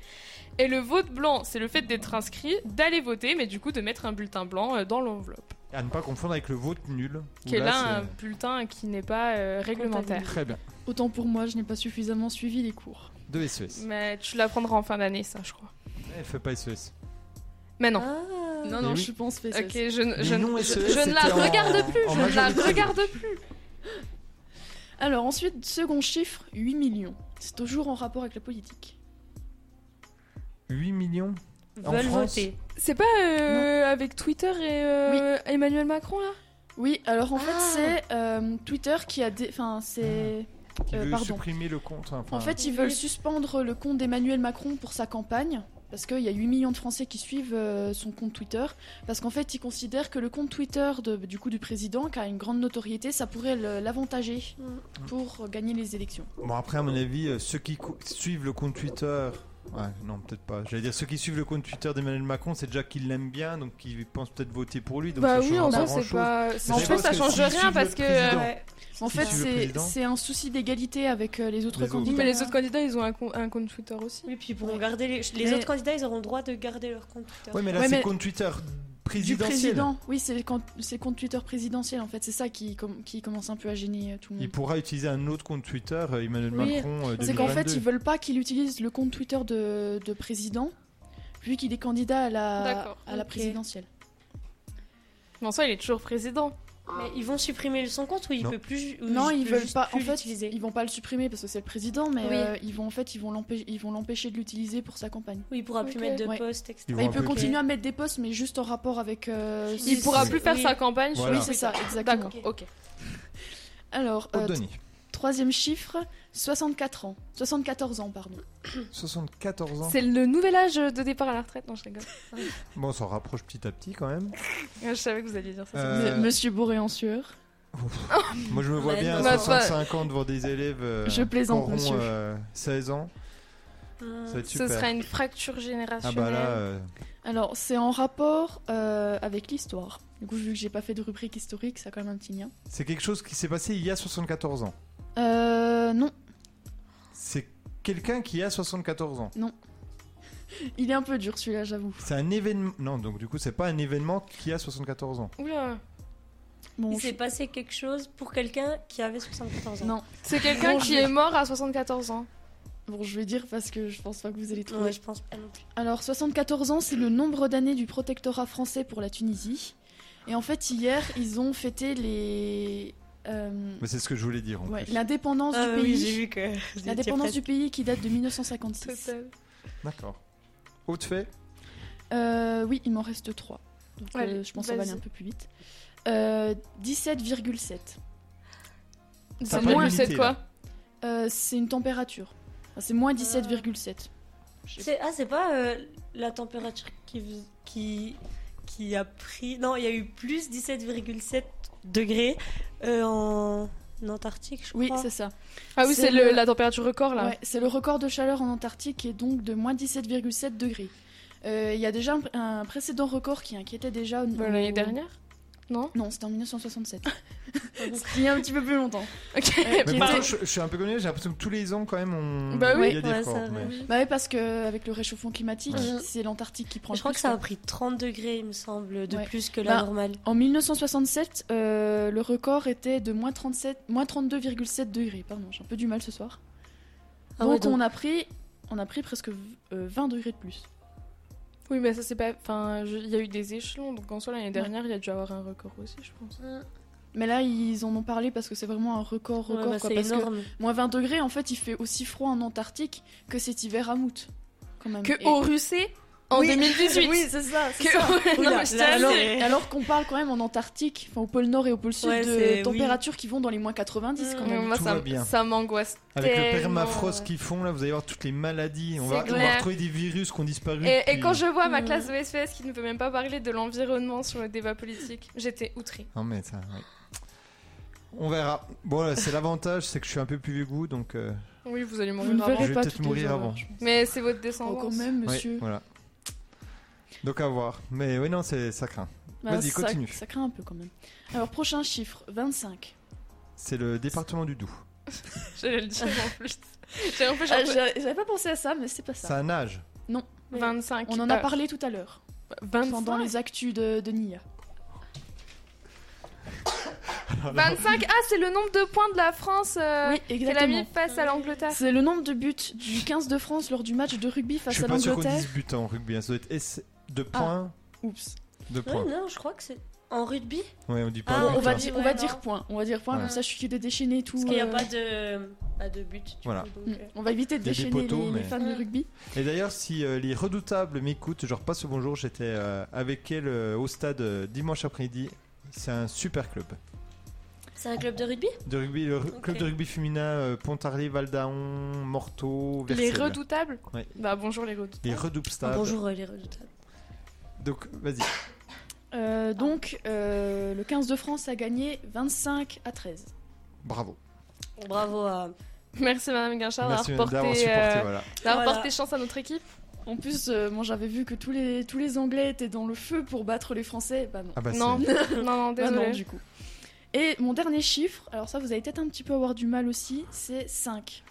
[SPEAKER 2] Et le vote blanc, c'est le fait d'être inscrit, d'aller voter, mais du coup de mettre un bulletin blanc euh, dans l'enveloppe.
[SPEAKER 1] À ne pas confondre avec le vote nul. où
[SPEAKER 2] Qui est là un
[SPEAKER 3] euh,
[SPEAKER 1] c'est-
[SPEAKER 2] bulletin qui n'est pas euh, réglementaire.
[SPEAKER 1] Très bien.
[SPEAKER 3] Autant pour moi, je n'ai pas suffisamment suivi les cours.
[SPEAKER 1] De SES.
[SPEAKER 2] Mais tu l'apprendras en fin d'année, ça, je crois.
[SPEAKER 1] Elle fait E, pas SES.
[SPEAKER 2] Mais non.
[SPEAKER 7] Ah.
[SPEAKER 3] Non,
[SPEAKER 1] Mais
[SPEAKER 3] non,
[SPEAKER 1] oui.
[SPEAKER 3] je pense fait
[SPEAKER 2] Ok, je, ne- je,
[SPEAKER 1] Les
[SPEAKER 2] ne-
[SPEAKER 1] non
[SPEAKER 2] je-
[SPEAKER 1] SES,
[SPEAKER 2] je ne la
[SPEAKER 1] c'était en-
[SPEAKER 2] regarde plus,
[SPEAKER 1] en
[SPEAKER 2] je ne la
[SPEAKER 1] majorité.
[SPEAKER 2] regarde plus.
[SPEAKER 3] Alors ensuite, second chiffre, 8 millions. C'est toujours en rapport avec la politique.
[SPEAKER 1] 8 millions En
[SPEAKER 7] Veulent
[SPEAKER 1] France
[SPEAKER 7] voter.
[SPEAKER 2] C'est pas euh, avec Twitter et euh, Emmanuel Macron là
[SPEAKER 3] Oui, alors en
[SPEAKER 2] Ah.
[SPEAKER 3] fait, c'est euh, Twitter qui a... dé- Enfin, c'est...
[SPEAKER 1] qui
[SPEAKER 2] Ah.
[SPEAKER 3] Euh,
[SPEAKER 1] veut
[SPEAKER 3] pardon.
[SPEAKER 1] supprimer le compte. enfin,
[SPEAKER 3] En fait, ils
[SPEAKER 2] Oui.
[SPEAKER 3] veulent suspendre le compte d'Emmanuel Macron pour sa campagne, parce qu'il y a 8 millions de Français qui suivent euh, son compte Twitter, parce qu'en fait, ils considèrent que le compte Twitter de- du coup du président, qui a une grande notoriété, ça pourrait le- l'avantager
[SPEAKER 2] Mm.
[SPEAKER 3] pour gagner les élections.
[SPEAKER 1] Bon, après, à mon avis, euh, ceux qui cou- suivent le compte Twitter. Ouais, non, peut-être pas. J'allais dire, ceux qui suivent le compte Twitter d'Emmanuel Macron, c'est déjà qu'ils l'aiment bien, donc ils pensent peut-être voter pour lui. Donc ça
[SPEAKER 2] Bah oui,
[SPEAKER 1] changera
[SPEAKER 2] en
[SPEAKER 1] pas
[SPEAKER 2] soi,
[SPEAKER 1] grand-chose.
[SPEAKER 2] c'est pas. En
[SPEAKER 1] je
[SPEAKER 2] soi,
[SPEAKER 1] pense
[SPEAKER 2] ça
[SPEAKER 1] que
[SPEAKER 2] change
[SPEAKER 1] s'ils
[SPEAKER 2] rien
[SPEAKER 1] suivent
[SPEAKER 2] parce
[SPEAKER 1] le
[SPEAKER 2] que.
[SPEAKER 1] président.
[SPEAKER 2] ouais.
[SPEAKER 3] euh, En
[SPEAKER 1] Si
[SPEAKER 3] fait,
[SPEAKER 1] tu veux
[SPEAKER 3] c'est-
[SPEAKER 1] président.
[SPEAKER 3] c'est un souci d'égalité avec euh, les autres
[SPEAKER 1] Les autres.
[SPEAKER 3] candidats.
[SPEAKER 2] Mais les autres candidats, ils ont un, com- un compte Twitter aussi.
[SPEAKER 7] Oui, puis ils pourront garder les, les
[SPEAKER 3] Mais-
[SPEAKER 7] autres candidats, ils auront le droit de garder leur compte Twitter.
[SPEAKER 1] Ouais, mais là,
[SPEAKER 3] Ouais,
[SPEAKER 1] c'est
[SPEAKER 3] mais-
[SPEAKER 1] compte Twitter
[SPEAKER 3] du
[SPEAKER 1] présidentiel.
[SPEAKER 3] président, oui, c'est le compte- c'est le compte Twitter présidentiel en fait, c'est ça qui, com- qui commence un peu à gêner euh, tout le
[SPEAKER 1] Il
[SPEAKER 3] monde.
[SPEAKER 1] pourra utiliser un autre compte Twitter, euh, Emmanuel
[SPEAKER 3] Oui,
[SPEAKER 1] Macron. euh,
[SPEAKER 3] C'est qu'en fait,
[SPEAKER 1] 2022.
[SPEAKER 3] ils veulent pas qu'il utilise le compte Twitter de, de président, vu qu'il est candidat à la,
[SPEAKER 2] D'accord,
[SPEAKER 3] à la
[SPEAKER 7] ok.
[SPEAKER 3] présidentielle.
[SPEAKER 2] Mais en soi, il est toujours président.
[SPEAKER 7] Mais ils vont supprimer son compte ou il
[SPEAKER 1] Non.
[SPEAKER 7] peut plus. ou
[SPEAKER 3] Non,
[SPEAKER 7] il
[SPEAKER 3] ils
[SPEAKER 7] peut
[SPEAKER 3] veulent
[SPEAKER 7] juste
[SPEAKER 3] pas. En
[SPEAKER 7] plus
[SPEAKER 3] fait,
[SPEAKER 7] l'utiliser.
[SPEAKER 3] ils vont pas le supprimer parce que c'est le président, mais
[SPEAKER 7] Oui.
[SPEAKER 3] euh, ils vont en fait, ils vont l'empêcher, ils vont l'empêcher de l'utiliser pour sa campagne.
[SPEAKER 7] Ou il pourra plus
[SPEAKER 2] Ok.
[SPEAKER 7] mettre de
[SPEAKER 3] Ouais.
[SPEAKER 7] post, etc.
[SPEAKER 1] Ils
[SPEAKER 3] Bah,
[SPEAKER 1] vont
[SPEAKER 3] il peut
[SPEAKER 1] appeler-
[SPEAKER 3] continuer à mettre des posts, mais juste en rapport avec. euh,
[SPEAKER 7] Si,
[SPEAKER 2] Il
[SPEAKER 7] si,
[SPEAKER 2] pourra
[SPEAKER 7] si.
[SPEAKER 2] plus faire
[SPEAKER 7] Oui.
[SPEAKER 2] sa campagne sur
[SPEAKER 1] Voilà.
[SPEAKER 3] Oui, c'est ça, exactement.
[SPEAKER 2] D'accord, ok.
[SPEAKER 3] Alors,
[SPEAKER 1] Aude
[SPEAKER 3] euh,
[SPEAKER 1] Denis,
[SPEAKER 3] troisième chiffre, 64 ans, 74 ans, pardon.
[SPEAKER 1] 74 ans.
[SPEAKER 2] C'est le nouvel âge de départ à la retraite. Non, je rigole.
[SPEAKER 1] Bon, on s'en rapproche petit à petit quand même.
[SPEAKER 2] Je savais que vous alliez dire ça.
[SPEAKER 1] Euh,
[SPEAKER 3] M- Monsieur Bourré en sueur.
[SPEAKER 1] Moi, je me vois
[SPEAKER 7] Bah
[SPEAKER 1] bien à
[SPEAKER 7] non.
[SPEAKER 2] Bah,
[SPEAKER 1] 65 ans devant des élèves euh,
[SPEAKER 3] Je plaisante,
[SPEAKER 1] qui auront,
[SPEAKER 3] monsieur.
[SPEAKER 1] euh, 16 ans.
[SPEAKER 7] Hum.
[SPEAKER 1] Ça va être
[SPEAKER 2] Ce
[SPEAKER 1] super.
[SPEAKER 2] sera une fracture
[SPEAKER 1] Ah
[SPEAKER 2] générationnelle.
[SPEAKER 1] bah là, euh,
[SPEAKER 3] Alors, c'est en rapport euh, avec l'histoire. Du coup, vu que j'ai pas fait de rubrique historique, ça a quand même un petit lien.
[SPEAKER 1] c'est quelque chose qui s'est passé il y a 74 ans.
[SPEAKER 3] Euh, non,
[SPEAKER 1] C'est quelqu'un qui a 74 ans.
[SPEAKER 3] il est un peu dur celui-là, j'avoue.
[SPEAKER 1] C'est un événement. Non, donc du coup, c'est pas un événement qui a 74 ans.
[SPEAKER 2] Oula.
[SPEAKER 3] Bon,
[SPEAKER 7] Il s'est passé quelque chose pour quelqu'un qui avait 74 ans.
[SPEAKER 3] Non.
[SPEAKER 2] C'est quelqu'un
[SPEAKER 3] Bon,
[SPEAKER 2] qui
[SPEAKER 3] je-
[SPEAKER 2] est mort à 74 ans.
[SPEAKER 3] je- bon, je vais dire parce que je pense pas que vous allez trouver.
[SPEAKER 7] Ouais, je pense pas non plus.
[SPEAKER 3] Alors, 74 ans, c'est le nombre d'années du protectorat français pour la Tunisie. Et en fait, hier, ils ont fêté les. euh,
[SPEAKER 1] Mais c'est ce que je voulais dire. en
[SPEAKER 3] ouais,
[SPEAKER 1] plus.
[SPEAKER 3] l'indépendance
[SPEAKER 7] Ah
[SPEAKER 3] du
[SPEAKER 7] oui, j'ai
[SPEAKER 3] pays.
[SPEAKER 7] vu que. vous étiez
[SPEAKER 3] L'indépendance
[SPEAKER 7] prête.
[SPEAKER 3] du pays qui date de 1956.
[SPEAKER 2] Total.
[SPEAKER 1] D'accord. Autre fait
[SPEAKER 3] Euh, oui, il m'en reste 3. Donc euh,
[SPEAKER 2] Allez,
[SPEAKER 3] je pense qu'on va
[SPEAKER 2] vas-y.
[SPEAKER 3] aller un peu plus vite. Euh, 17,7.
[SPEAKER 2] C'est
[SPEAKER 1] pas
[SPEAKER 2] moins
[SPEAKER 1] d'unité,
[SPEAKER 2] 7 quoi
[SPEAKER 3] Euh, c'est une température. Enfin, c'est moins 17,7.
[SPEAKER 7] C'est- Ah, c'est pas euh, la température qui, vous- qui, qui a pris. Non, il y a eu plus 17,7 degrés euh, en Antarctique, je crois.
[SPEAKER 3] Oui, c'est ça.
[SPEAKER 2] Ah oui,
[SPEAKER 3] C'est
[SPEAKER 2] c'est le-
[SPEAKER 3] le-
[SPEAKER 2] la température record là.
[SPEAKER 3] Ouais, c'est le record de chaleur en Antarctique qui est donc de moins 17,7 degrés. Euh, Il y a déjà un, un précédent record qui inquiétait déjà. au-
[SPEAKER 2] Bah, L'année
[SPEAKER 3] au-
[SPEAKER 2] dernière Non Ah
[SPEAKER 3] Non, c'était en 1967. Il y a un petit peu plus longtemps.
[SPEAKER 2] Ok.
[SPEAKER 3] Euh, qui
[SPEAKER 1] Mais
[SPEAKER 3] était-
[SPEAKER 1] pourtant, je, je suis un peu connu, j'ai l'impression que tous les ans, quand même, on.
[SPEAKER 2] Bah oui.
[SPEAKER 1] Mmh. il y a des
[SPEAKER 7] Ouais,
[SPEAKER 1] records,
[SPEAKER 7] ça va.
[SPEAKER 1] mais-
[SPEAKER 3] Bah oui, parce que avec le réchauffement climatique,
[SPEAKER 7] Ouais.
[SPEAKER 3] c'est l'Antarctique qui prend.
[SPEAKER 7] Je
[SPEAKER 3] le
[SPEAKER 7] crois
[SPEAKER 3] plus,
[SPEAKER 7] que ça a
[SPEAKER 3] quoi.
[SPEAKER 7] pris 30 degrés, il me semble, de
[SPEAKER 3] Ouais.
[SPEAKER 7] plus que la
[SPEAKER 3] Bah,
[SPEAKER 7] normale.
[SPEAKER 3] En 1967, euh, le record était de moins 37, moins 32,7 degrés. Pardon, j'ai un peu du mal ce soir.
[SPEAKER 7] Ah
[SPEAKER 3] donc,
[SPEAKER 7] ouais, donc-
[SPEAKER 3] on a pris, on a pris presque euh, 20 degrés de plus.
[SPEAKER 2] Oui, mais ça c'est pas. Enfin, je- il y a eu des échelons, donc en soi l'année dernière, il y a dû avoir un record aussi, je pense.
[SPEAKER 3] Mais là, ils en ont parlé parce que c'est vraiment un record, record.
[SPEAKER 7] Ouais, bah,
[SPEAKER 3] quoi,
[SPEAKER 7] c'est
[SPEAKER 3] parce que
[SPEAKER 7] énorme.
[SPEAKER 3] moins 20 degrés, en fait, il fait aussi froid en Antarctique que cet hiver à Mout. Quand même.
[SPEAKER 2] Que
[SPEAKER 3] Et-
[SPEAKER 2] au Russé en
[SPEAKER 3] Oui,
[SPEAKER 2] 2018.
[SPEAKER 3] oui, c'est ça. c'est
[SPEAKER 2] Que-
[SPEAKER 3] ça.
[SPEAKER 2] Non, mais je te
[SPEAKER 7] là,
[SPEAKER 3] Alors,
[SPEAKER 2] jure.
[SPEAKER 7] c'est-
[SPEAKER 3] alors qu'on parle quand même en Antarctique, enfin au pôle Nord et au pôle Sud,
[SPEAKER 7] Ouais,
[SPEAKER 3] de
[SPEAKER 7] c'est-
[SPEAKER 3] températures qui vont dans les moins 90 quand
[SPEAKER 1] Mm.
[SPEAKER 3] même.
[SPEAKER 2] Mmh, Moi,
[SPEAKER 1] Tout
[SPEAKER 2] ça,
[SPEAKER 1] va bien.
[SPEAKER 2] ça m'angoisse
[SPEAKER 1] Avec le
[SPEAKER 2] tellement.
[SPEAKER 1] permafrost qu'ils font, là, vous allez voir toutes les maladies. On
[SPEAKER 2] C'est
[SPEAKER 1] va, on va
[SPEAKER 2] clair.
[SPEAKER 1] retrouver des virus qui ont disparu.
[SPEAKER 2] Et, et
[SPEAKER 1] depuis-
[SPEAKER 2] quand je vois ma
[SPEAKER 7] Mm.
[SPEAKER 2] classe de SPS qui ne peut même pas parler de l'environnement sur le débat politique, j'étais outrée.
[SPEAKER 1] Non, mais ça, ouais. On verra. Bon, là, c'est l'avantage, c'est que je suis un peu plus vieux que vous, donc euh,
[SPEAKER 2] Oui, vous allez
[SPEAKER 3] Vous ne
[SPEAKER 2] mourir avant.
[SPEAKER 1] je
[SPEAKER 3] verrez
[SPEAKER 1] vais
[SPEAKER 3] pas
[SPEAKER 1] peut-être
[SPEAKER 3] toutes les
[SPEAKER 1] mourir
[SPEAKER 3] horreurs,
[SPEAKER 1] avant.
[SPEAKER 3] je pense.
[SPEAKER 2] Mais c'est votre
[SPEAKER 3] Oh,
[SPEAKER 2] descendance.
[SPEAKER 3] quand même,
[SPEAKER 1] ouais,
[SPEAKER 3] monsieur.
[SPEAKER 1] voilà. Donc à voir. Mais oui, non, c'est ça craint.
[SPEAKER 3] Bah,
[SPEAKER 1] Vas-y,
[SPEAKER 3] ça-
[SPEAKER 1] continue.
[SPEAKER 3] Ça, craint un peu quand même. Alors, prochain chiffre 25.
[SPEAKER 1] C'est le département du Doubs.
[SPEAKER 2] J'allais le dire en plus. J'allais en plus,
[SPEAKER 3] Ah,
[SPEAKER 2] j'en peux-
[SPEAKER 3] J'avais j'avais pas pensé à ça, mais c'est pas ça.
[SPEAKER 1] Ça nage.
[SPEAKER 2] 25.
[SPEAKER 3] On en a
[SPEAKER 2] euh,
[SPEAKER 3] parlé tout à l'heure,
[SPEAKER 2] 25.
[SPEAKER 3] pendant les actus de, de Nia. Bah,
[SPEAKER 2] 25. Ah, c'est le nombre de points de la France euh,
[SPEAKER 3] oui,
[SPEAKER 2] qu'elle a mis
[SPEAKER 3] exactement.
[SPEAKER 2] face à l'Angleterre.
[SPEAKER 3] C'est le nombre de buts du 15 de France lors du match de rugby
[SPEAKER 1] Je
[SPEAKER 3] face
[SPEAKER 1] suis
[SPEAKER 3] à
[SPEAKER 1] pas sûr qu'on
[SPEAKER 3] l'Angleterre. Ah,
[SPEAKER 1] dise but en rugby. hein. Ça doit être ess- de points.
[SPEAKER 3] Oups.
[SPEAKER 1] De
[SPEAKER 7] Ouais,
[SPEAKER 1] points.
[SPEAKER 7] non, je crois que c'est en rugby.
[SPEAKER 1] Ouais, on dit pas.
[SPEAKER 7] Ah,
[SPEAKER 1] but,
[SPEAKER 3] on va,
[SPEAKER 1] hein.
[SPEAKER 3] dire,
[SPEAKER 7] Ouais,
[SPEAKER 3] on va
[SPEAKER 7] non.
[SPEAKER 3] dire point. On va dire point,
[SPEAKER 1] Ouais.
[SPEAKER 3] comme ça je suis de déchaîner tout.
[SPEAKER 7] Parce qu'il n'y a
[SPEAKER 3] euh,
[SPEAKER 7] pas de, pas de but. du
[SPEAKER 1] Voilà.
[SPEAKER 7] coup, donc,
[SPEAKER 3] Mm.
[SPEAKER 7] euh,
[SPEAKER 3] On va éviter de
[SPEAKER 1] Il y a des
[SPEAKER 3] déchaîner
[SPEAKER 1] poteaux,
[SPEAKER 3] les, les
[SPEAKER 1] mais-
[SPEAKER 3] fans de
[SPEAKER 7] Mm.
[SPEAKER 3] rugby.
[SPEAKER 1] Et d'ailleurs, si euh, les redoutables m'écoutent, je leur passe le bonjour. J'étais euh, avec elle euh, au stade euh, dimanche après-midi. C'est un super club.
[SPEAKER 7] euh. C'est un club de rugby
[SPEAKER 1] De rugby, le ru-
[SPEAKER 7] Ok.
[SPEAKER 1] club de rugby féminin euh, Pontarlier, Valdaon, Morteau,
[SPEAKER 2] Les
[SPEAKER 1] Versailles.
[SPEAKER 2] redoutables
[SPEAKER 1] Ouais.
[SPEAKER 2] Bah bonjour les redoutables.
[SPEAKER 1] Les redoutables.
[SPEAKER 7] Bonjour euh, les résultats.
[SPEAKER 1] Donc, vas-y.
[SPEAKER 3] Euh, donc, euh, le 15 de France a gagné 25 à 13.
[SPEAKER 1] Bravo.
[SPEAKER 7] Bravo à.
[SPEAKER 2] Merci Madame Guinchard d'avoir
[SPEAKER 1] Merci madame,
[SPEAKER 2] porté,
[SPEAKER 1] d'avoir supporté.
[SPEAKER 2] euh,
[SPEAKER 1] Voilà.
[SPEAKER 2] d'avoir
[SPEAKER 7] Voilà.
[SPEAKER 2] porté chance à notre équipe.
[SPEAKER 3] En plus, euh, moi j'avais vu que tous les, tous les Anglais étaient dans le feu pour battre les Français. Bah non.
[SPEAKER 1] Ah bah,
[SPEAKER 2] non.
[SPEAKER 1] c'est-
[SPEAKER 2] non, non,
[SPEAKER 3] Bah non,
[SPEAKER 2] désolé.
[SPEAKER 3] du coup. Et mon dernier chiffre, alors ça vous allez peut-être un petit peu avoir du mal aussi, c'est 5.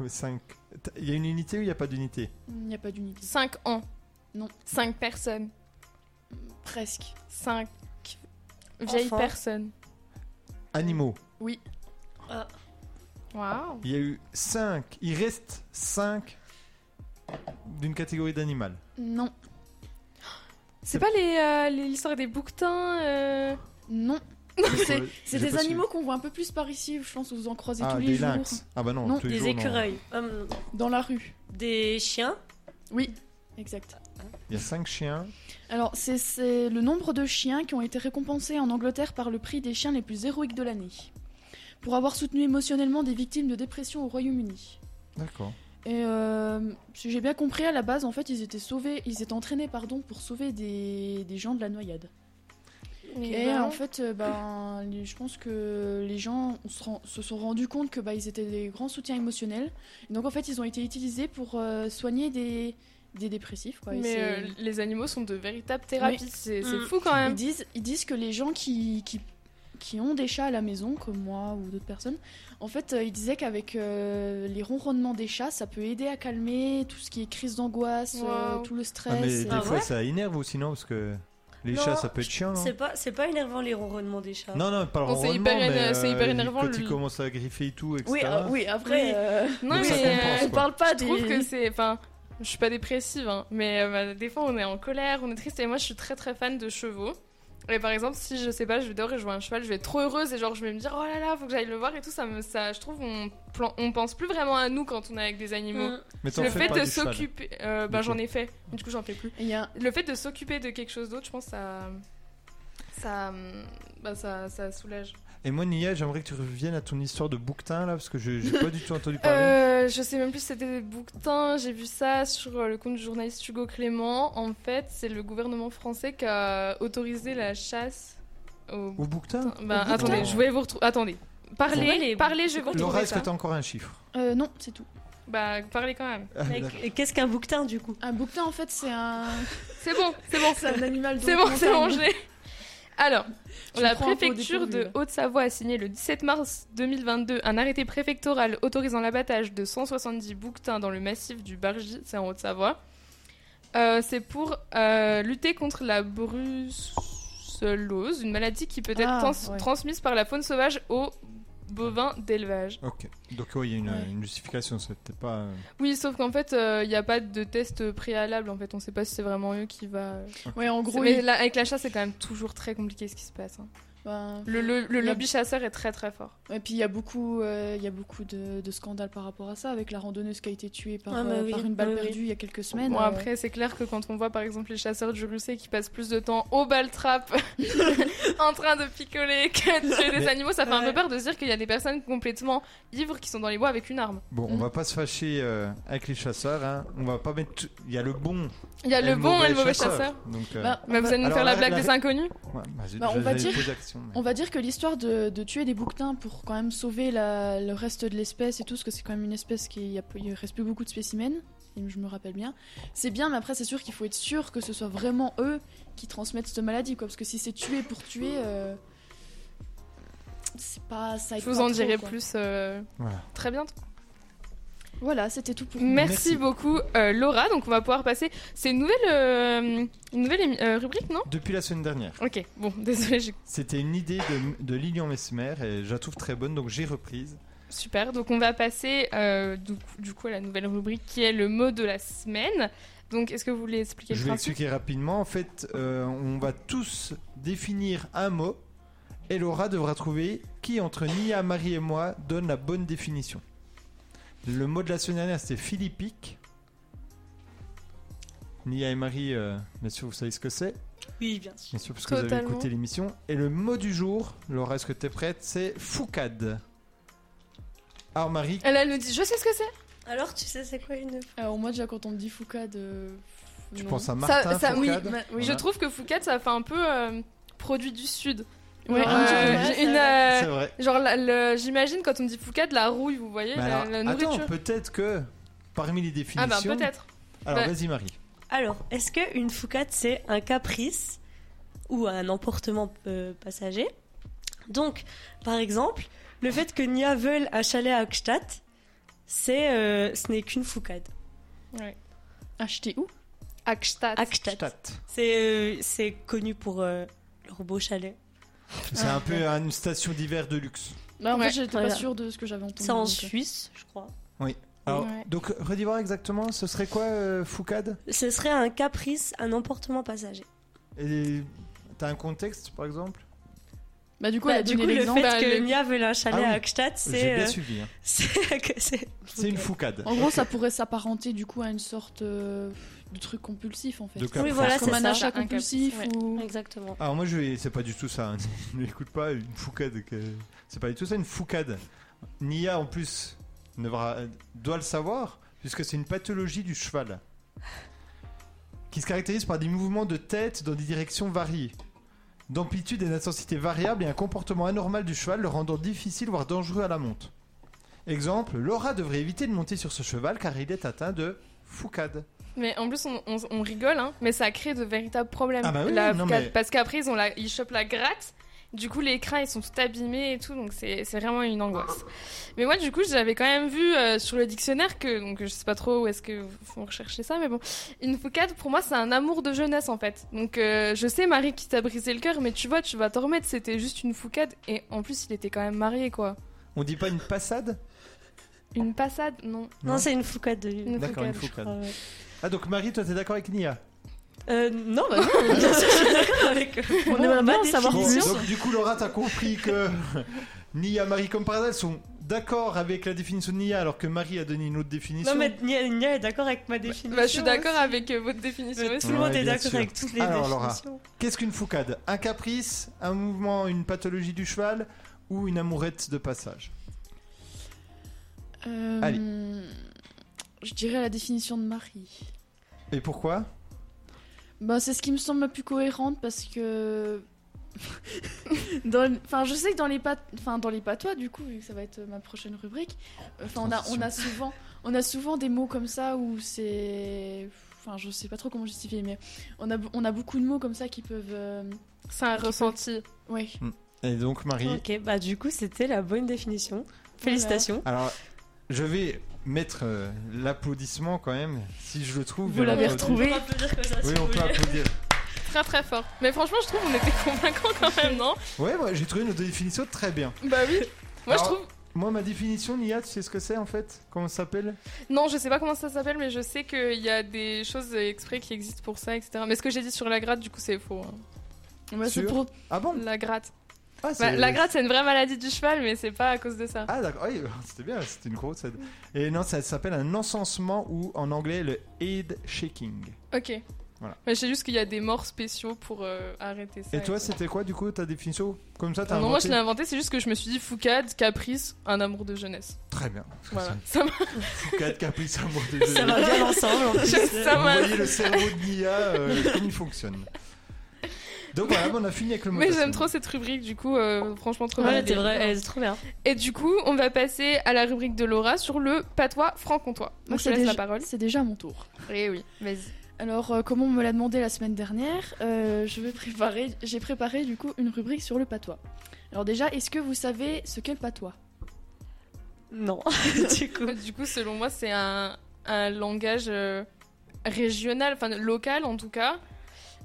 [SPEAKER 1] Euh, cinq. T'as- Il y a une unité ou il n'y a pas d'unité
[SPEAKER 3] Il n'y a pas d'unité.
[SPEAKER 2] 5 ans.
[SPEAKER 3] Non.
[SPEAKER 2] 5 personnes.
[SPEAKER 3] Presque.
[SPEAKER 2] 5 vieilles
[SPEAKER 7] Enfants.
[SPEAKER 2] personnes.
[SPEAKER 1] Animaux.
[SPEAKER 3] Oui.
[SPEAKER 7] Ah.
[SPEAKER 2] Waouh.
[SPEAKER 1] Il y a eu 5. Il reste 5 d'une catégorie d'animal.
[SPEAKER 3] Non.
[SPEAKER 2] C'est pas les euh, les- l'histoire des bouquetins euh,
[SPEAKER 3] Non. C'est-
[SPEAKER 1] Ouais,
[SPEAKER 3] C'est
[SPEAKER 1] j'ai
[SPEAKER 3] des
[SPEAKER 1] pas su.
[SPEAKER 3] animaux qu'on voit un peu plus par ici, je pense que vous en croisez
[SPEAKER 1] Ah,
[SPEAKER 3] tous
[SPEAKER 1] des
[SPEAKER 3] les jours.
[SPEAKER 1] lynx. Ah bah non,
[SPEAKER 3] Non,
[SPEAKER 1] tous les
[SPEAKER 7] Des
[SPEAKER 1] jours, non.
[SPEAKER 7] écureuils. Hum,
[SPEAKER 3] Dans la rue.
[SPEAKER 7] des chiens.
[SPEAKER 3] Oui, exact.
[SPEAKER 1] Il y a 5 chiens.
[SPEAKER 3] Alors, c'est- c'est le nombre de chiens qui ont été récompensés en Angleterre par le prix des chiens les plus héroïques de l'année. Pour avoir soutenu émotionnellement des victimes de dépression au Royaume-Uni.
[SPEAKER 1] D'accord.
[SPEAKER 3] Et euh, si j'ai bien compris, à la base, en fait, ils étaient sauvés, ils étaient entraînés, pardon, pour sauver des, des gens de la noyade. Et en fait, euh, ben, les- je pense que les gens on se, rend- se sont rendus compte que bah, ils étaient des grands soutiens émotionnels. Et donc, en fait, ils ont été utilisés pour euh, soigner des, des dépressifs. Quoi. Et
[SPEAKER 2] Mais
[SPEAKER 3] c'est-
[SPEAKER 2] euh, les animaux sont de véritables thérapies. C'est c'est
[SPEAKER 7] Mm.
[SPEAKER 2] fou quand
[SPEAKER 3] Ils
[SPEAKER 2] même.
[SPEAKER 3] disent, ils disent que les gens qui, qui, qui ont des chats à la maison, comme moi ou d'autres personnes, en fait, euh, ils disaient qu'avec euh, les ronronnements des chats, ça peut aider à calmer tout ce qui est crise d'angoisse, euh,
[SPEAKER 2] Wow.
[SPEAKER 3] tout le
[SPEAKER 1] Ah, mais
[SPEAKER 3] stress.
[SPEAKER 1] des
[SPEAKER 7] Ah
[SPEAKER 1] fois
[SPEAKER 7] ouais
[SPEAKER 1] ça énerve aussi, non Parce que les
[SPEAKER 7] Non,
[SPEAKER 1] chats, ça peut être chiant, non
[SPEAKER 7] C'est pas, c'est pas énervant les ronronnements des chats.
[SPEAKER 1] Non, non, pas le
[SPEAKER 2] Non, c'est
[SPEAKER 1] ronronnement,
[SPEAKER 2] hyper éner-
[SPEAKER 1] mais,
[SPEAKER 2] c'est hyper
[SPEAKER 1] il-
[SPEAKER 2] énervant,
[SPEAKER 1] Quand
[SPEAKER 2] le-
[SPEAKER 1] ils commencent à griffer et tout, etc.
[SPEAKER 3] Oui, ah, oui, après,
[SPEAKER 7] Oui.
[SPEAKER 3] euh,
[SPEAKER 2] Non
[SPEAKER 1] Donc ça
[SPEAKER 2] mais
[SPEAKER 1] compense,
[SPEAKER 2] euh,
[SPEAKER 1] quoi.
[SPEAKER 2] parle pas. Je trouve
[SPEAKER 3] des-
[SPEAKER 2] que c'est enfin. Je suis pas dépressive, hein, mais euh, bah, des fois on est en colère, on est triste, et moi je suis très très fan de chevaux. Et par exemple, si je sais pas, je vais dehors et je vois un cheval, je vais être trop heureuse et genre je vais me dire oh là là, faut que j'aille le voir et tout. Ça me, ça, je trouve, on, plan- on pense plus vraiment à nous quand on est avec des animaux.
[SPEAKER 3] Mm.
[SPEAKER 7] Hum.
[SPEAKER 1] Mais t'en
[SPEAKER 2] le
[SPEAKER 1] fais
[SPEAKER 2] fait
[SPEAKER 1] pas
[SPEAKER 2] de
[SPEAKER 1] du cheval.
[SPEAKER 2] s'occuper, euh, ben
[SPEAKER 1] Du coup.
[SPEAKER 2] j'en ai fait, du coup j'en fais plus.
[SPEAKER 3] il y a-
[SPEAKER 2] Le fait de s'occuper de quelque chose d'autre, je pense ça, ça, bah, ça, ça soulage.
[SPEAKER 1] Et moi, Nia, j'aimerais que tu reviennes à ton histoire de bouquetin, là, parce que je- j'ai pas du tout entendu parler.
[SPEAKER 2] Euh, je sais même plus si c'était des bouquetins. J'ai vu ça sur euh, le compte du journaliste Hugo Clément. En fait, c'est le gouvernement français qui a autorisé la chasse aux
[SPEAKER 1] Au bouquetin
[SPEAKER 2] bouquetins. Ben,
[SPEAKER 1] Au bouquetin
[SPEAKER 2] attendez, je vais vous retrouver. Attendez. Parlez,
[SPEAKER 7] Ouais, les-
[SPEAKER 2] parlez, je
[SPEAKER 7] c'est
[SPEAKER 2] vais vous
[SPEAKER 7] quoi
[SPEAKER 1] Laura,
[SPEAKER 2] retrouver
[SPEAKER 1] est-ce que
[SPEAKER 2] ça.
[SPEAKER 1] t'as encore un chiffre
[SPEAKER 3] euh, non, c'est tout.
[SPEAKER 2] Bah, parlez quand même.
[SPEAKER 1] Ah,
[SPEAKER 7] Mais
[SPEAKER 1] d'accord.
[SPEAKER 7] qu- Qu'est-ce qu'un bouquetin du coup
[SPEAKER 3] Un bouquetin, en fait, c'est un,
[SPEAKER 2] C'est bon, c'est bon.
[SPEAKER 3] c'est un animal de
[SPEAKER 2] C'est bon, c'est bon,
[SPEAKER 3] montagne.
[SPEAKER 2] je l'ai. Alors,
[SPEAKER 3] Tu
[SPEAKER 2] la
[SPEAKER 3] me prends un peu au
[SPEAKER 2] préfecture
[SPEAKER 3] dépourvu,
[SPEAKER 2] de
[SPEAKER 3] là.
[SPEAKER 2] Haute-Savoie a signé le 17 mars 2022 un arrêté préfectoral autorisant l'abattage de 170 bouquetins dans le massif du Bargy, c'est en Haute-Savoie. Euh, c'est pour euh, lutter contre la brucellose, une maladie qui peut être
[SPEAKER 3] Ah,
[SPEAKER 2] trans-
[SPEAKER 3] ouais.
[SPEAKER 2] transmise par la faune sauvage aux bovins d'élevage.
[SPEAKER 3] Ah.
[SPEAKER 1] Ok. Donc, oui, il y a une,
[SPEAKER 3] Ouais.
[SPEAKER 1] une justification, c'est peut-être pas. euh,
[SPEAKER 2] Oui, sauf qu'en fait, euh, il n'y a pas de test préalable. En fait, on ne sait pas si c'est vraiment eux qui va.
[SPEAKER 3] Bah, Ouais, en gros,
[SPEAKER 2] Mais
[SPEAKER 3] il-
[SPEAKER 2] là, avec la chasse, c'est quand même toujours très compliqué ce qui se passe. hein.
[SPEAKER 3] Ben,
[SPEAKER 2] Le, le- le
[SPEAKER 3] Il y a-
[SPEAKER 2] lobby chasseur est très très fort.
[SPEAKER 3] Et puis il y a beaucoup, euh, il y a beaucoup de, de scandales par rapport à ça, avec la randonneuse qui a été tuée par,
[SPEAKER 7] Ah, bah
[SPEAKER 3] euh,
[SPEAKER 7] oui,
[SPEAKER 3] par une balle
[SPEAKER 7] oui, oui.
[SPEAKER 3] perdue il y a quelques semaines.
[SPEAKER 2] Bon,
[SPEAKER 3] euh,
[SPEAKER 2] après, c'est clair que quand on voit par exemple les chasseurs du Russet qui passent plus de temps au ball trap en train de picoler que de tuer des
[SPEAKER 1] Mais-
[SPEAKER 2] animaux, ça fait un peu
[SPEAKER 7] Ouais.
[SPEAKER 2] peur de se dire qu'il y a des personnes complètement ivres qui sont dans les bois avec une arme.
[SPEAKER 1] Bon, on va pas se fâcher euh, avec les chasseurs. Hein. On va pas mettre. tout- Il y a le bon.
[SPEAKER 2] Il y a
[SPEAKER 1] et
[SPEAKER 2] le bon et le mauvais chasseur.
[SPEAKER 1] Donc, euh,
[SPEAKER 3] bah,
[SPEAKER 2] Mais
[SPEAKER 3] on,
[SPEAKER 2] vous
[SPEAKER 3] va,
[SPEAKER 2] allez nous
[SPEAKER 1] Alors,
[SPEAKER 2] faire la
[SPEAKER 1] la-
[SPEAKER 2] blague
[SPEAKER 1] la-
[SPEAKER 2] des inconnus
[SPEAKER 1] ouais, bah, j'ai-
[SPEAKER 3] Bah, on va
[SPEAKER 1] j'allais
[SPEAKER 3] dire-
[SPEAKER 1] poser action, mais-
[SPEAKER 3] on va dire que l'histoire de, de tuer des bouquetins pour quand même sauver la- le reste de l'espèce et tout, parce que c'est quand même une espèce qui il y a peu- il reste plus beaucoup de spécimens, si je me rappelle bien. C'est bien, mais après c'est sûr qu'il faut être sûr que ce soit vraiment eux qui transmettent cette maladie, quoi, parce que si c'est tuer pour tuer, euh, c'est pas ça. aide
[SPEAKER 2] Je vous
[SPEAKER 3] pas
[SPEAKER 2] en
[SPEAKER 3] trop,
[SPEAKER 2] dirai
[SPEAKER 3] quoi.
[SPEAKER 2] plus euh,
[SPEAKER 1] Voilà.
[SPEAKER 2] très bien.
[SPEAKER 3] Voilà, c'était tout pour.
[SPEAKER 2] Merci,
[SPEAKER 1] Merci.
[SPEAKER 2] beaucoup euh, Laura. Donc on va pouvoir passer. C'est une nouvelle, euh, une nouvelle émi- euh, rubrique, non
[SPEAKER 1] Depuis la semaine dernière,
[SPEAKER 2] Ok. Bon, désolé. j'ai-
[SPEAKER 1] c'était une idée de, de Lilian Mesmer et je la trouve très bonne, donc j'ai reprise.
[SPEAKER 2] Super. Donc on va passer euh, du, coup, du coup à la nouvelle rubrique qui est le mot de la semaine. Donc est-ce que vous voulez expliquer
[SPEAKER 1] je
[SPEAKER 2] le
[SPEAKER 1] vais
[SPEAKER 2] principe
[SPEAKER 1] expliquer rapidement. En fait, euh, on va tous définir un mot et Laura devra trouver qui, entre Nia, Marie et moi, donne la bonne définition. Le mot de la semaine dernière, c'était philippique. Nia et Marie, euh, bien sûr, vous savez ce que c'est.
[SPEAKER 7] Oui, bien sûr.
[SPEAKER 1] Bien sûr, parce que vous avez
[SPEAKER 2] Totalement.
[SPEAKER 1] écouté l'émission. Et le mot du jour, Laura, est-ce que t'es prête C'est foucade. Alors Marie,
[SPEAKER 2] Elle, elle nous dit je sais ce que c'est.
[SPEAKER 7] Alors, tu sais, c'est quoi une.
[SPEAKER 3] Alors moi déjà quand on me dit Foucault, euh,
[SPEAKER 1] tu
[SPEAKER 3] non.
[SPEAKER 1] penses à
[SPEAKER 2] Ça-
[SPEAKER 1] Martin
[SPEAKER 2] ça- oui,
[SPEAKER 1] Foucade
[SPEAKER 2] bah, oui.
[SPEAKER 1] Voilà.
[SPEAKER 2] Je trouve que Foucault ça fait un peu euh, produit du sud.
[SPEAKER 3] Ouais,
[SPEAKER 2] Genre,
[SPEAKER 3] un petit peu,
[SPEAKER 2] euh,
[SPEAKER 3] ouais,
[SPEAKER 2] une,
[SPEAKER 3] c'est
[SPEAKER 2] euh,
[SPEAKER 1] C'est vrai.
[SPEAKER 2] genre la- le- j'imagine quand on me dit Foucault la rouille, vous voyez,
[SPEAKER 1] Mais
[SPEAKER 2] la,
[SPEAKER 1] alors,
[SPEAKER 2] la nourriture.
[SPEAKER 1] attends, peut-être que parmi les
[SPEAKER 2] ah
[SPEAKER 1] définitions.
[SPEAKER 2] bah peut-être.
[SPEAKER 1] Alors
[SPEAKER 2] Bah-
[SPEAKER 1] vas-y Marie.
[SPEAKER 7] Alors, est-ce qu'une foucade, c'est un caprice ou un emportement euh, passager Donc, par exemple, le fait que Nia veuille un chalet à Hochstadt, c'est, euh, ce n'est qu'une foucade.
[SPEAKER 3] Acheter où
[SPEAKER 2] Akstadt.
[SPEAKER 7] Hochstadt.
[SPEAKER 1] Stadt.
[SPEAKER 7] C'est, euh, c'est connu pour euh, leur beau chalet.
[SPEAKER 1] C'est
[SPEAKER 7] Ah.
[SPEAKER 1] un peu une station d'hiver de luxe.
[SPEAKER 3] Là Bah, en
[SPEAKER 2] Ouais.
[SPEAKER 3] fait j'étais
[SPEAKER 7] Voilà.
[SPEAKER 3] pas sûre de ce que j'avais entendu.
[SPEAKER 7] C'est en
[SPEAKER 3] donc, euh.
[SPEAKER 7] Suisse, je crois.
[SPEAKER 1] Alors,
[SPEAKER 2] Ouais.
[SPEAKER 1] donc redis-moi exactement, ce serait quoi euh, foucade
[SPEAKER 7] Ce serait un caprice, un emportement passager.
[SPEAKER 1] Et t'as un contexte par exemple
[SPEAKER 3] euh, Bah du coup
[SPEAKER 7] Bah,
[SPEAKER 3] elle a
[SPEAKER 7] du
[SPEAKER 3] donné
[SPEAKER 7] coup, le
[SPEAKER 3] l'exemple.
[SPEAKER 7] fait
[SPEAKER 2] Bah,
[SPEAKER 7] que
[SPEAKER 2] le-
[SPEAKER 7] Nia veuille un chalet
[SPEAKER 1] Ah oui.
[SPEAKER 7] à Hochstadt,
[SPEAKER 1] J'ai
[SPEAKER 7] c'est,
[SPEAKER 1] bien
[SPEAKER 7] euh,
[SPEAKER 1] suivi. hein.
[SPEAKER 7] c'est, que c'est-
[SPEAKER 1] C'est une foucade.
[SPEAKER 3] En gros ça pourrait s'apparenter du coup à une sorte euh, de truc compulsif en fait.
[SPEAKER 1] De
[SPEAKER 7] Oui,
[SPEAKER 1] caprice.
[SPEAKER 7] voilà,
[SPEAKER 3] Comme
[SPEAKER 7] c'est
[SPEAKER 3] un
[SPEAKER 7] ça.
[SPEAKER 3] achat
[SPEAKER 2] Un
[SPEAKER 3] compulsif
[SPEAKER 2] caprice,
[SPEAKER 3] ou...
[SPEAKER 7] Exactement.
[SPEAKER 1] Alors moi je vais, c'est pas du tout ça. hein. N'écoute pas une foucade. que- C'est pas du tout ça une foucade. Nia en plus ne vra- doit le savoir puisque c'est une pathologie du cheval qui se caractérise par des mouvements de tête dans des directions variées, d'amplitude et d'intensité variables et un comportement anormal du cheval le rendant difficile voire dangereux à la monte. Exemple, Laura devrait éviter de monter sur ce cheval car il est atteint de foucade.
[SPEAKER 2] Mais en plus, on, on- on rigole, hein, mais ça crée de véritables problèmes.
[SPEAKER 1] Ah bah oui,
[SPEAKER 2] La
[SPEAKER 1] non,
[SPEAKER 2] foucade.
[SPEAKER 1] mais-
[SPEAKER 2] Parce qu'après, ils, ont la- ils chopent la gratte. Du coup, les crins, ils sont tout abîmés et tout, donc c'est c'est vraiment une angoisse. Mais moi, du coup, j'avais quand même vu euh, sur le dictionnaire que, donc je sais pas trop où est-ce que vous recherchez ça, mais bon, une foucade, pour moi, c'est un amour de jeunesse en fait. Donc euh, je sais, Marie, qui t'a brisé le cœur, mais tu vois, tu vas t'en remettre, c'était juste une foucade, et en plus, il était quand même marié, quoi.
[SPEAKER 1] On dit pas une passade
[SPEAKER 2] Une passade, non.
[SPEAKER 1] Non.
[SPEAKER 7] Non, c'est une foucade de
[SPEAKER 2] Une
[SPEAKER 1] D'accord, une
[SPEAKER 2] foucade.
[SPEAKER 7] je
[SPEAKER 1] foucade.
[SPEAKER 7] crois, ouais.
[SPEAKER 1] Ah donc Marie, toi t'es d'accord avec Nia
[SPEAKER 7] Euh, non, bah non, bien sûr, je suis d'accord avec eux. On
[SPEAKER 3] Bon,
[SPEAKER 7] aimerait
[SPEAKER 3] bien
[SPEAKER 7] bien
[SPEAKER 3] savoir
[SPEAKER 7] savoir
[SPEAKER 1] Bon,
[SPEAKER 3] Bien sûr.
[SPEAKER 1] donc du coup, Laura, t'as compris que Nia, Marie comme par hasard, elles sont d'accord avec la définition de Nia, alors que Marie a donné une autre définition.
[SPEAKER 7] Non, mais Nia, Nia est d'accord avec ma définition.
[SPEAKER 2] Bah, je suis d'accord
[SPEAKER 7] aussi.
[SPEAKER 2] avec euh, votre définition
[SPEAKER 7] Mais
[SPEAKER 2] aussi.
[SPEAKER 7] Tout le monde
[SPEAKER 1] Ouais,
[SPEAKER 7] est
[SPEAKER 1] bien
[SPEAKER 7] d'accord
[SPEAKER 1] sûr.
[SPEAKER 7] avec toutes les
[SPEAKER 1] Alors, Laura.
[SPEAKER 7] définitions.
[SPEAKER 1] Qu'est-ce qu'une foucade Un caprice, un mouvement, une pathologie du cheval ou une amourette de passage
[SPEAKER 3] Euh,
[SPEAKER 1] Allez.
[SPEAKER 3] Je dirais la définition de Marie.
[SPEAKER 1] Et pourquoi
[SPEAKER 3] Bah c'est ce qui me semble la plus cohérente parce que... Dans- Enfin, je sais que dans les pat... enfin dans les patois, du coup, vu que ça va être ma prochaine rubrique, enfin on a on a souvent on a souvent des mots comme ça où c'est, enfin je sais pas trop comment justifier, mais on a on a beaucoup de mots comme ça qui peuvent, euh,
[SPEAKER 2] C'est un ressenti.
[SPEAKER 3] ouais.
[SPEAKER 1] Et donc Marie.
[SPEAKER 7] Ok, bah du coup, c'était la bonne définition. Félicitations.
[SPEAKER 1] Alors, je vais mettre euh, l'applaudissement quand même, si je le trouve.
[SPEAKER 3] Vous
[SPEAKER 1] bien
[SPEAKER 3] l'avez
[SPEAKER 1] entendu.
[SPEAKER 3] retrouvé.
[SPEAKER 7] On peut applaudir comme ça, si
[SPEAKER 1] Oui,
[SPEAKER 7] vous
[SPEAKER 1] on peut
[SPEAKER 7] voulez.
[SPEAKER 1] applaudir.
[SPEAKER 2] Très très fort. Mais franchement, je trouve qu'on était convaincants quand même, non
[SPEAKER 1] Ouais, moi, j'ai trouvé notre définition très bien.
[SPEAKER 2] Bah oui. Moi, je
[SPEAKER 1] Alors-
[SPEAKER 2] trouve.
[SPEAKER 1] Moi, ma définition, Nia, tu sais ce que c'est en fait Comment ça s'appelle
[SPEAKER 2] Non, je sais pas comment ça s'appelle, mais je sais qu'il y a des choses exprès qui existent pour ça, etc. Mais ce que j'ai dit sur la gratte, du coup, c'est faux. hein.
[SPEAKER 3] Bah, c'est
[SPEAKER 1] Sûr.
[SPEAKER 3] pour
[SPEAKER 1] Ah bon
[SPEAKER 2] La gratte.
[SPEAKER 1] Ah,
[SPEAKER 2] Bah,
[SPEAKER 1] c'est-
[SPEAKER 2] la gratte, c'est une vraie maladie du cheval, mais c'est pas à cause de ça.
[SPEAKER 1] Ah d'accord, oui, c'était bien, c'était une grosse aide. Et non, ça s'appelle un encensement ou en anglais le head shaking.
[SPEAKER 2] Ok.
[SPEAKER 1] Voilà.
[SPEAKER 2] Mais je sais juste qu'il y a des morts spéciaux pour euh, arrêter ça.
[SPEAKER 1] Et toi, c'était quoi du coup ta définition Comme ça, t'as
[SPEAKER 2] Non, moi je
[SPEAKER 1] inventé
[SPEAKER 2] l'ai inventé, c'est juste que je me suis dit Foucade, caprice, un amour de jeunesse.
[SPEAKER 1] Très bien.
[SPEAKER 2] Voilà. Ça m'a-
[SPEAKER 1] Foucade, Caprice, amour des
[SPEAKER 7] Ça
[SPEAKER 1] deux.
[SPEAKER 7] va bien ensemble en plus.
[SPEAKER 2] ça
[SPEAKER 1] Vous
[SPEAKER 2] m'a-
[SPEAKER 1] voyez le cerveau de Nia, euh, comme il fonctionne. Donc voilà, on a fini avec le mot.
[SPEAKER 2] Mais
[SPEAKER 1] de la
[SPEAKER 2] j'aime
[SPEAKER 1] semaine.
[SPEAKER 2] trop cette rubrique, du coup, euh, franchement, trop bonne
[SPEAKER 7] Ouais,
[SPEAKER 2] idée.
[SPEAKER 7] t'es vrai, elle est trop bien.
[SPEAKER 2] Et du coup, on va passer à la rubrique de Laura sur le patois franc-comtois. Donc je te
[SPEAKER 3] c'est
[SPEAKER 2] laisse
[SPEAKER 3] déjà,
[SPEAKER 2] la parole.
[SPEAKER 3] c'est déjà mon tour.
[SPEAKER 2] Et oui, vas-y.
[SPEAKER 3] Alors, euh, comme on me l'a demandé la semaine dernière, euh, je vais préparer, j'ai préparé du coup une rubrique sur le patois. Alors déjà, est-ce que vous savez ce qu'est le patois
[SPEAKER 7] Non, du coup.
[SPEAKER 2] Du coup, selon moi, c'est un, un langage euh, régional, enfin local en tout cas,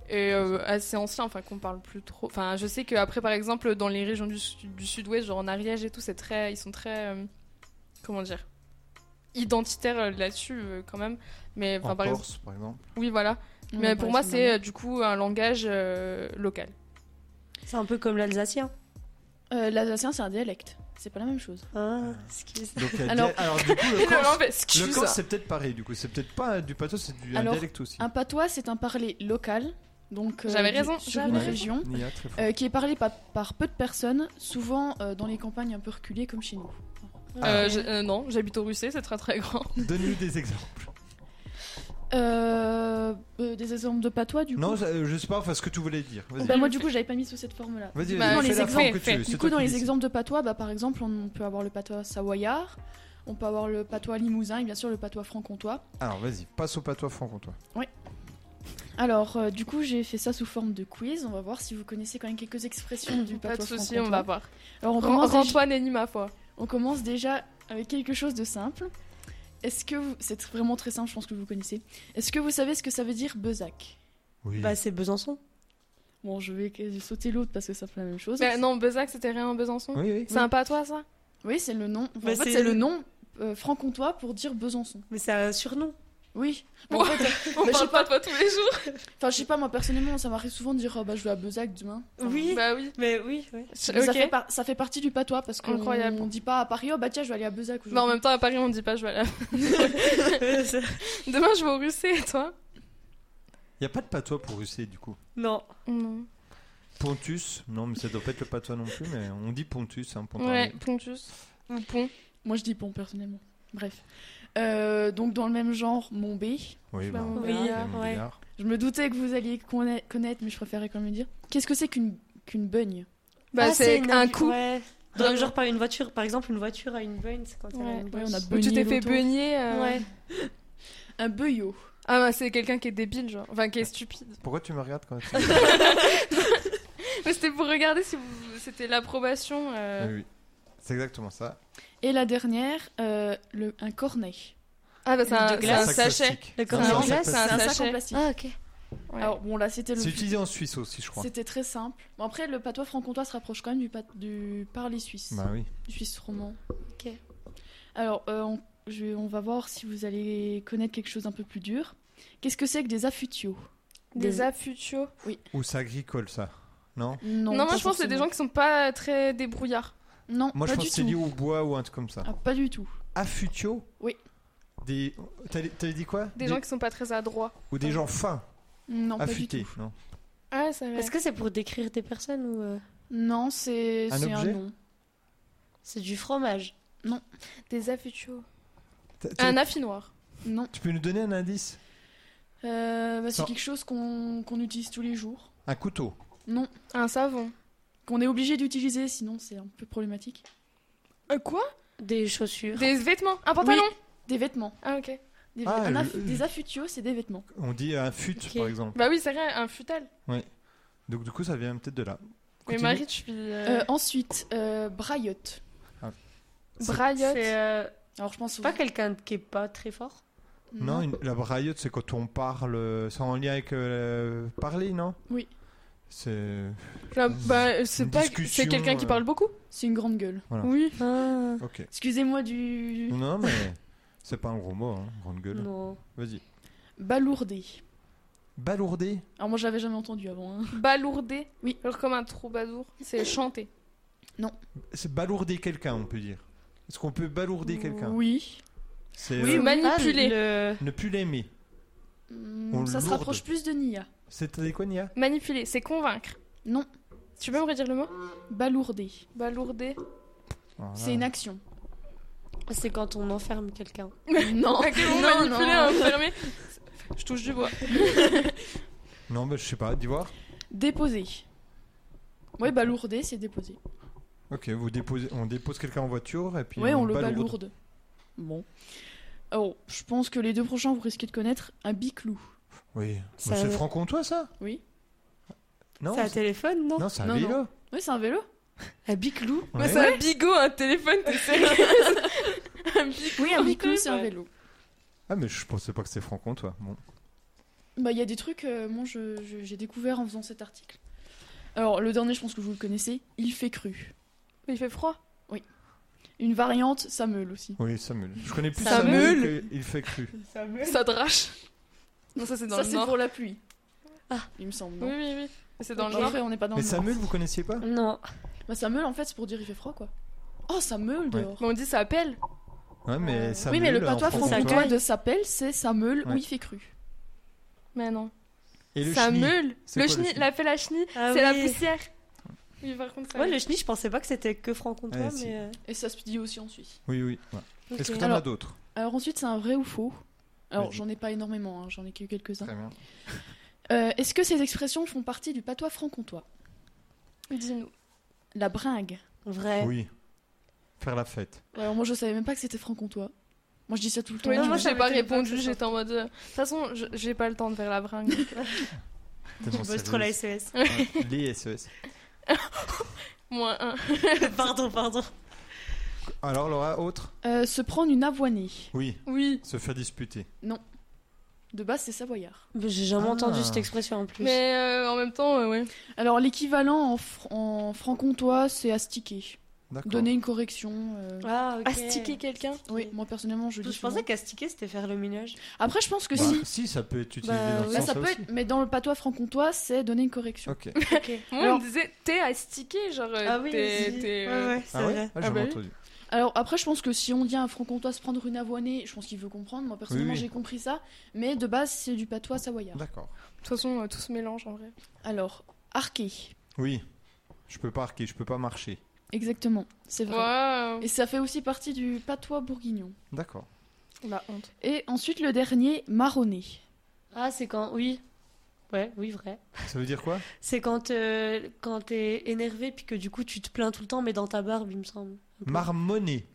[SPEAKER 2] et euh, assez ancien, enfin qu'on parle plus trop. Enfin, je sais qu'après, par exemple, dans les régions du, su- du sud-ouest, genre en Ariège et tout, c'est très, ils sont très, euh, comment dire, identitaires euh, là-dessus euh, quand même. Mais enfin,
[SPEAKER 1] En
[SPEAKER 2] par exemple,
[SPEAKER 1] Corse, par exemple.
[SPEAKER 2] oui, voilà.
[SPEAKER 3] bah,
[SPEAKER 2] Mais pour moi, c'est euh, du coup un langage euh, local.
[SPEAKER 7] C'est un peu comme l'alsacien.
[SPEAKER 3] Euh, l'alsacien, c'est un dialecte. C'est pas la même chose.
[SPEAKER 7] Hein, excuse.
[SPEAKER 1] Donc, il y a
[SPEAKER 3] Alors-
[SPEAKER 1] dia- alors du coup,
[SPEAKER 2] Et
[SPEAKER 1] le
[SPEAKER 2] le
[SPEAKER 1] Corse,
[SPEAKER 2] lambert,
[SPEAKER 1] le
[SPEAKER 2] excuse.
[SPEAKER 1] Corse, c'est peut-être pareil. Du coup, c'est peut-être pas du patois, c'est du un
[SPEAKER 3] Alors,
[SPEAKER 1] dialecte aussi.
[SPEAKER 3] Un patois, c'est un parler local, donc euh,
[SPEAKER 2] J'avais
[SPEAKER 3] du-
[SPEAKER 2] raison,
[SPEAKER 3] sur
[SPEAKER 2] j'avais
[SPEAKER 3] une
[SPEAKER 2] raison.
[SPEAKER 3] région,
[SPEAKER 1] Nia, très fort.
[SPEAKER 3] euh, qui est parlé par, par peu de personnes, souvent euh, dans les campagnes un peu reculées comme chez nous.
[SPEAKER 2] Euh, je- euh, non, j'habite au Russet, c'est très très grand.
[SPEAKER 1] Ah Donne-nous des exemples.
[SPEAKER 3] Euh, euh, des exemples de patois, du
[SPEAKER 1] Non,
[SPEAKER 3] coup.
[SPEAKER 1] ça- euh, je sais pas, enfin, ce que tu voulais dire. Vas-y.
[SPEAKER 3] Bah, moi, du coup, j'avais pas mis sous cette forme-là.
[SPEAKER 1] Vas-y, vas-y,
[SPEAKER 2] Bah, dans
[SPEAKER 1] fais
[SPEAKER 2] les
[SPEAKER 1] la forme
[SPEAKER 2] exemples,
[SPEAKER 1] que tu
[SPEAKER 2] fais-
[SPEAKER 1] veux. c'est
[SPEAKER 3] Du
[SPEAKER 1] toi
[SPEAKER 3] coup, dans
[SPEAKER 1] qui
[SPEAKER 3] les
[SPEAKER 1] décides.
[SPEAKER 3] exemples de patois, bah, par exemple, on peut avoir le patois savoyard, on peut avoir le patois limousin et bien sûr le patois franc-comtois.
[SPEAKER 1] Alors, vas-y, passe au patois franc-comtois.
[SPEAKER 3] Alors, euh, du coup, j'ai fait ça sous forme de quiz. On va voir si vous connaissez quand même quelques expressions du
[SPEAKER 2] Pas de
[SPEAKER 3] patois
[SPEAKER 2] souci,
[SPEAKER 3] franc-comtois.
[SPEAKER 2] on va voir.
[SPEAKER 3] Alors, on
[SPEAKER 2] Ran-
[SPEAKER 3] commence, déjà,
[SPEAKER 2] Antoine et Nima, fois.
[SPEAKER 3] on commence déjà avec quelque chose de simple. Est-ce que vous... c'est vraiment très simple, je pense que vous connaissez. Est-ce que vous savez ce que ça veut dire besac
[SPEAKER 1] Oui.
[SPEAKER 7] Bah, c'est Besançon.
[SPEAKER 3] Bon, je vais que- sauter l'autre parce que ça fait la même chose.
[SPEAKER 2] Mais Bah, non, Bezac, c'était rien en Besançon.
[SPEAKER 1] Oui, oui.
[SPEAKER 2] Ben, C'est un patois, ça
[SPEAKER 3] Oui, c'est le nom. Enfin,
[SPEAKER 7] Bah,
[SPEAKER 3] en fait,
[SPEAKER 7] c'est-
[SPEAKER 3] c'est le nom euh, franc-comtois pour dire Besançon.
[SPEAKER 7] Mais c'est un surnom.
[SPEAKER 3] Oui.
[SPEAKER 2] Wow.
[SPEAKER 3] En fait,
[SPEAKER 2] On
[SPEAKER 3] Mais je
[SPEAKER 2] parle
[SPEAKER 3] sais
[SPEAKER 2] pas de toi tous les jours.
[SPEAKER 3] Enfin, je sais pas, moi personnellement, ça m'arrive souvent de dire oh, bah, je vais à Bezac demain. Enfin,
[SPEAKER 7] Oui,
[SPEAKER 2] Bah oui.
[SPEAKER 7] mais oui. oui.
[SPEAKER 2] Je-
[SPEAKER 3] mais Ça,
[SPEAKER 2] ok.
[SPEAKER 3] fait par- ça fait partie du patois parce qu'on
[SPEAKER 2] Incroyable.
[SPEAKER 3] on dit pas à Paris, oh bah tiens, je vais aller à Bezac aujourd'hui.
[SPEAKER 2] Non, en même temps, à Paris, on dit pas je vais là. Demain, je vais au Russet, et toi
[SPEAKER 1] Il n'y a pas de patois pour Russie, du coup.
[SPEAKER 7] non.
[SPEAKER 2] Non.
[SPEAKER 1] Pontus, non, mais ça doit pas être le patois non plus, mais on dit Pontus, hein, pour
[SPEAKER 2] Ouais,
[SPEAKER 1] parler.
[SPEAKER 2] Pontus. Ou Pont.
[SPEAKER 3] Moi je dis pont personnellement. Bref. Euh, donc dans le même genre, Montbé.
[SPEAKER 1] Oui, bah,
[SPEAKER 2] Bah, on
[SPEAKER 1] on
[SPEAKER 2] verra.
[SPEAKER 1] verra,
[SPEAKER 7] Oui,
[SPEAKER 1] on
[SPEAKER 7] ouais.
[SPEAKER 1] verra.
[SPEAKER 3] Je me doutais que vous alliez conna- connaître, mais je préférais quand même le dire. Qu'est-ce que c'est qu'une qu'une bugne
[SPEAKER 2] Bah,
[SPEAKER 7] Ah,
[SPEAKER 2] c'est
[SPEAKER 7] une-
[SPEAKER 2] un coup.
[SPEAKER 7] ouais. Dans- genre par une voiture, par exemple, une voiture à une bonne, c'est quand elle
[SPEAKER 2] Ouais.
[SPEAKER 7] a une
[SPEAKER 3] Ouais, on a
[SPEAKER 7] bosse.
[SPEAKER 2] Où tu
[SPEAKER 3] Beugner
[SPEAKER 2] t'es fait
[SPEAKER 3] l'auto.
[SPEAKER 2] beugner. euh,
[SPEAKER 7] Ouais.
[SPEAKER 3] Un beuillot.
[SPEAKER 2] Ah, bah, c'est quelqu'un qui est débile, genre. Enfin, qui est stupide.
[SPEAKER 1] Pourquoi tu me regardes quand tu
[SPEAKER 2] Mais c'était pour regarder si vous- c'était l'approbation. euh.
[SPEAKER 1] Ah oui. C'est exactement ça.
[SPEAKER 3] Et la dernière, euh, le, un cornet.
[SPEAKER 2] Ah, bah, c'est
[SPEAKER 7] De
[SPEAKER 2] un, c'est un
[SPEAKER 7] glace.
[SPEAKER 2] sachet.
[SPEAKER 7] Le
[SPEAKER 1] C'est un
[SPEAKER 7] cornet
[SPEAKER 1] sac
[SPEAKER 7] en
[SPEAKER 2] glace,
[SPEAKER 1] plastique.
[SPEAKER 2] Un
[SPEAKER 3] Un sac en
[SPEAKER 2] sachet.
[SPEAKER 3] plastique.
[SPEAKER 7] Ah, ok.
[SPEAKER 2] Ouais.
[SPEAKER 3] Alors bon, là c'était le.
[SPEAKER 1] C'est utilisé en Suisse aussi, je crois.
[SPEAKER 3] C'était très simple. Bon, après, le patois franc-comtois se rapproche quand même du, pat... du parler suisse.
[SPEAKER 1] Bah oui.
[SPEAKER 3] Du suisse roman.
[SPEAKER 7] Ok.
[SPEAKER 3] Alors, euh, on, je- on va voir si vous allez connaître quelque chose d'un peu plus dur. Qu'est-ce que c'est que des affutios
[SPEAKER 2] des affutios.
[SPEAKER 1] Ou c'est agricole, ça Non
[SPEAKER 2] Non, moi, je pense que c'est des gens qui sont pas très débrouillards.
[SPEAKER 3] Non,
[SPEAKER 1] Moi, je
[SPEAKER 3] pas
[SPEAKER 1] pense
[SPEAKER 3] du
[SPEAKER 1] que c'est
[SPEAKER 3] tout.
[SPEAKER 1] lié au bois ou un truc comme ça.
[SPEAKER 3] Ah, pas du tout.
[SPEAKER 1] Affutio
[SPEAKER 3] Oui.
[SPEAKER 1] Des... T'avais t'avais dit quoi
[SPEAKER 2] Des gens qui sont pas très adroits.
[SPEAKER 1] Ou des gens fins,
[SPEAKER 3] Non, pas du
[SPEAKER 1] affûtés.
[SPEAKER 3] tout.
[SPEAKER 1] Non.
[SPEAKER 2] Ah, ça va.
[SPEAKER 7] Est-ce que c'est pour décrire des personnes ou euh,
[SPEAKER 3] Non, c'est
[SPEAKER 1] Un
[SPEAKER 3] c'est un,
[SPEAKER 1] objet
[SPEAKER 3] nom.
[SPEAKER 7] c'est du fromage
[SPEAKER 2] Des affutios.
[SPEAKER 1] T'as- t'as-
[SPEAKER 2] Un affinoir.
[SPEAKER 3] Non.
[SPEAKER 1] Tu peux nous donner un indice
[SPEAKER 3] Euh, bah, c'est
[SPEAKER 1] Non.
[SPEAKER 3] quelque chose qu'on qu'on utilise tous les jours.
[SPEAKER 1] Un couteau.
[SPEAKER 3] Non,
[SPEAKER 2] Un savon.
[SPEAKER 3] qu'on est obligé d'utiliser, sinon c'est un peu problématique.
[SPEAKER 2] Euh, quoi
[SPEAKER 7] Des chaussures.
[SPEAKER 2] Des vêtements. Un pantalon
[SPEAKER 3] Des vêtements.
[SPEAKER 2] Ah, ok.
[SPEAKER 3] Des,
[SPEAKER 1] Ah,
[SPEAKER 3] un
[SPEAKER 1] le-
[SPEAKER 3] aff- des affutios, c'est des vêtements.
[SPEAKER 1] On dit un fut,
[SPEAKER 7] Ok.
[SPEAKER 1] par exemple.
[SPEAKER 2] Bah oui, c'est vrai, un futal.
[SPEAKER 1] Donc, du coup, ça vient peut-être de là.
[SPEAKER 2] Mais
[SPEAKER 1] Continue.
[SPEAKER 2] Marie, je suis. euh,
[SPEAKER 3] Euh, ensuite, euh, braillotte.
[SPEAKER 1] Ah. c'est-
[SPEAKER 2] braillotte.
[SPEAKER 7] C'est euh,
[SPEAKER 3] Alors je pense
[SPEAKER 7] pas quelqu'un qui est pas très fort.
[SPEAKER 1] Non, une- la braillotte, c'est quand on parle. euh, C'est en lien avec euh, parler, non
[SPEAKER 3] Oui.
[SPEAKER 1] C'est.
[SPEAKER 2] Là,
[SPEAKER 3] euh,
[SPEAKER 2] bah, c'est
[SPEAKER 1] Mmh. Une
[SPEAKER 2] pas.
[SPEAKER 1] discussion,
[SPEAKER 2] C'est quelqu'un qui
[SPEAKER 1] euh,
[SPEAKER 2] parle beaucoup
[SPEAKER 3] C'est une grande gueule.
[SPEAKER 1] Voilà.
[SPEAKER 2] Oui.
[SPEAKER 1] Ok.
[SPEAKER 3] Ah. Excusez-moi du
[SPEAKER 1] Non, mais c'est pas un gros mot, hein, grande gueule.
[SPEAKER 7] Non.
[SPEAKER 1] Vas-y.
[SPEAKER 3] balourdé.
[SPEAKER 1] Balourdé
[SPEAKER 3] Alors moi je l'avais jamais entendu avant. hein.
[SPEAKER 2] Balourder.
[SPEAKER 3] Oui.
[SPEAKER 2] Alors, comme un troubadour. C'est chanter.
[SPEAKER 3] Non.
[SPEAKER 1] C'est balourder quelqu'un, on peut dire. Est-ce qu'on peut balourder quelqu'un
[SPEAKER 3] Oui.
[SPEAKER 1] C'est
[SPEAKER 2] Oui,
[SPEAKER 1] euh,
[SPEAKER 2] manipuler.
[SPEAKER 3] Ah,
[SPEAKER 1] ne plus l'aimer.
[SPEAKER 3] le-
[SPEAKER 1] On
[SPEAKER 3] Mmh, ça se
[SPEAKER 1] lourde.
[SPEAKER 3] rapproche plus de Nia.
[SPEAKER 1] C'était quoi, Nia
[SPEAKER 2] Manipuler, c'est convaincre.
[SPEAKER 3] Non,
[SPEAKER 2] Tu peux me redire le mot
[SPEAKER 3] balourder.
[SPEAKER 2] Balourder.
[SPEAKER 1] Voilà.
[SPEAKER 3] C'est une action.
[SPEAKER 7] C'est quand on enferme quelqu'un.
[SPEAKER 3] non.
[SPEAKER 2] Ok,
[SPEAKER 3] Non,
[SPEAKER 2] bon, manipuler,
[SPEAKER 3] non.
[SPEAKER 2] enfermer. Je touche du bois.
[SPEAKER 1] Non, bah, je sais pas, dis voir.
[SPEAKER 3] Déposer. Ouais, balourder, c'est déposer.
[SPEAKER 1] Ok, vous déposez, on dépose quelqu'un en voiture et puis.
[SPEAKER 3] ouais, on le
[SPEAKER 1] balourde.
[SPEAKER 3] balourde. Bon. Alors, je pense que les deux prochains, vous risquez de connaître un biclou.
[SPEAKER 1] Oui.
[SPEAKER 7] Ça
[SPEAKER 1] Bah, c'est
[SPEAKER 7] va.
[SPEAKER 1] franc-comtois, ça
[SPEAKER 3] Oui.
[SPEAKER 1] Non,
[SPEAKER 7] C'est un
[SPEAKER 1] c'est-
[SPEAKER 7] téléphone, non
[SPEAKER 1] non, c'est un
[SPEAKER 3] Non,
[SPEAKER 1] vélo.
[SPEAKER 3] Oui, c'est un vélo
[SPEAKER 7] Un biclou
[SPEAKER 2] Moi, c'est un bigot, un téléphone, t'es sérieuse Un bigot.
[SPEAKER 3] Oui, un biclou, c'est un vélo.
[SPEAKER 1] Ah, mais je pensais pas que c'était franc-comtois. Bon.
[SPEAKER 3] Bah, il y a des trucs, euh, moi, je- je- j'ai découvert en faisant cet article. Alors, le dernier, je pense que vous le connaissez, il fait cru.
[SPEAKER 2] Mais il fait froid.
[SPEAKER 3] Une variante, ça meule aussi.
[SPEAKER 1] Oui, Samuel. Je connais plus
[SPEAKER 2] Ça
[SPEAKER 1] Samuel,
[SPEAKER 2] meule.
[SPEAKER 1] que il fait cru.
[SPEAKER 2] Ça drache. Non, ça, c'est dans
[SPEAKER 3] ça,
[SPEAKER 2] le
[SPEAKER 3] c'est
[SPEAKER 2] nord.
[SPEAKER 3] pour la pluie.
[SPEAKER 7] Ah.
[SPEAKER 3] Il me semble, non
[SPEAKER 2] Oui, oui, oui. C'est dans le
[SPEAKER 3] Ok.
[SPEAKER 2] nord.
[SPEAKER 3] Après, on n'est pas dans
[SPEAKER 1] Mais
[SPEAKER 3] le nord.
[SPEAKER 1] Samuel, vous connaissiez pas
[SPEAKER 7] Non.
[SPEAKER 3] Bah, ça meule, en fait, c'est pour dire il fait froid, quoi. Oh, ça meule
[SPEAKER 1] Ouais.
[SPEAKER 3] dehors.
[SPEAKER 2] Mais on dit ça appelle.
[SPEAKER 1] Ouais, mais
[SPEAKER 3] oui,
[SPEAKER 1] Samuel.
[SPEAKER 3] mais le
[SPEAKER 1] en
[SPEAKER 3] patois
[SPEAKER 7] franc-comtois.
[SPEAKER 3] franc-comtois de s'appelle, c'est ça meule ou
[SPEAKER 1] Ouais.
[SPEAKER 3] il fait cru.
[SPEAKER 2] Mais non.
[SPEAKER 1] Et le
[SPEAKER 2] ça
[SPEAKER 1] chenille.
[SPEAKER 2] meule.
[SPEAKER 1] C'est quoi, le
[SPEAKER 2] Le chenille,
[SPEAKER 1] chenille
[SPEAKER 2] la fait la chenille,
[SPEAKER 7] Ah
[SPEAKER 2] c'est la
[SPEAKER 7] oui.
[SPEAKER 2] poussière. Oui, par contre, ça.
[SPEAKER 7] Ouais, le chenille, je pensais pas que c'était que franc-comtois,
[SPEAKER 1] Ouais, si.
[SPEAKER 7] mais. euh,
[SPEAKER 3] Et ça se dit aussi en Suisse.
[SPEAKER 1] Oui, oui. ouais.
[SPEAKER 7] ok.
[SPEAKER 1] Est-ce que t'en as
[SPEAKER 3] Alors-
[SPEAKER 1] d'autres
[SPEAKER 3] Alors ensuite, c'est un vrai ou faux Alors
[SPEAKER 1] Vas-y.
[SPEAKER 3] j'en ai pas énormément, hein, j'en ai que quelques-uns.
[SPEAKER 1] Très bien.
[SPEAKER 3] Euh, Est-ce que ces expressions font partie du patois franc-comtois
[SPEAKER 2] Dis-nous.
[SPEAKER 3] La bringue.
[SPEAKER 7] Vrai.
[SPEAKER 1] Oui. Faire la fête.
[SPEAKER 3] Alors moi je savais même pas que c'était franc-comtois. Moi je dis ça tout le temps.
[SPEAKER 2] Ouais,
[SPEAKER 7] non,
[SPEAKER 2] du
[SPEAKER 7] moi,
[SPEAKER 2] coup,
[SPEAKER 7] ça
[SPEAKER 2] j'ai pas
[SPEAKER 7] m'étonne pas que
[SPEAKER 2] répondu,
[SPEAKER 7] ce soit-
[SPEAKER 2] j'étais en mode. euh, De toute façon, je- j'ai pas le temps de faire la bringue.
[SPEAKER 7] Tu
[SPEAKER 1] Tellement
[SPEAKER 7] bosses trop la E
[SPEAKER 1] sérieuse.
[SPEAKER 3] E
[SPEAKER 7] SES.
[SPEAKER 1] Ouais, Les E SES.
[SPEAKER 2] Moins un.
[SPEAKER 7] pardon, pardon.
[SPEAKER 1] Alors, Laura, autre
[SPEAKER 3] Euh, se prendre une avoinée.
[SPEAKER 1] Oui.
[SPEAKER 2] Oui.
[SPEAKER 1] Se faire disputer.
[SPEAKER 3] De base c'est savoyard.
[SPEAKER 7] Mais J'ai jamais
[SPEAKER 1] Ah.
[SPEAKER 7] entendu cette expression en plus.
[SPEAKER 2] Mais euh, en même temps, euh, ouais.
[SPEAKER 3] Alors l'équivalent en, fr- en franc-comtois c'est astiquer.
[SPEAKER 1] D'accord.
[SPEAKER 3] Donner une correction. euh,
[SPEAKER 7] Ah, ok.
[SPEAKER 2] Astiquer quelqu'un.
[SPEAKER 3] Oui, moi personnellement je dis.
[SPEAKER 7] Je pensais
[SPEAKER 3] souvent.
[SPEAKER 7] qu'astiquer, c'était faire le ménage.
[SPEAKER 3] Après je pense que
[SPEAKER 1] Bah,
[SPEAKER 3] si.
[SPEAKER 1] Si, ça peut être utilisé
[SPEAKER 7] Bah,
[SPEAKER 1] dans ce
[SPEAKER 7] oui.
[SPEAKER 3] Bah,
[SPEAKER 1] sens
[SPEAKER 3] ça peut
[SPEAKER 1] aussi.
[SPEAKER 3] être, mais dans le patois franc-comtois c'est donner une correction.
[SPEAKER 1] Ok.
[SPEAKER 7] Ok.
[SPEAKER 2] Moi, on
[SPEAKER 3] Alors-
[SPEAKER 2] me disait, t'es astiqué, genre. euh,
[SPEAKER 7] Ah oui,
[SPEAKER 2] t'es-
[SPEAKER 7] aussi.
[SPEAKER 2] t'es,
[SPEAKER 7] Ouais,
[SPEAKER 2] euh,
[SPEAKER 7] ouais, c'est
[SPEAKER 1] Ah ouais
[SPEAKER 7] vrai.
[SPEAKER 1] Ah, j'ai
[SPEAKER 2] bah oui.
[SPEAKER 1] entendu.
[SPEAKER 3] Alors après, je pense que si on dit à un franc-comtois se prendre une avoinée, je pense qu'il veut comprendre. Moi personnellement,
[SPEAKER 1] Oui, oui.
[SPEAKER 3] j'ai compris ça, mais de base, c'est du patois savoyard.
[SPEAKER 1] D'accord.
[SPEAKER 2] De toute façon, euh, tout se mélange en vrai.
[SPEAKER 3] Alors, arquer,
[SPEAKER 1] Oui. Je peux parquer, je peux pas marcher.
[SPEAKER 3] exactement, c'est vrai.
[SPEAKER 2] Waouh.
[SPEAKER 3] Et ça fait aussi partie du patois bourguignon.
[SPEAKER 1] D'accord.
[SPEAKER 2] La honte.
[SPEAKER 3] Et ensuite, le dernier, marronner.
[SPEAKER 7] Ah, c'est quand. Oui. Ouais, oui, vrai.
[SPEAKER 1] Ça veut dire quoi
[SPEAKER 7] C'est quand, euh, quand t'es énervé, puis que du coup, tu te plains tout le temps, mais dans ta barbe, il me semble. Un peu.
[SPEAKER 1] Marmonner.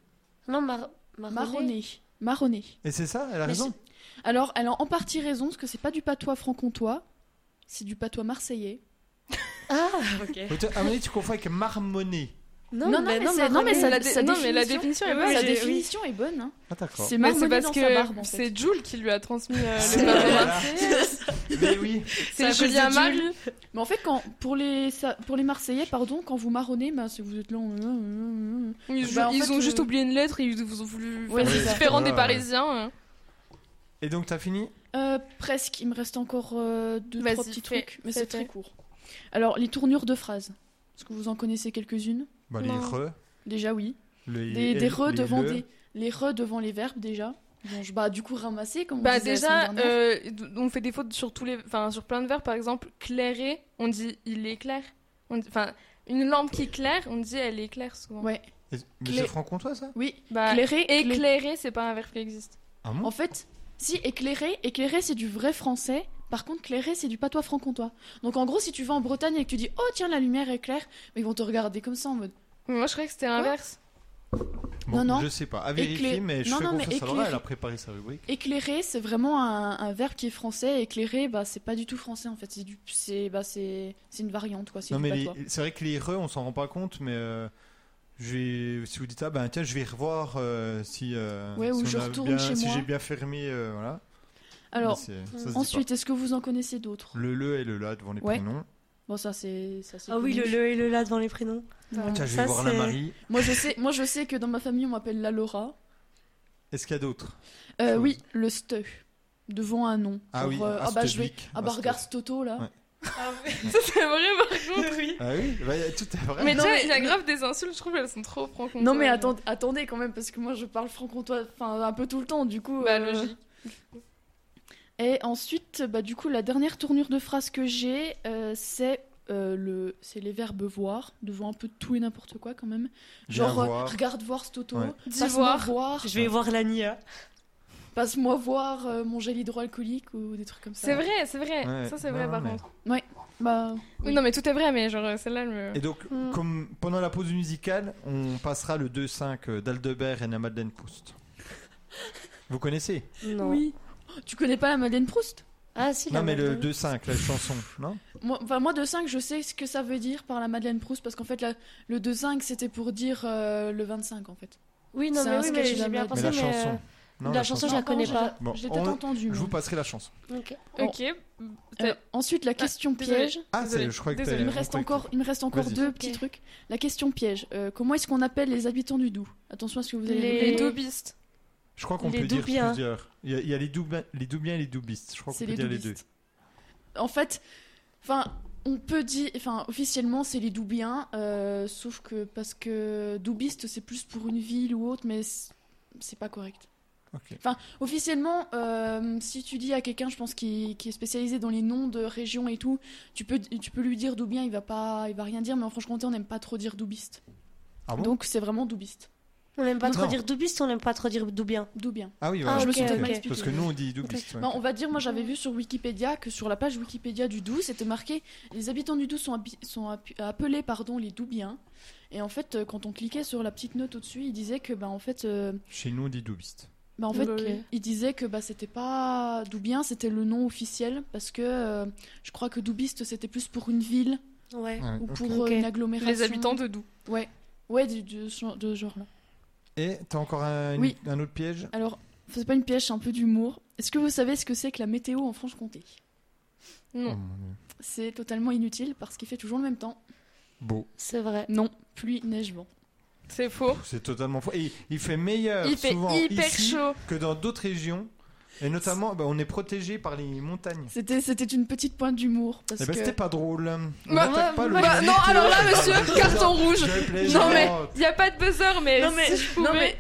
[SPEAKER 7] Non, mar... marronné.
[SPEAKER 3] Marronner. Marronner.
[SPEAKER 1] Et c'est ça Elle a
[SPEAKER 3] Mais
[SPEAKER 1] raison
[SPEAKER 3] Alors, elle a en partie raison, parce que c'est pas du patois franc-comtois, c'est du patois marseillais.
[SPEAKER 7] Ah, ok.
[SPEAKER 1] Mais toi, À mon avis, tu confonds avec marmonner.
[SPEAKER 3] Non, non, mais c'est- non, mais
[SPEAKER 7] marronné.
[SPEAKER 3] ça-
[SPEAKER 2] la dé-
[SPEAKER 3] sa
[SPEAKER 2] non, mais la
[SPEAKER 3] définition-
[SPEAKER 2] définition est
[SPEAKER 7] Ouais,
[SPEAKER 3] Sa
[SPEAKER 2] bonne.
[SPEAKER 7] j'ai-
[SPEAKER 3] définition est bonne. hein.
[SPEAKER 1] Ah, d'accord.
[SPEAKER 3] C'est
[SPEAKER 2] Mais c'est
[SPEAKER 3] marronné
[SPEAKER 2] parce
[SPEAKER 3] dans sa barbe,
[SPEAKER 2] que
[SPEAKER 3] en fait.
[SPEAKER 2] c'est Jules qui lui a transmis euh,
[SPEAKER 1] C'est-
[SPEAKER 2] le patois
[SPEAKER 1] Voilà.
[SPEAKER 2] marseillais.
[SPEAKER 1] Mais oui.
[SPEAKER 2] C'est
[SPEAKER 7] cause de
[SPEAKER 2] Julien
[SPEAKER 7] Jules.
[SPEAKER 2] Marie.
[SPEAKER 3] Mais en fait, quand, pour, les, ça- pour les Marseillais, pardon, quand vous marronnez, bah, si vous êtes là, euh, euh, euh,
[SPEAKER 2] Oui,
[SPEAKER 3] Bah,
[SPEAKER 2] je-
[SPEAKER 3] en
[SPEAKER 2] ils
[SPEAKER 3] fait,
[SPEAKER 2] ont
[SPEAKER 3] euh,
[SPEAKER 2] juste oublié une lettre et ils vous ont voulu
[SPEAKER 3] Ouais,
[SPEAKER 2] faire
[SPEAKER 3] c'est ça.
[SPEAKER 2] différent
[SPEAKER 1] Ouais,
[SPEAKER 2] des
[SPEAKER 1] ouais.
[SPEAKER 2] Parisiens. hein.
[SPEAKER 1] Et donc, t'as fini
[SPEAKER 3] Euh, presque, il me reste encore euh, deux
[SPEAKER 2] Vas-y,
[SPEAKER 3] trois petits
[SPEAKER 2] fais-
[SPEAKER 3] trucs, mais
[SPEAKER 2] fais-
[SPEAKER 3] c'est
[SPEAKER 2] fais.
[SPEAKER 3] très court. Alors, les tournures de phrases. Est-ce que vous en connaissez quelques-unes
[SPEAKER 1] Bah, les
[SPEAKER 2] Non.
[SPEAKER 1] re.
[SPEAKER 3] Déjà, oui.
[SPEAKER 1] les- les-
[SPEAKER 3] Des, des re
[SPEAKER 1] les
[SPEAKER 3] devant
[SPEAKER 1] le.
[SPEAKER 3] des, les re devant les verbes déjà. Bon, je- bah, du coup, ramasser comme on
[SPEAKER 2] Bah
[SPEAKER 3] disait la
[SPEAKER 2] déjà,
[SPEAKER 3] semaine dernière.
[SPEAKER 2] euh, on fait des fautes sur tous les, enfin sur plein de verbes. Par exemple, clairer, on dit il éclaire. On dit- Enfin, une lampe qui claire, on dit elle éclaire souvent.
[SPEAKER 3] Ouais.
[SPEAKER 1] Et- Mais
[SPEAKER 3] Clé-
[SPEAKER 1] c'est franc-comtois, ça
[SPEAKER 3] Oui,
[SPEAKER 2] Bah,
[SPEAKER 3] éclairer. éclair-
[SPEAKER 2] éclairer, c'est pas un verbe qui existe.
[SPEAKER 1] Ah bon
[SPEAKER 3] En fait, si éclairer, éclairer, c'est du vrai français. Par contre, clairer, c'est du patois franc-comtois. Donc, en gros, si tu vas en Bretagne et que tu dis Oh, tiens, la lumière éclaire, ils vont te regarder comme ça en mode.
[SPEAKER 2] Mais moi, je croyais que c'était l'inverse.
[SPEAKER 1] Bon,
[SPEAKER 3] non, non.
[SPEAKER 1] Je sais pas. À vérifier,
[SPEAKER 3] Éclair-
[SPEAKER 1] mais je
[SPEAKER 3] Non,
[SPEAKER 1] fais
[SPEAKER 3] non, mais
[SPEAKER 1] confiance à Laura,
[SPEAKER 3] éclair-
[SPEAKER 1] elle a préparé sa rubrique.
[SPEAKER 3] Éclairer, c'est vraiment un, un verbe qui est français. Éclairer, bah, c'est pas du tout français en fait. C'est du, c'est, bah, c'est, c'est une variante quoi. C'est
[SPEAKER 1] Non,
[SPEAKER 3] du
[SPEAKER 1] mais
[SPEAKER 3] patois.
[SPEAKER 1] les- c'est vrai que les re, on s'en rend pas compte, mais euh, je vais- si vous dites ah ben tiens, je vais revoir euh, si, euh,
[SPEAKER 3] Ouais,
[SPEAKER 1] si
[SPEAKER 3] ou
[SPEAKER 1] on
[SPEAKER 3] je
[SPEAKER 1] a
[SPEAKER 3] retourne
[SPEAKER 1] bien-
[SPEAKER 3] chez
[SPEAKER 1] si
[SPEAKER 3] moi.
[SPEAKER 1] j'ai bien fermé, euh, voilà.
[SPEAKER 3] Alors,
[SPEAKER 1] Mais c'est- ça se dit pas.
[SPEAKER 3] ensuite, est-ce que vous en connaissez d'autres
[SPEAKER 1] le le et le la devant les
[SPEAKER 3] Ouais.
[SPEAKER 1] prénoms.
[SPEAKER 3] Bon, ça c'est, ça c'est.
[SPEAKER 7] Ah oui, le
[SPEAKER 3] connu.
[SPEAKER 7] le et le là devant les prénoms.
[SPEAKER 3] Non.
[SPEAKER 1] Tiens, je vais
[SPEAKER 7] Ça,
[SPEAKER 1] voir la
[SPEAKER 7] c'est-
[SPEAKER 1] Marie.
[SPEAKER 3] Moi je sais, moi je sais que dans ma famille on m'appelle la Laura.
[SPEAKER 1] Est-ce qu'il y a d'autres
[SPEAKER 3] Euh,
[SPEAKER 1] Chose.
[SPEAKER 3] oui, le ste devant un nom.
[SPEAKER 1] Ah
[SPEAKER 3] Genre,
[SPEAKER 1] oui,
[SPEAKER 3] euh,
[SPEAKER 1] un
[SPEAKER 3] ah bah je vais,
[SPEAKER 1] stevic,
[SPEAKER 3] ah
[SPEAKER 1] un
[SPEAKER 3] bah regarde
[SPEAKER 1] stevic.
[SPEAKER 3] ce Toto là.
[SPEAKER 1] Ouais.
[SPEAKER 2] Ah Ça, c'est vrai, par contre.
[SPEAKER 1] Ah oui, bah, tout est vrai.
[SPEAKER 2] Mais tu
[SPEAKER 3] Non,
[SPEAKER 2] vois,
[SPEAKER 3] mais-
[SPEAKER 2] il y a grave des insultes, je trouve, elles sont trop franco
[SPEAKER 3] Non mais attend- attendez quand même parce que moi je parle franc-comtois enfin un peu tout le temps du coup.
[SPEAKER 2] Bah,
[SPEAKER 3] euh,
[SPEAKER 2] logique.
[SPEAKER 3] Et ensuite bah du coup la dernière tournure de phrase que j'ai euh, c'est euh, le c'est les verbes voir devant un peu de tout et n'importe quoi quand même.
[SPEAKER 1] Viens
[SPEAKER 3] Genre euh,
[SPEAKER 1] voir.
[SPEAKER 3] regarde voir ce toto,
[SPEAKER 1] Ouais.
[SPEAKER 2] Dis
[SPEAKER 3] passe-moi
[SPEAKER 2] voir.
[SPEAKER 3] voir,
[SPEAKER 7] Je vais voir la NIA.
[SPEAKER 3] passe-moi voir euh, mon gel hydroalcoolique ou des trucs comme ça.
[SPEAKER 2] C'est vrai, c'est vrai.
[SPEAKER 1] Ouais.
[SPEAKER 2] Ça, c'est vrai,
[SPEAKER 1] Non,
[SPEAKER 2] par
[SPEAKER 1] Ah, mais-
[SPEAKER 2] contre.
[SPEAKER 3] Bah
[SPEAKER 2] Oui, non, mais tout est vrai, mais genre, euh, celle-là, elle me.
[SPEAKER 1] Et donc,
[SPEAKER 7] Mm.
[SPEAKER 3] Hmm.
[SPEAKER 1] comme pendant la pause musicale, on passera le 2-5 euh, d'Aldebert et la Madeleine Proust. Vous connaissez
[SPEAKER 7] Non.
[SPEAKER 3] oui. Tu connais pas la Madeleine Proust
[SPEAKER 7] Ah si, la
[SPEAKER 1] Non, mais le
[SPEAKER 7] Madeleine.
[SPEAKER 1] 2-5, la chanson, non
[SPEAKER 3] Moi, enfin, moi, de 5, je sais ce que ça veut dire par la Madeleine Proust, parce qu'en fait, la- le 2-5, c'était pour dire euh, le 25, en fait.
[SPEAKER 7] Oui, non,
[SPEAKER 3] C'est
[SPEAKER 7] mais
[SPEAKER 3] un
[SPEAKER 7] oui,
[SPEAKER 3] sketch
[SPEAKER 7] mais
[SPEAKER 3] de
[SPEAKER 7] j'ai
[SPEAKER 3] la
[SPEAKER 7] bien
[SPEAKER 3] mode.
[SPEAKER 7] pensé,
[SPEAKER 1] Mais la
[SPEAKER 7] mais... euh,
[SPEAKER 1] chanson. Non,
[SPEAKER 7] la chanson,
[SPEAKER 3] Non,
[SPEAKER 7] je la
[SPEAKER 3] encore,
[SPEAKER 7] connais
[SPEAKER 3] je-
[SPEAKER 7] pas.
[SPEAKER 1] Bon,
[SPEAKER 3] J'ai
[SPEAKER 1] on-
[SPEAKER 3] peut-être entendu.
[SPEAKER 1] Je
[SPEAKER 3] mais-
[SPEAKER 7] hein.
[SPEAKER 1] vous passerai la chanson.
[SPEAKER 7] Ok.
[SPEAKER 2] Ok.
[SPEAKER 3] Euh, ensuite, la question
[SPEAKER 2] désolée.
[SPEAKER 3] piège.
[SPEAKER 1] Ah,
[SPEAKER 2] Désolée.
[SPEAKER 1] c'est, je crois que
[SPEAKER 2] Désolée,
[SPEAKER 1] t'as-
[SPEAKER 3] Il me reste
[SPEAKER 1] je crois que
[SPEAKER 3] encore, il me reste encore
[SPEAKER 1] Vas-y.
[SPEAKER 3] deux petits trucs. La question piège. Euh, comment est-ce qu'on appelle les habitants du Doubs Attention à ce que vous allez
[SPEAKER 7] Les-
[SPEAKER 2] Les
[SPEAKER 3] répondre.
[SPEAKER 2] daubistes.
[SPEAKER 1] Je crois qu'on
[SPEAKER 7] Les
[SPEAKER 1] peut dire
[SPEAKER 7] Doubiens.
[SPEAKER 1] plusieurs. Il y a, il y a les, Doubiens, les Doubiens et les Doubistes. Je crois qu'on
[SPEAKER 3] C'est
[SPEAKER 1] peut
[SPEAKER 3] les
[SPEAKER 1] dire les deux.
[SPEAKER 3] doubistes. En fait, enfin, on peut dire, enfin, officiellement, c'est les Doubiens, euh, sauf que parce que Doubiste, c'est plus pour une ville ou autre, mais c'est- c'est pas correct.
[SPEAKER 1] Ok.
[SPEAKER 3] Enfin, officiellement, euh, si tu dis à quelqu'un, je pense qui, qui est spécialisé dans les noms de régions et tout, tu peux, tu peux lui dire Doubien, il va pas, il va rien dire, mais en Franche-Comté, on n'aime pas trop dire Doubiste.
[SPEAKER 1] Ah bon
[SPEAKER 3] Donc c'est vraiment Doubiste,
[SPEAKER 7] On n'aime pas
[SPEAKER 1] Non.
[SPEAKER 7] trop dire doubiste, on n'aime pas trop dire doubien.
[SPEAKER 3] Doubien.
[SPEAKER 1] Ah oui,
[SPEAKER 7] Ah,
[SPEAKER 1] voilà.
[SPEAKER 3] je me suis
[SPEAKER 7] ok,
[SPEAKER 3] peut-être
[SPEAKER 7] ok.
[SPEAKER 3] mal
[SPEAKER 1] Parce
[SPEAKER 3] expliquée.
[SPEAKER 1] que nous, on dit Doubistes. ouais.
[SPEAKER 3] Non, on va dire, moi j'avais vu sur Wikipédia que sur la page Wikipédia du Doubs, c'était marqué les habitants du Doubs sont, habi- sont app- appelés pardon, les Doubiens. Et en fait, euh, quand on cliquait sur la petite note au-dessus, il disait que bah en fait, euh,
[SPEAKER 1] Chez nous, on dit Doubistes.
[SPEAKER 3] bah, en fait,
[SPEAKER 2] Ok.
[SPEAKER 3] il disait que bah c'était pas Doubien, c'était le nom officiel parce que euh, je crois que Doubiste c'était plus pour une ville
[SPEAKER 7] Ouais.
[SPEAKER 1] Ouais,
[SPEAKER 3] ou
[SPEAKER 1] ok.
[SPEAKER 3] pour
[SPEAKER 7] Ok.
[SPEAKER 3] euh, une agglomération.
[SPEAKER 2] Les habitants de Doubs.
[SPEAKER 3] Ouais, ouais, du- de, ce- de ce genre là.
[SPEAKER 1] Et t'as encore un,
[SPEAKER 3] Oui. Euh,
[SPEAKER 1] un autre piège
[SPEAKER 3] Alors, c'est pas une piège, c'est un peu d'humour. Est-ce que vous savez ce que c'est que la météo en Franche-Comté
[SPEAKER 1] Oh,
[SPEAKER 2] Non.
[SPEAKER 1] mon Dieu.
[SPEAKER 3] C'est totalement inutile parce qu'il fait toujours le même temps.
[SPEAKER 1] Beau.
[SPEAKER 7] C'est vrai.
[SPEAKER 3] Non, pluie, neige, vent.
[SPEAKER 2] C'est faux.
[SPEAKER 1] C'est totalement faux. Et il fait meilleur
[SPEAKER 2] Il fait
[SPEAKER 1] souvent
[SPEAKER 2] hyper
[SPEAKER 1] ici
[SPEAKER 2] chaud.
[SPEAKER 1] que dans d'autres régions. Et notamment, bah, on est protégé par les montagnes.
[SPEAKER 3] C'était, c'était une petite pointe d'humour. Parce
[SPEAKER 1] Eh ben,
[SPEAKER 3] que...
[SPEAKER 1] c'était pas drôle. On
[SPEAKER 2] Bah,
[SPEAKER 1] attaque pas le
[SPEAKER 2] Bah,
[SPEAKER 1] mérite,
[SPEAKER 2] non,
[SPEAKER 1] tu
[SPEAKER 2] alors
[SPEAKER 1] vois.
[SPEAKER 2] là, monsieur, carton rouge.
[SPEAKER 1] Je
[SPEAKER 2] Non,
[SPEAKER 1] plaisante.
[SPEAKER 2] mais il n'y a pas de buzzer, mais,
[SPEAKER 7] Non, mais-
[SPEAKER 2] si je pouvais.
[SPEAKER 3] non, mais,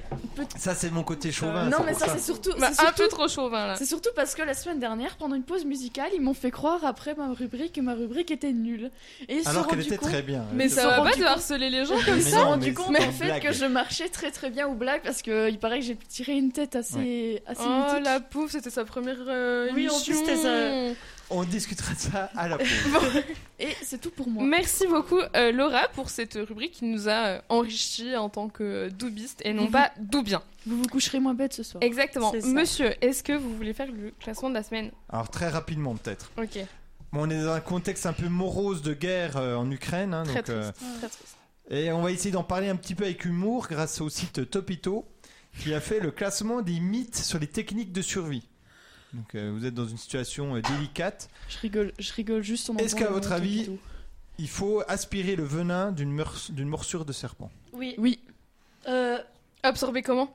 [SPEAKER 1] Ça, c'est mon
[SPEAKER 2] Euh,
[SPEAKER 1] côté chauvin.
[SPEAKER 3] non,
[SPEAKER 1] c'est
[SPEAKER 3] mais
[SPEAKER 1] pour
[SPEAKER 3] ça, c'est surtout.
[SPEAKER 2] Bah,
[SPEAKER 3] c'est,
[SPEAKER 2] un peu
[SPEAKER 3] surtout
[SPEAKER 2] trop chauvin, là.
[SPEAKER 3] c'est surtout parce que la semaine dernière, pendant une pause musicale, ils m'ont fait croire après ma rubrique que ma rubrique était nulle. Et ils se sont
[SPEAKER 1] Alors qu'elle
[SPEAKER 3] rendus
[SPEAKER 1] était
[SPEAKER 3] compte.
[SPEAKER 1] très bien.
[SPEAKER 2] Mais
[SPEAKER 1] Elle
[SPEAKER 2] ça
[SPEAKER 1] était-
[SPEAKER 2] va
[SPEAKER 3] rendu
[SPEAKER 2] pas de
[SPEAKER 3] compte-
[SPEAKER 2] harceler les gens comme
[SPEAKER 1] Mais
[SPEAKER 3] Ils se sont
[SPEAKER 1] non,
[SPEAKER 2] ça.
[SPEAKER 3] rendus
[SPEAKER 1] mais
[SPEAKER 3] compte
[SPEAKER 1] c'est
[SPEAKER 3] en
[SPEAKER 1] une
[SPEAKER 3] fait
[SPEAKER 1] blague.
[SPEAKER 3] que je marchais très très bien aux blagues parce que il paraît que j'ai tiré une tête assez, assez
[SPEAKER 2] Oh
[SPEAKER 3] mythique.
[SPEAKER 2] la pouf, c'était sa première euh,
[SPEAKER 7] Oui, en plus,
[SPEAKER 2] émission.
[SPEAKER 7] c'était sa-
[SPEAKER 1] On discutera de ça à la pause.
[SPEAKER 3] Et c'est tout pour moi.
[SPEAKER 2] Merci beaucoup euh, Laura pour cette rubrique qui nous a enrichi en tant que euh, doubiste et non
[SPEAKER 3] Mhm.
[SPEAKER 2] pas doubien.
[SPEAKER 3] Vous vous coucherez moins bête ce soir.
[SPEAKER 2] Exactement.
[SPEAKER 7] C'est ça.
[SPEAKER 2] Monsieur, est-ce que vous voulez faire le classement de la semaine
[SPEAKER 1] Alors très rapidement peut-être.
[SPEAKER 2] Ok.
[SPEAKER 1] Bon, on est dans un contexte un peu morose de guerre euh, en Ukraine. hein,
[SPEAKER 2] Très
[SPEAKER 1] donc, euh,
[SPEAKER 2] triste. Très triste.
[SPEAKER 1] et on va essayer d'en parler un petit peu avec humour grâce au site Topito qui a fait le classement des mythes sur les techniques de survie. Donc euh, vous êtes dans une situation euh, délicate.
[SPEAKER 3] Je rigole, je rigole juste en
[SPEAKER 1] Est-ce
[SPEAKER 3] entendant
[SPEAKER 1] qu'à votre
[SPEAKER 3] le
[SPEAKER 1] avis-
[SPEAKER 3] Topito.
[SPEAKER 1] Il faut aspirer le venin d'une meurs- d'une morsure de serpent.
[SPEAKER 7] Oui.
[SPEAKER 3] Oui,
[SPEAKER 7] Euh,
[SPEAKER 2] Absorber comment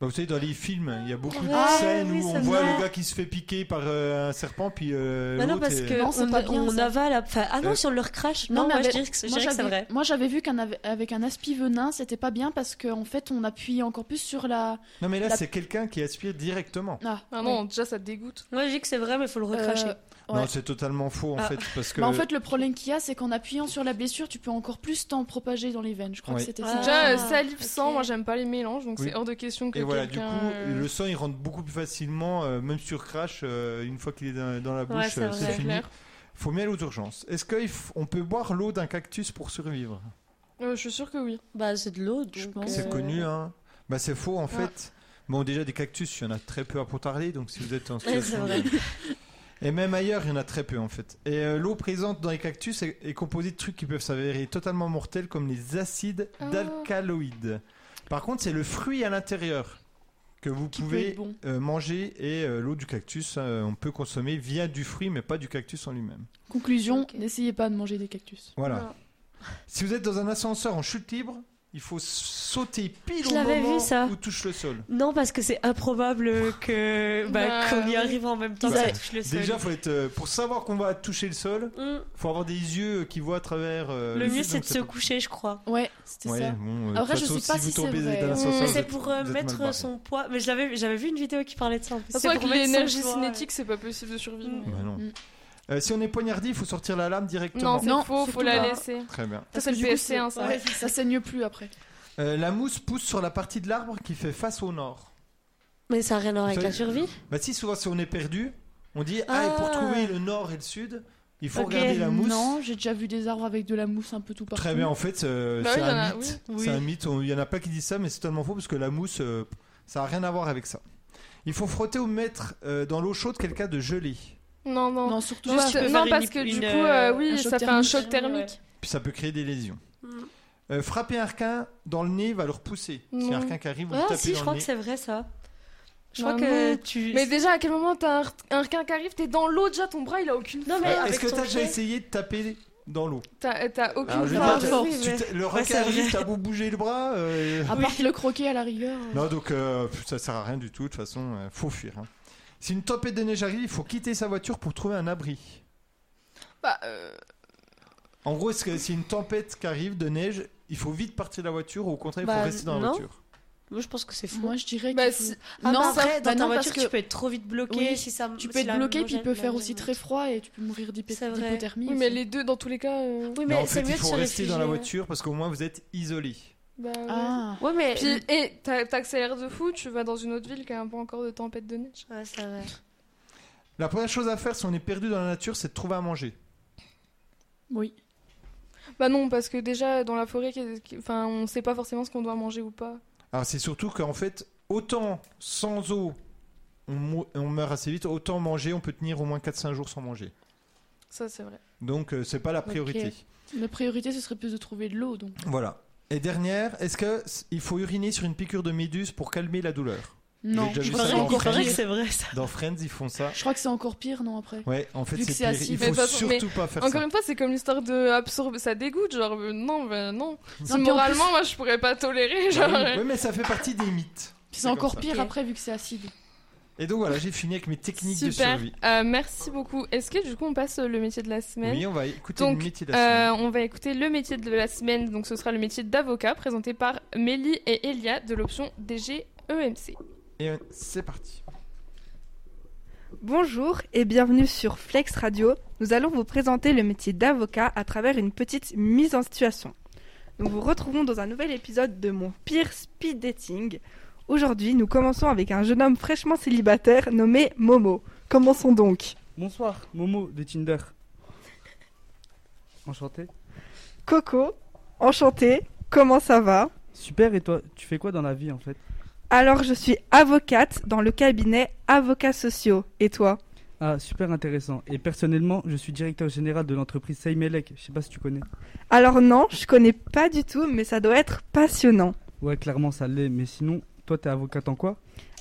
[SPEAKER 1] Bah, vous savez, dans les films, il y a beaucoup de
[SPEAKER 3] Ah
[SPEAKER 7] Ouais,
[SPEAKER 1] scènes
[SPEAKER 7] oui,
[SPEAKER 1] où
[SPEAKER 7] ça
[SPEAKER 1] on
[SPEAKER 7] me
[SPEAKER 1] voit
[SPEAKER 7] va.
[SPEAKER 1] le gars qui se fait piquer par euh, un serpent, puis euh,
[SPEAKER 7] bah non,
[SPEAKER 1] l'autre
[SPEAKER 7] parce
[SPEAKER 1] est-
[SPEAKER 7] que
[SPEAKER 3] Non, c'est
[SPEAKER 7] on,
[SPEAKER 3] pas bien,
[SPEAKER 7] on
[SPEAKER 3] ça.
[SPEAKER 7] avale... à- Enfin, ah non,
[SPEAKER 1] Euh,
[SPEAKER 7] sur leur crash.
[SPEAKER 3] non,
[SPEAKER 7] Non,
[SPEAKER 3] mais
[SPEAKER 7] moi, je
[SPEAKER 3] avec-
[SPEAKER 7] dirais que, c'est- je
[SPEAKER 3] Moi
[SPEAKER 7] dirais que c'est
[SPEAKER 3] j'avais,
[SPEAKER 7] vrai.
[SPEAKER 3] moi, j'avais vu qu'un ave- avec un aspi venin c'était pas bien parce qu'en fait on appuyait encore plus sur la.
[SPEAKER 1] Non mais là,
[SPEAKER 3] La-
[SPEAKER 1] c'est quelqu'un qui aspire directement.
[SPEAKER 3] Ah,
[SPEAKER 2] Ah non, déjà ça te dégoûte.
[SPEAKER 7] Moi, je dis que c'est vrai, mais faut le
[SPEAKER 3] ouais.
[SPEAKER 7] recracher.
[SPEAKER 3] Euh, Ouais.
[SPEAKER 1] Non, c'est totalement faux en
[SPEAKER 7] Ah.
[SPEAKER 1] fait, parce que
[SPEAKER 3] bah, en fait le problème qu'il y a c'est qu'en appuyant sur la blessure tu peux encore plus t'en propager dans les veines. Je crois
[SPEAKER 1] Oui.
[SPEAKER 3] que c'était
[SPEAKER 7] Ah.
[SPEAKER 3] ça.
[SPEAKER 2] Déjà, euh, salive,
[SPEAKER 7] ok.
[SPEAKER 2] sang, moi j'aime pas les mélanges, donc
[SPEAKER 1] Oui.
[SPEAKER 2] c'est hors de question que
[SPEAKER 1] Et voilà, du coup,
[SPEAKER 2] quelqu'un... euh,
[SPEAKER 1] le sang il rentre beaucoup plus facilement, euh, même sur Crash, euh, une fois qu'il est dans, dans la
[SPEAKER 7] Ouais,
[SPEAKER 1] bouche,
[SPEAKER 7] c'est
[SPEAKER 1] euh, c'est
[SPEAKER 7] vrai.
[SPEAKER 2] c'est
[SPEAKER 1] fini.
[SPEAKER 2] clair.
[SPEAKER 1] Faut mieux aller aux urgences. Est-ce qu'on peut boire l'eau d'un cactus pour survivre
[SPEAKER 2] Euh, je suis sûre que oui.
[SPEAKER 7] Bah, c'est de l'eau, donc,
[SPEAKER 3] Je pense. Ah.
[SPEAKER 1] C'est
[SPEAKER 7] euh,
[SPEAKER 1] connu, hein Bah, c'est faux en fait. Bon, déjà, des cactus, il y en a très peu à Pontarlier, donc si vous êtes en
[SPEAKER 7] Ouais, c'est
[SPEAKER 1] situation.
[SPEAKER 7] vrai.
[SPEAKER 1] Et même ailleurs, il y en a très peu en fait. Et euh, l'eau présente dans les cactus est, est composée de trucs qui peuvent s'avérer totalement mortels, comme les acides
[SPEAKER 3] Oh.
[SPEAKER 2] Ah.
[SPEAKER 1] d'alcaloïdes. Par contre, c'est le fruit à l'intérieur que vous
[SPEAKER 3] Qui peut
[SPEAKER 1] pouvez
[SPEAKER 3] être bon.
[SPEAKER 1] euh, manger et euh, l'eau du cactus, euh, on peut consommer via du fruit, mais pas du cactus en lui-même.
[SPEAKER 3] Conclusion,
[SPEAKER 7] Ok.
[SPEAKER 3] n'essayez pas de manger des cactus.
[SPEAKER 1] Voilà.
[SPEAKER 7] Non.
[SPEAKER 1] Si vous êtes dans un ascenseur en chute libre, il faut sauter pile
[SPEAKER 7] Je
[SPEAKER 1] au
[SPEAKER 7] l'avais
[SPEAKER 1] moment
[SPEAKER 7] vu, ça.
[SPEAKER 1] où touche le sol.
[SPEAKER 7] Non, parce que c'est improbable que bah,
[SPEAKER 2] Bah,
[SPEAKER 7] qu'on y
[SPEAKER 2] oui.
[SPEAKER 7] arrive en même temps.
[SPEAKER 1] Bah,
[SPEAKER 7] ça touche le sol.
[SPEAKER 1] Déjà, faut être, euh, pour savoir qu'on va toucher le sol,
[SPEAKER 7] Mm.
[SPEAKER 1] faut avoir des yeux qui voient à travers. euh,
[SPEAKER 7] Le mieux,
[SPEAKER 1] sol,
[SPEAKER 7] c'est
[SPEAKER 1] donc
[SPEAKER 7] de
[SPEAKER 1] ça
[SPEAKER 7] se
[SPEAKER 1] peut-
[SPEAKER 7] coucher, je crois.
[SPEAKER 3] Ouais, c'était
[SPEAKER 1] Ouais,
[SPEAKER 3] ça.
[SPEAKER 1] bon, euh, de
[SPEAKER 3] Après,
[SPEAKER 1] toute
[SPEAKER 3] je
[SPEAKER 1] façon,
[SPEAKER 3] sais
[SPEAKER 1] si
[SPEAKER 3] pas si
[SPEAKER 1] vous
[SPEAKER 3] c'est
[SPEAKER 1] tombez
[SPEAKER 3] vrai.
[SPEAKER 1] dans
[SPEAKER 3] Mm,
[SPEAKER 1] la
[SPEAKER 7] Mais
[SPEAKER 1] sauce,
[SPEAKER 7] c'est
[SPEAKER 1] vous-
[SPEAKER 7] pour euh,
[SPEAKER 1] vous êtes mal
[SPEAKER 7] mettre
[SPEAKER 1] barré.
[SPEAKER 7] son poids. Mais je l'avais- j'avais vu une vidéo qui parlait de ça. euh, en plus.
[SPEAKER 2] C'est vrai que
[SPEAKER 7] mettre son
[SPEAKER 2] l'énergie
[SPEAKER 7] poids,
[SPEAKER 2] cinétique, c'est pas possible de survivre.
[SPEAKER 7] Mm.
[SPEAKER 1] Bah non.
[SPEAKER 3] Mm.
[SPEAKER 1] Euh, si on est poignardé, il faut sortir la lame directement.
[SPEAKER 2] Non, c'est
[SPEAKER 3] Non,
[SPEAKER 2] faux, faut
[SPEAKER 3] surtout
[SPEAKER 2] la
[SPEAKER 3] pas.
[SPEAKER 2] laisser.
[SPEAKER 1] Très bien.
[SPEAKER 2] Ça, c'est le
[SPEAKER 3] du coup,
[SPEAKER 2] PSC, hein,
[SPEAKER 3] c'est-
[SPEAKER 2] ça.
[SPEAKER 3] ouais, ça saigne plus après.
[SPEAKER 1] Euh, la mousse pousse sur la partie de l'arbre qui fait face au nord.
[SPEAKER 7] Mais ça n'a rien à voir avec
[SPEAKER 1] Ça-
[SPEAKER 7] la survie.
[SPEAKER 1] Bah si souvent si on est perdu, on dit ah,
[SPEAKER 7] Ah.
[SPEAKER 1] et pour trouver le nord et le sud, il faut
[SPEAKER 7] Ok.
[SPEAKER 1] regarder la mousse.
[SPEAKER 3] Non, j'ai déjà vu des arbres avec de la mousse un peu tout partout.
[SPEAKER 1] Très bien, en fait, euh,
[SPEAKER 2] Bah
[SPEAKER 1] c'est
[SPEAKER 2] oui, il y en
[SPEAKER 1] un
[SPEAKER 2] a-
[SPEAKER 1] mythe.
[SPEAKER 7] oui.
[SPEAKER 1] C'est
[SPEAKER 7] Oui.
[SPEAKER 1] un mythe. On- Il y en a pas qui disent ça, mais c'est totalement faux parce que la mousse, euh, ça a rien à voir avec ça. Il faut frotter ou mettre euh, dans l'eau chaude quelqu'un de gelé.
[SPEAKER 2] Non, non.
[SPEAKER 3] Non, surtout
[SPEAKER 2] Juste-
[SPEAKER 3] pas.
[SPEAKER 7] tu peux
[SPEAKER 2] non,
[SPEAKER 7] faire
[SPEAKER 2] parce
[SPEAKER 7] une-
[SPEAKER 2] que du
[SPEAKER 7] une,
[SPEAKER 2] coup,
[SPEAKER 7] euh,
[SPEAKER 2] euh, oui,
[SPEAKER 3] un choc
[SPEAKER 2] ça fait un
[SPEAKER 3] thermique.
[SPEAKER 2] choc thermique.
[SPEAKER 1] Puis ça peut créer des lésions.
[SPEAKER 7] Mm.
[SPEAKER 1] Euh, frapper un requin dans le nez va le repousser. Si
[SPEAKER 2] Non.
[SPEAKER 1] un requin qui arrive, vous le
[SPEAKER 7] Ah,
[SPEAKER 1] tapez
[SPEAKER 7] si,
[SPEAKER 1] dans
[SPEAKER 7] je crois
[SPEAKER 1] le
[SPEAKER 7] que
[SPEAKER 1] nez.
[SPEAKER 7] c'est vrai ça. Je
[SPEAKER 2] Bah
[SPEAKER 7] crois que
[SPEAKER 2] non.
[SPEAKER 7] tu.
[SPEAKER 2] Mais déjà, à quel moment t'as un, re- un requin qui arrive, t'es dans l'eau déjà, ton bras il a aucune
[SPEAKER 7] Non,
[SPEAKER 2] force.
[SPEAKER 7] mais
[SPEAKER 1] Euh,
[SPEAKER 7] avec
[SPEAKER 1] Est-ce que
[SPEAKER 7] son
[SPEAKER 1] t'as déjà
[SPEAKER 7] pied.
[SPEAKER 1] essayé de taper dans l'eau Ah,
[SPEAKER 2] T'as t'as aucune
[SPEAKER 1] Alors, je veux
[SPEAKER 2] force.
[SPEAKER 1] dire,
[SPEAKER 7] force,
[SPEAKER 1] tu
[SPEAKER 7] oui,
[SPEAKER 1] t'es- Le
[SPEAKER 7] Ah, Ouais, c'est
[SPEAKER 1] requin arrive,
[SPEAKER 7] vrai.
[SPEAKER 1] t'as beau bouger le bras. euh,
[SPEAKER 3] À part le croquer à la rigueur. euh.
[SPEAKER 1] Non, donc euh, pff, ça sert à rien du tout. De toute façon, euh, faut fuir. hein. Si une tempête de neige arrive, il faut quitter sa voiture pour trouver un abri.
[SPEAKER 2] Bah, euh,
[SPEAKER 1] En gros, est-ce que si une tempête qui arrive de neige, il faut vite partir de la voiture ou au contraire, il faut
[SPEAKER 7] Bah,
[SPEAKER 1] rester dans la
[SPEAKER 7] non.
[SPEAKER 1] voiture
[SPEAKER 7] Moi, je pense que c'est fou.
[SPEAKER 3] Moi, je dirais
[SPEAKER 2] bah,
[SPEAKER 3] qu'il faut-
[SPEAKER 2] si-
[SPEAKER 7] Ah,
[SPEAKER 3] non,
[SPEAKER 7] bah, après,
[SPEAKER 3] bah
[SPEAKER 7] dans ta
[SPEAKER 3] non,
[SPEAKER 7] voiture,
[SPEAKER 3] parce que
[SPEAKER 7] tu peux être trop vite bloqué
[SPEAKER 3] Oui,
[SPEAKER 7] si ça.
[SPEAKER 3] tu peux
[SPEAKER 7] si
[SPEAKER 3] être
[SPEAKER 7] la
[SPEAKER 3] bloqué, puis il peut
[SPEAKER 7] lame-
[SPEAKER 3] faire aussi très froid et tu peux mourir d'hypo-
[SPEAKER 7] C'est vrai.
[SPEAKER 3] d'hypothermie.
[SPEAKER 2] oui, mais les deux, dans tous les cas. euh,
[SPEAKER 7] Oui,
[SPEAKER 1] Non,
[SPEAKER 7] mais
[SPEAKER 1] en
[SPEAKER 7] c'est
[SPEAKER 1] fait,
[SPEAKER 7] mieux
[SPEAKER 1] il
[SPEAKER 7] de se
[SPEAKER 1] faut rester dans la
[SPEAKER 7] réfugier.
[SPEAKER 1] voiture parce qu'au moins vous êtes isolé.
[SPEAKER 2] bah, ouais.
[SPEAKER 3] Ah,
[SPEAKER 7] Ouais, mais.
[SPEAKER 2] Puis, et t'a- t'accélères de fou, tu vas dans une autre ville qui a un peu encore de tempête de neige.
[SPEAKER 7] Ouais, c'est vrai.
[SPEAKER 1] La première chose à faire si on est perdu dans la nature, c'est de trouver à manger.
[SPEAKER 3] oui.
[SPEAKER 2] Bah non, parce que déjà, dans la forêt, qu'est- qu'est- enfin, on sait pas forcément ce qu'on doit manger ou pas.
[SPEAKER 1] Alors c'est surtout qu'en fait, autant sans eau, on, mou- on meurt assez vite, autant manger, on peut tenir au moins 4-5 jours sans manger.
[SPEAKER 2] Ça, c'est vrai.
[SPEAKER 1] Donc euh, c'est pas la priorité.
[SPEAKER 3] Ok. La priorité, ce serait plus de trouver de l'eau, donc.
[SPEAKER 1] Voilà. Et dernière, est-ce que s- il faut uriner sur une piqûre de méduse pour calmer la douleur
[SPEAKER 3] Non,
[SPEAKER 1] déjà
[SPEAKER 3] je
[SPEAKER 1] vu
[SPEAKER 3] crois
[SPEAKER 1] ça
[SPEAKER 3] que
[SPEAKER 1] dans
[SPEAKER 3] c'est
[SPEAKER 1] le
[SPEAKER 3] encore
[SPEAKER 1] film.
[SPEAKER 3] pire.
[SPEAKER 7] que c'est vrai ça.
[SPEAKER 1] Dans Friends, ils font ça.
[SPEAKER 3] Je crois que c'est encore pire, non, après.
[SPEAKER 1] Ouais, en fait,
[SPEAKER 3] Vu
[SPEAKER 1] c'est
[SPEAKER 3] que c'est
[SPEAKER 1] pire. Il
[SPEAKER 3] acide.
[SPEAKER 2] Mais
[SPEAKER 1] faut
[SPEAKER 2] de toute façon,
[SPEAKER 1] surtout pas faire
[SPEAKER 2] Encore
[SPEAKER 1] ça.
[SPEAKER 2] une fois, c'est comme l'histoire de absorber, ça dégoûte, genre euh, non, bah non. Si
[SPEAKER 3] puis en
[SPEAKER 2] moralement,
[SPEAKER 3] plus-
[SPEAKER 2] moi je pourrais pas tolérer, genre.
[SPEAKER 1] Bah
[SPEAKER 2] euh,
[SPEAKER 1] oui, oui, mais ça fait partie des mythes. C'est
[SPEAKER 3] Puis c'est encore
[SPEAKER 1] comme
[SPEAKER 3] pire
[SPEAKER 7] Ok.
[SPEAKER 3] après, vu que c'est acide.
[SPEAKER 1] Et donc voilà, j'ai fini avec mes techniques
[SPEAKER 2] Super,
[SPEAKER 1] de survie.
[SPEAKER 2] Euh, merci beaucoup. Est-ce que du coup on passe euh, le métier de la semaine
[SPEAKER 1] Oui, on va écouter
[SPEAKER 2] Donc,
[SPEAKER 1] le métier de la semaine.
[SPEAKER 2] Euh, on va écouter le métier de la semaine, donc ce sera le métier d'avocat présenté par Mélie et Elia de l'option E DGEMC.
[SPEAKER 1] Et euh, c'est parti.
[SPEAKER 10] Bonjour et bienvenue sur Flex Radio. Nous allons vous présenter le métier d'avocat à travers une petite mise en situation. Nous vous retrouvons dans un nouvel épisode de mon pire speed dating. Aujourd'hui, nous commençons avec un jeune homme fraîchement célibataire nommé Momo. Commençons donc.
[SPEAKER 11] Bonsoir, Momo de Tinder. Enchanté.
[SPEAKER 10] Coco, enchanté, comment ça va
[SPEAKER 11] Super, et toi, tu fais quoi dans la vie en fait
[SPEAKER 10] Alors, je suis avocate dans le cabinet Avocats Sociaux. Et toi
[SPEAKER 11] Ah, super intéressant. Et personnellement, je suis directeur général de l'entreprise Seimelec. Je sais pas si tu connais.
[SPEAKER 10] Alors non, je connais pas du tout, mais ça doit être passionnant.
[SPEAKER 11] Ouais, clairement, ça l'est. Mais sinon, toi, t'es avocate en quoi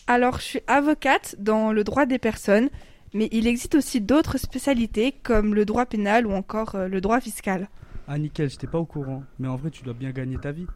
[SPEAKER 10] Alors, je suis avocate dans le droit des personnes, mais il existe aussi d'autres spécialités comme le droit pénal ou encore euh, le droit fiscal.
[SPEAKER 11] Ah, nickel, j'étais pas au courant. Mais en vrai, tu dois bien gagner ta vie.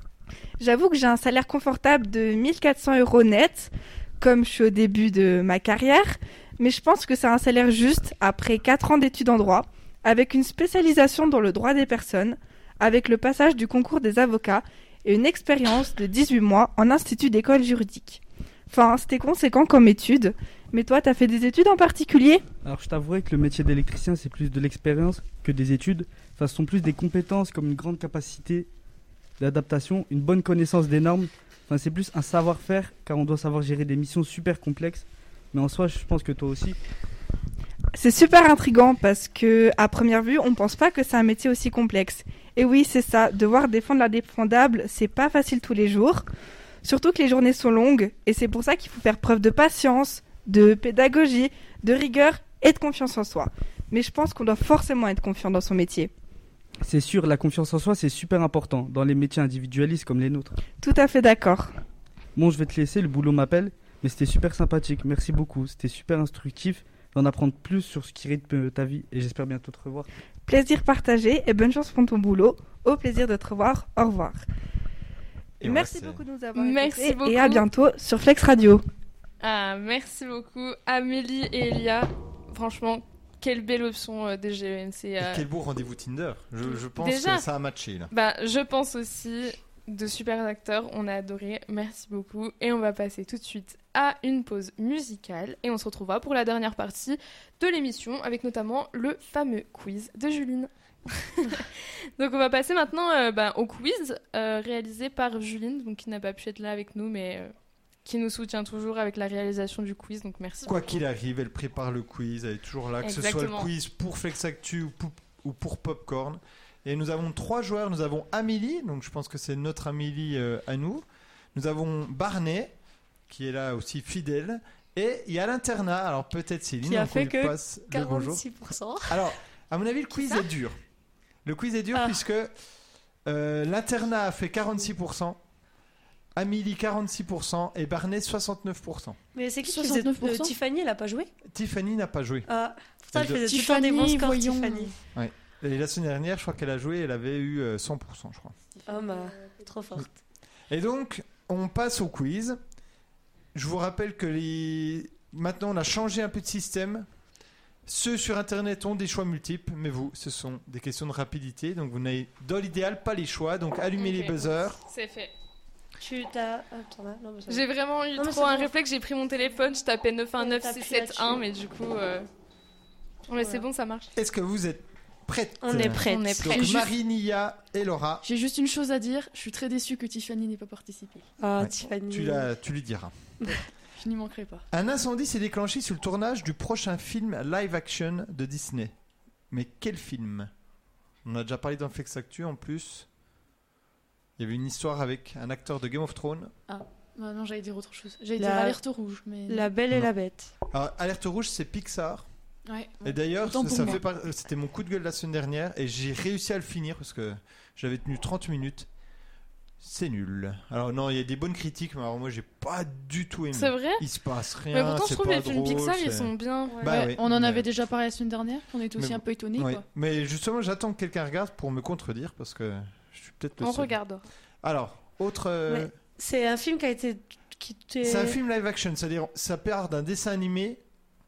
[SPEAKER 10] J'avoue que j'ai un salaire confortable de 1400 euros net, comme je suis au début de ma carrière, mais je pense que c'est un salaire juste après 4 ans d'études en droit, avec une spécialisation dans le droit des personnes, avec le passage du concours des avocats et une expérience de 18 mois en institut d'école juridique. Enfin, c'était conséquent comme étude, mais toi, t'as fait des études en particulier
[SPEAKER 11] Alors, je t'avouerai que le métier d'électricien, c'est plus de l'expérience que des études. Enfin, ce sont plus des compétences comme une grande capacité d'adaptation, une bonne connaissance des normes. Enfin, c'est plus un savoir-faire car on doit savoir gérer des missions super complexes. Mais en soi, je pense que toi aussi.
[SPEAKER 10] C'est super intriguant parce que à première vue, on pense pas que c'est un métier aussi complexe. Et oui, c'est ça, devoir défendre l'indéfendable, c'est pas facile tous les jours. Surtout que les journées sont longues et c'est pour ça qu'il faut faire preuve de patience, de pédagogie, de rigueur et de confiance en soi. Mais je pense qu'on doit forcément être confiant dans son métier.
[SPEAKER 11] C'est sûr, la confiance en soi, c'est super important dans les métiers individualistes comme les nôtres.
[SPEAKER 10] Tout à fait d'accord.
[SPEAKER 11] Bon, je vais te laisser, le boulot m'appelle, mais c'était super sympathique, merci beaucoup, c'était super instructif d'en apprendre plus sur ce qui rythme ta vie et j'espère bientôt te revoir.
[SPEAKER 10] Plaisir partagé et bonne chance pour ton boulot. Au plaisir de te revoir. Au revoir.
[SPEAKER 2] Et on
[SPEAKER 10] Merci
[SPEAKER 2] va se-
[SPEAKER 10] beaucoup de nous avoir
[SPEAKER 2] Merci
[SPEAKER 10] écoutés
[SPEAKER 2] beaucoup.
[SPEAKER 10] et à bientôt sur Flex Radio.
[SPEAKER 2] Ah, merci beaucoup, Amélie et Elia. Franchement, quelle belle option euh, des GEMC. euh,
[SPEAKER 1] Quel beau rendez-vous Tinder. Je, je pense
[SPEAKER 2] Déjà.
[SPEAKER 1] que ça a matché là.
[SPEAKER 2] Bah, je pense aussi de super acteurs, on a adoré, merci beaucoup. Et on va passer tout de suite à une pause musicale et on se retrouvera pour la dernière partie de l'émission avec notamment le fameux quiz de Juline. donc on va passer maintenant euh, bah, au quiz euh, réalisé par Juline, donc qui n'a pas pu être là avec nous mais euh, qui nous soutient toujours avec la réalisation du quiz, donc merci.
[SPEAKER 1] Quoi
[SPEAKER 2] beaucoup.
[SPEAKER 1] qu'il arrive, elle prépare le quiz, elle est toujours là, que ce soit
[SPEAKER 2] Exactement.
[SPEAKER 1] le quiz pour Flex Actu ou pou- ou pour Popcorn. Et nous avons trois joueurs, nous avons Amélie, donc je pense que c'est notre Amélie euh, à nous. Nous avons Barney, qui est là aussi fidèle. Et il y a l'internat, alors peut-être Céline,
[SPEAKER 7] Qui a
[SPEAKER 1] donc on
[SPEAKER 7] fait
[SPEAKER 1] lui
[SPEAKER 7] que
[SPEAKER 1] passe le bonjour.
[SPEAKER 7] 46%.
[SPEAKER 1] Alors, à mon avis, le quiz est dur. Le quiz est dur
[SPEAKER 7] Ah.
[SPEAKER 1] puisque euh, l'internat a fait 46%, Amélie 46% et Barney 69%.
[SPEAKER 7] Mais c'est qui qui faisait-
[SPEAKER 3] 69%?
[SPEAKER 7] euh, Tiffany, elle a pas joué
[SPEAKER 1] Tiffany n'a pas joué.
[SPEAKER 7] Ah, putain,
[SPEAKER 1] Elle
[SPEAKER 7] elle faisait
[SPEAKER 1] doit-
[SPEAKER 7] tout le temps des bons
[SPEAKER 3] Tiffany,
[SPEAKER 7] scores,
[SPEAKER 3] voyons.
[SPEAKER 7] Tiffany.
[SPEAKER 1] Ouais. Et la semaine dernière, je crois qu'elle a joué, elle avait eu euh, 100%, je crois.
[SPEAKER 7] Oh, bah, trop forte.
[SPEAKER 1] Et donc, on passe au quiz. Je vous rappelle que les... maintenant, on a changé un peu de système. Ceux sur Internet ont des choix multiples, mais vous, ce sont des questions de rapidité. Donc, vous n'avez dans l'idéal pas les choix. Donc, allumez les
[SPEAKER 2] Ok.
[SPEAKER 1] buzzers.
[SPEAKER 2] C'est fait.
[SPEAKER 7] Tu t'as. ah, t'en as Non, mais ça va.
[SPEAKER 2] J'ai vraiment eu
[SPEAKER 7] Non, mais
[SPEAKER 2] trop
[SPEAKER 7] c'est
[SPEAKER 2] un
[SPEAKER 7] bon.
[SPEAKER 2] réflexe, j'ai pris mon téléphone, je tapais 919
[SPEAKER 7] T'appuies là-dessus.
[SPEAKER 2] 671, mais du coup. euh, Non, mais c'est bon, ça marche.
[SPEAKER 1] Est-ce que vous êtes prêtes
[SPEAKER 7] On est prêtes.
[SPEAKER 2] On est
[SPEAKER 1] Donc,
[SPEAKER 2] prêts.
[SPEAKER 1] Marie, Nia et Laura,
[SPEAKER 3] J'ai juste une chose à dire, je suis très déçue que Tiffany n'ait pas participé.
[SPEAKER 7] Ah,
[SPEAKER 1] Ouais.
[SPEAKER 7] Tiffany.
[SPEAKER 1] tu, la- tu lui diras.
[SPEAKER 3] Je n'y manquerai pas.
[SPEAKER 1] Un incendie s'est déclenché sur le tournage du prochain film live action de Disney. Mais quel film On a déjà parlé dans Flex Actu en plus. Il y avait une histoire avec un acteur de Game of Thrones.
[SPEAKER 3] Ah. Bah, Non, non, j'allais dire autre chose. J'allais
[SPEAKER 7] La-
[SPEAKER 3] dire alerte rouge, mais...
[SPEAKER 7] La Belle et
[SPEAKER 1] Non.
[SPEAKER 7] la Bête.
[SPEAKER 1] Alors, Alerte Rouge, c'est Pixar.
[SPEAKER 3] Ouais.
[SPEAKER 1] Et d'ailleurs,
[SPEAKER 3] Autant
[SPEAKER 1] ça,
[SPEAKER 3] pour
[SPEAKER 1] ça
[SPEAKER 3] moi.
[SPEAKER 1] fait par- c'était mon coup de gueule la semaine dernière et j'ai réussi à le finir parce que j'avais tenu 30 minutes. C'est nul. Alors non, il y a des bonnes critiques, mais alors moi j'ai pas du tout aimé.
[SPEAKER 2] C'est vrai
[SPEAKER 1] Il se passe rien.
[SPEAKER 2] Mais pourtant, je
[SPEAKER 1] c'est
[SPEAKER 2] trouve
[SPEAKER 1] pas
[SPEAKER 2] les films
[SPEAKER 1] drôle,
[SPEAKER 2] Pixar, ils
[SPEAKER 1] c'est-
[SPEAKER 2] sont bien.
[SPEAKER 1] Bah
[SPEAKER 3] Ouais,
[SPEAKER 1] ouais,
[SPEAKER 3] on en
[SPEAKER 1] mais-
[SPEAKER 3] avait déjà parlé la semaine dernière, on était aussi
[SPEAKER 1] Mais-
[SPEAKER 3] un peu étonnés.
[SPEAKER 1] Ouais.
[SPEAKER 3] Quoi.
[SPEAKER 1] Mais justement, j'attends que quelqu'un regarde pour me contredire parce que je suis peut-être le
[SPEAKER 2] On
[SPEAKER 1] seul.
[SPEAKER 2] regarde.
[SPEAKER 1] Alors, autre. euh,
[SPEAKER 7] Ouais. C'est un film qui a été. Qui t'est-
[SPEAKER 1] C'est un film live action, c'est-à-dire ça part d'un dessin animé,